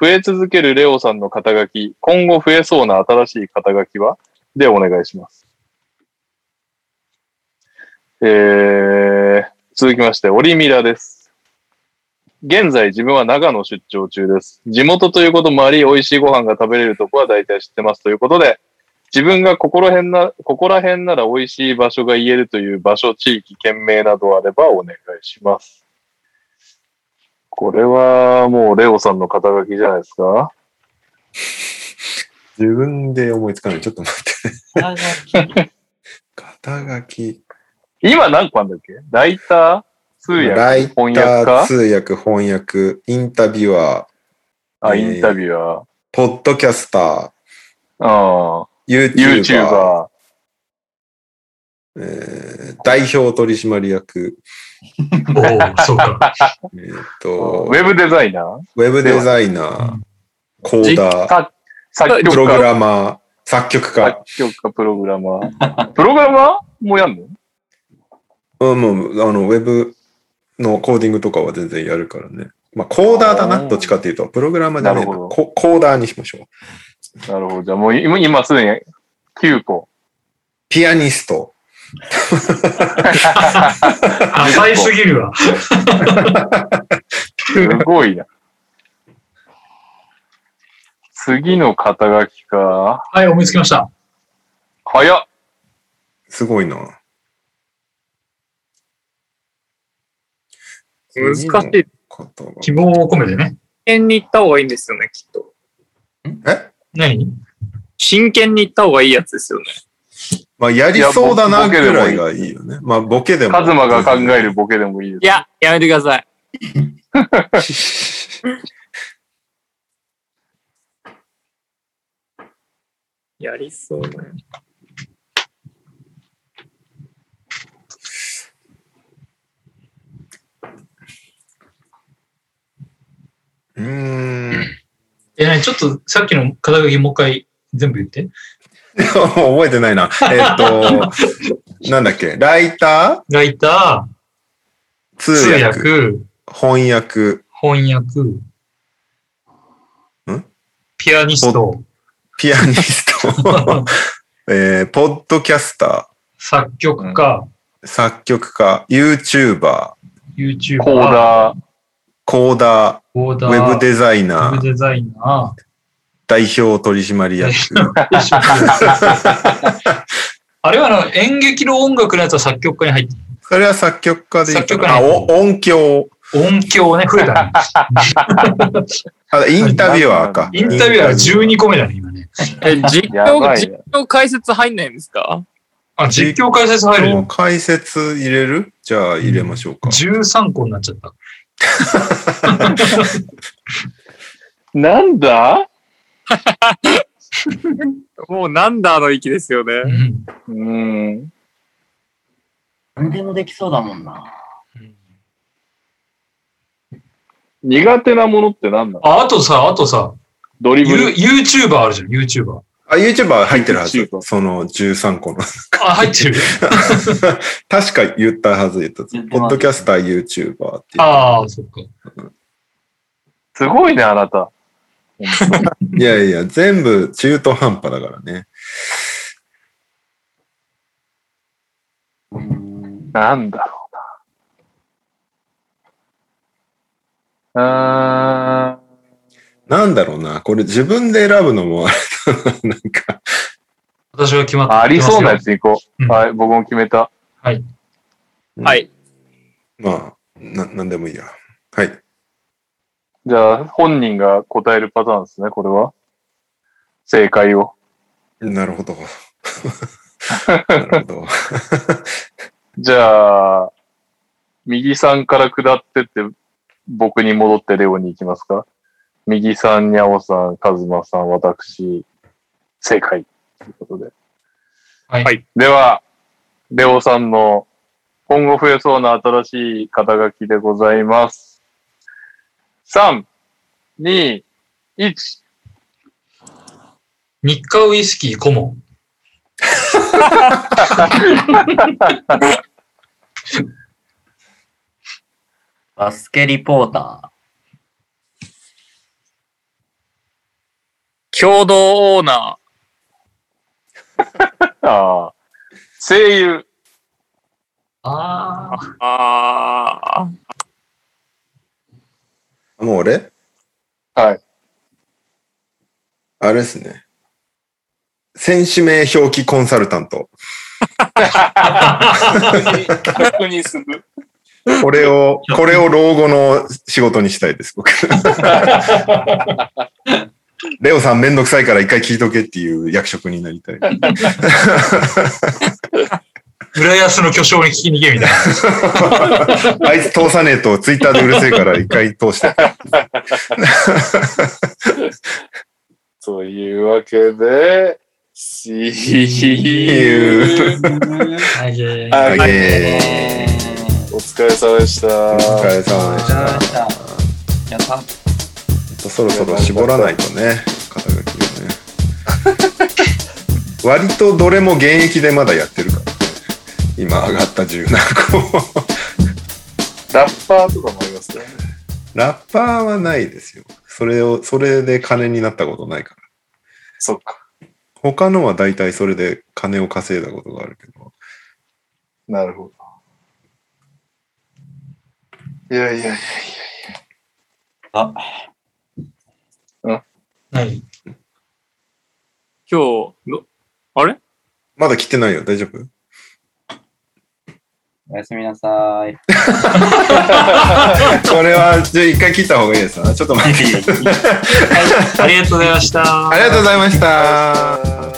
S2: 増え続けるレオさんの肩書き、今後増えそうな新しい肩書きはでお願いします。えー、続きまして、オリミラです。現在自分は長野出張中です。地元ということもあり、美味しいご飯が食べれるとこは大体知ってますということで、自分がここら辺な、ここら辺なら美味しい場所が言えるという場所、地域、県名などあればお願いします。これはもうレオさんの肩書きじゃないですか
S1: 自分で思いつかない。ちょっと待って。
S4: 肩書き
S1: 肩書き。
S2: 今何個あんだっけライター通
S1: ライタ
S2: 訳翻訳
S1: ー、
S2: 家
S1: 通訳、翻訳、インタビュアー、
S2: あ、インタビュアー。
S1: ポッドキャスタ
S2: ああ、
S1: ー、YouTuber,
S2: YouTuber。
S1: えー代表取締役、
S3: おお、そうか。
S1: えー
S2: ウ
S1: と
S2: ェブデザイナー
S1: ウェブデザイナー、コーダー、
S2: 作作
S1: プロ
S2: 曲
S1: グ
S2: 家。
S1: ラマー、作曲家。
S2: 作曲家、プログラマー。プログラマーもやんの
S1: うん、もう、あの、ウェブのコーディングとかは全然やるからね。まあ、コーダーだな、どっちかっていうと。プログラマーじゃねえ
S2: なる
S1: な
S2: ほど
S1: ココーダーにしましょう。
S2: なるほど。じゃあもう今、今すでに9個。
S1: ピアニスト。
S3: 浅いすぎるわ。
S2: すごいな。次の肩書きか。
S3: はい、思いつきました。
S2: 早っ
S1: すごいな。
S6: 難しい。
S1: 次の方が。
S3: 希望を込めてね。
S6: 真剣に行った方がいいんですよね、きっと。
S1: え
S3: 何
S6: 真剣に行った方がいいやつですよね。
S1: まあ、やりそうだなぐらいがいいよね。まあ、ボケでも。
S2: カズマが考えるボケでもいいです。
S6: いや、やめてください。 やりそうだよ。
S1: うーん。
S3: え、何ちょっとさっきの肩書きもう一回全部言って。
S1: 覚えて ないな。えっと、なんだっけ。ライタ
S3: ライタ
S1: ー、通
S3: ー、通
S1: 訳、
S3: 訳、
S1: 翻訳、
S3: 翻訳、ピアニス ト、
S1: ピアニス ト、えー、ポッドキャスタ
S3: 作曲家、
S1: ー、作曲家、YouTuber、
S3: YouTuber、
S2: コーダー、
S1: コーダ
S3: コーダ
S1: ー、
S3: ー
S1: ウェブデザイ
S3: ウェ
S1: ナ
S3: ブ
S1: ー、
S3: デザイナ
S1: 代表取締役。
S3: あれはあの演劇の音楽のやつは作曲家に入って
S1: それは作曲家でいいか
S3: 作曲
S1: な。あ、
S3: 家ね
S1: お音響。
S3: 音響ね、増えた ね。
S1: あ、インタビュアーか。
S3: インタビュアーは12個目だね、今ね。
S6: え、実
S2: やば
S6: 況、
S2: いね
S6: 実況解説入んないんですか
S3: あ、実況解説入る
S1: こ
S3: よ
S1: の解説入れるじゃあ入れましょうか。
S3: 13個になっちゃった。
S2: なんだ
S6: もうなんだあの域ですよ
S3: う
S6: ね。
S2: う
S3: ん。
S2: ーん。
S5: 何でもできそうだもんな。
S2: 苦手なものってなんだ
S3: あ、あとさ、あとさ、
S2: ドリブ
S3: ユ
S2: ル。
S3: YouTuber あるじゃん、YouTuber。
S1: あ、YouTuber 入ってるはず
S2: YouTuber。
S1: その13個の。
S3: あ、入ってる。
S1: 確か言ったはず言ったはず
S5: 言っ。て
S1: ポ
S5: ます
S1: ッドキャスター、YouTuber っていう。
S3: ああ、そっか。
S2: すごいね、あなた。
S1: いやいや、全部中途半端だからね。
S5: うん
S2: なんだろうな。う
S1: なんだろうな。これ自分で選ぶのもあれだな。 なんか、
S3: 私は決まっ
S2: ーん。
S3: て
S2: ありそうなや
S3: つ。
S2: つ行こう。
S3: うん
S2: はい、僕も決めた。
S6: はい。
S1: まあ、な、なんでもいいや。はい。
S2: じゃあ、本人が答えるパターンですね、これは。正解を。
S1: なるほど。なるほど。
S2: じゃあ、右さんから下ってって、僕に戻ってレオに行きますか右さん、にゃおさん、かずまさん、私、正解。ということで。
S3: はい
S2: では、レオさんの今後増えそうな新しい肩書きでございます。3、2、1。
S3: 日課ウイスキー顧問。
S5: バスケリポータ
S6: 共同オーナー。
S2: ああ。声優。
S3: ああ。
S6: あ
S1: もう俺
S2: はい。
S1: あれですね。選手名表記コンサルタン ト。
S6: あ。 確認する。
S1: これを、これを老後の仕事にしたいです、 僕。レオさんめんどくさいから一回聞いとけっていう役職になりたい。
S3: 浦安の巨匠に聞きに行けみたいな。
S1: あいつ通さねえとツイッターでうるせえから一回通 して。
S2: というわけで、See
S1: いう
S2: you!
S3: はい、えー
S2: は
S1: はいい、え
S2: お疲れ様でした。
S1: ーお疲れ様でし
S5: ー。
S1: た。
S5: やった。
S1: そろそろ絞らないとね、肩書きをね。割とどれも現役でまだやってるから。今上がった17個。
S2: ラッパーとかもありますね。
S1: ラッパーはないですよ。それを、それで金になったことないから。
S2: そっか。
S1: 他のは大体それで金を稼いだことがあるけど。
S2: なるほど。いやいやいや。
S3: ない。
S6: 今日の、あれ
S1: まだ来てないよ。大丈夫
S5: おやすみなさい。
S1: これは、じゃあ一回切った方がいいですかちょっと待って。
S7: ありがとうございました
S1: ありがとうございました。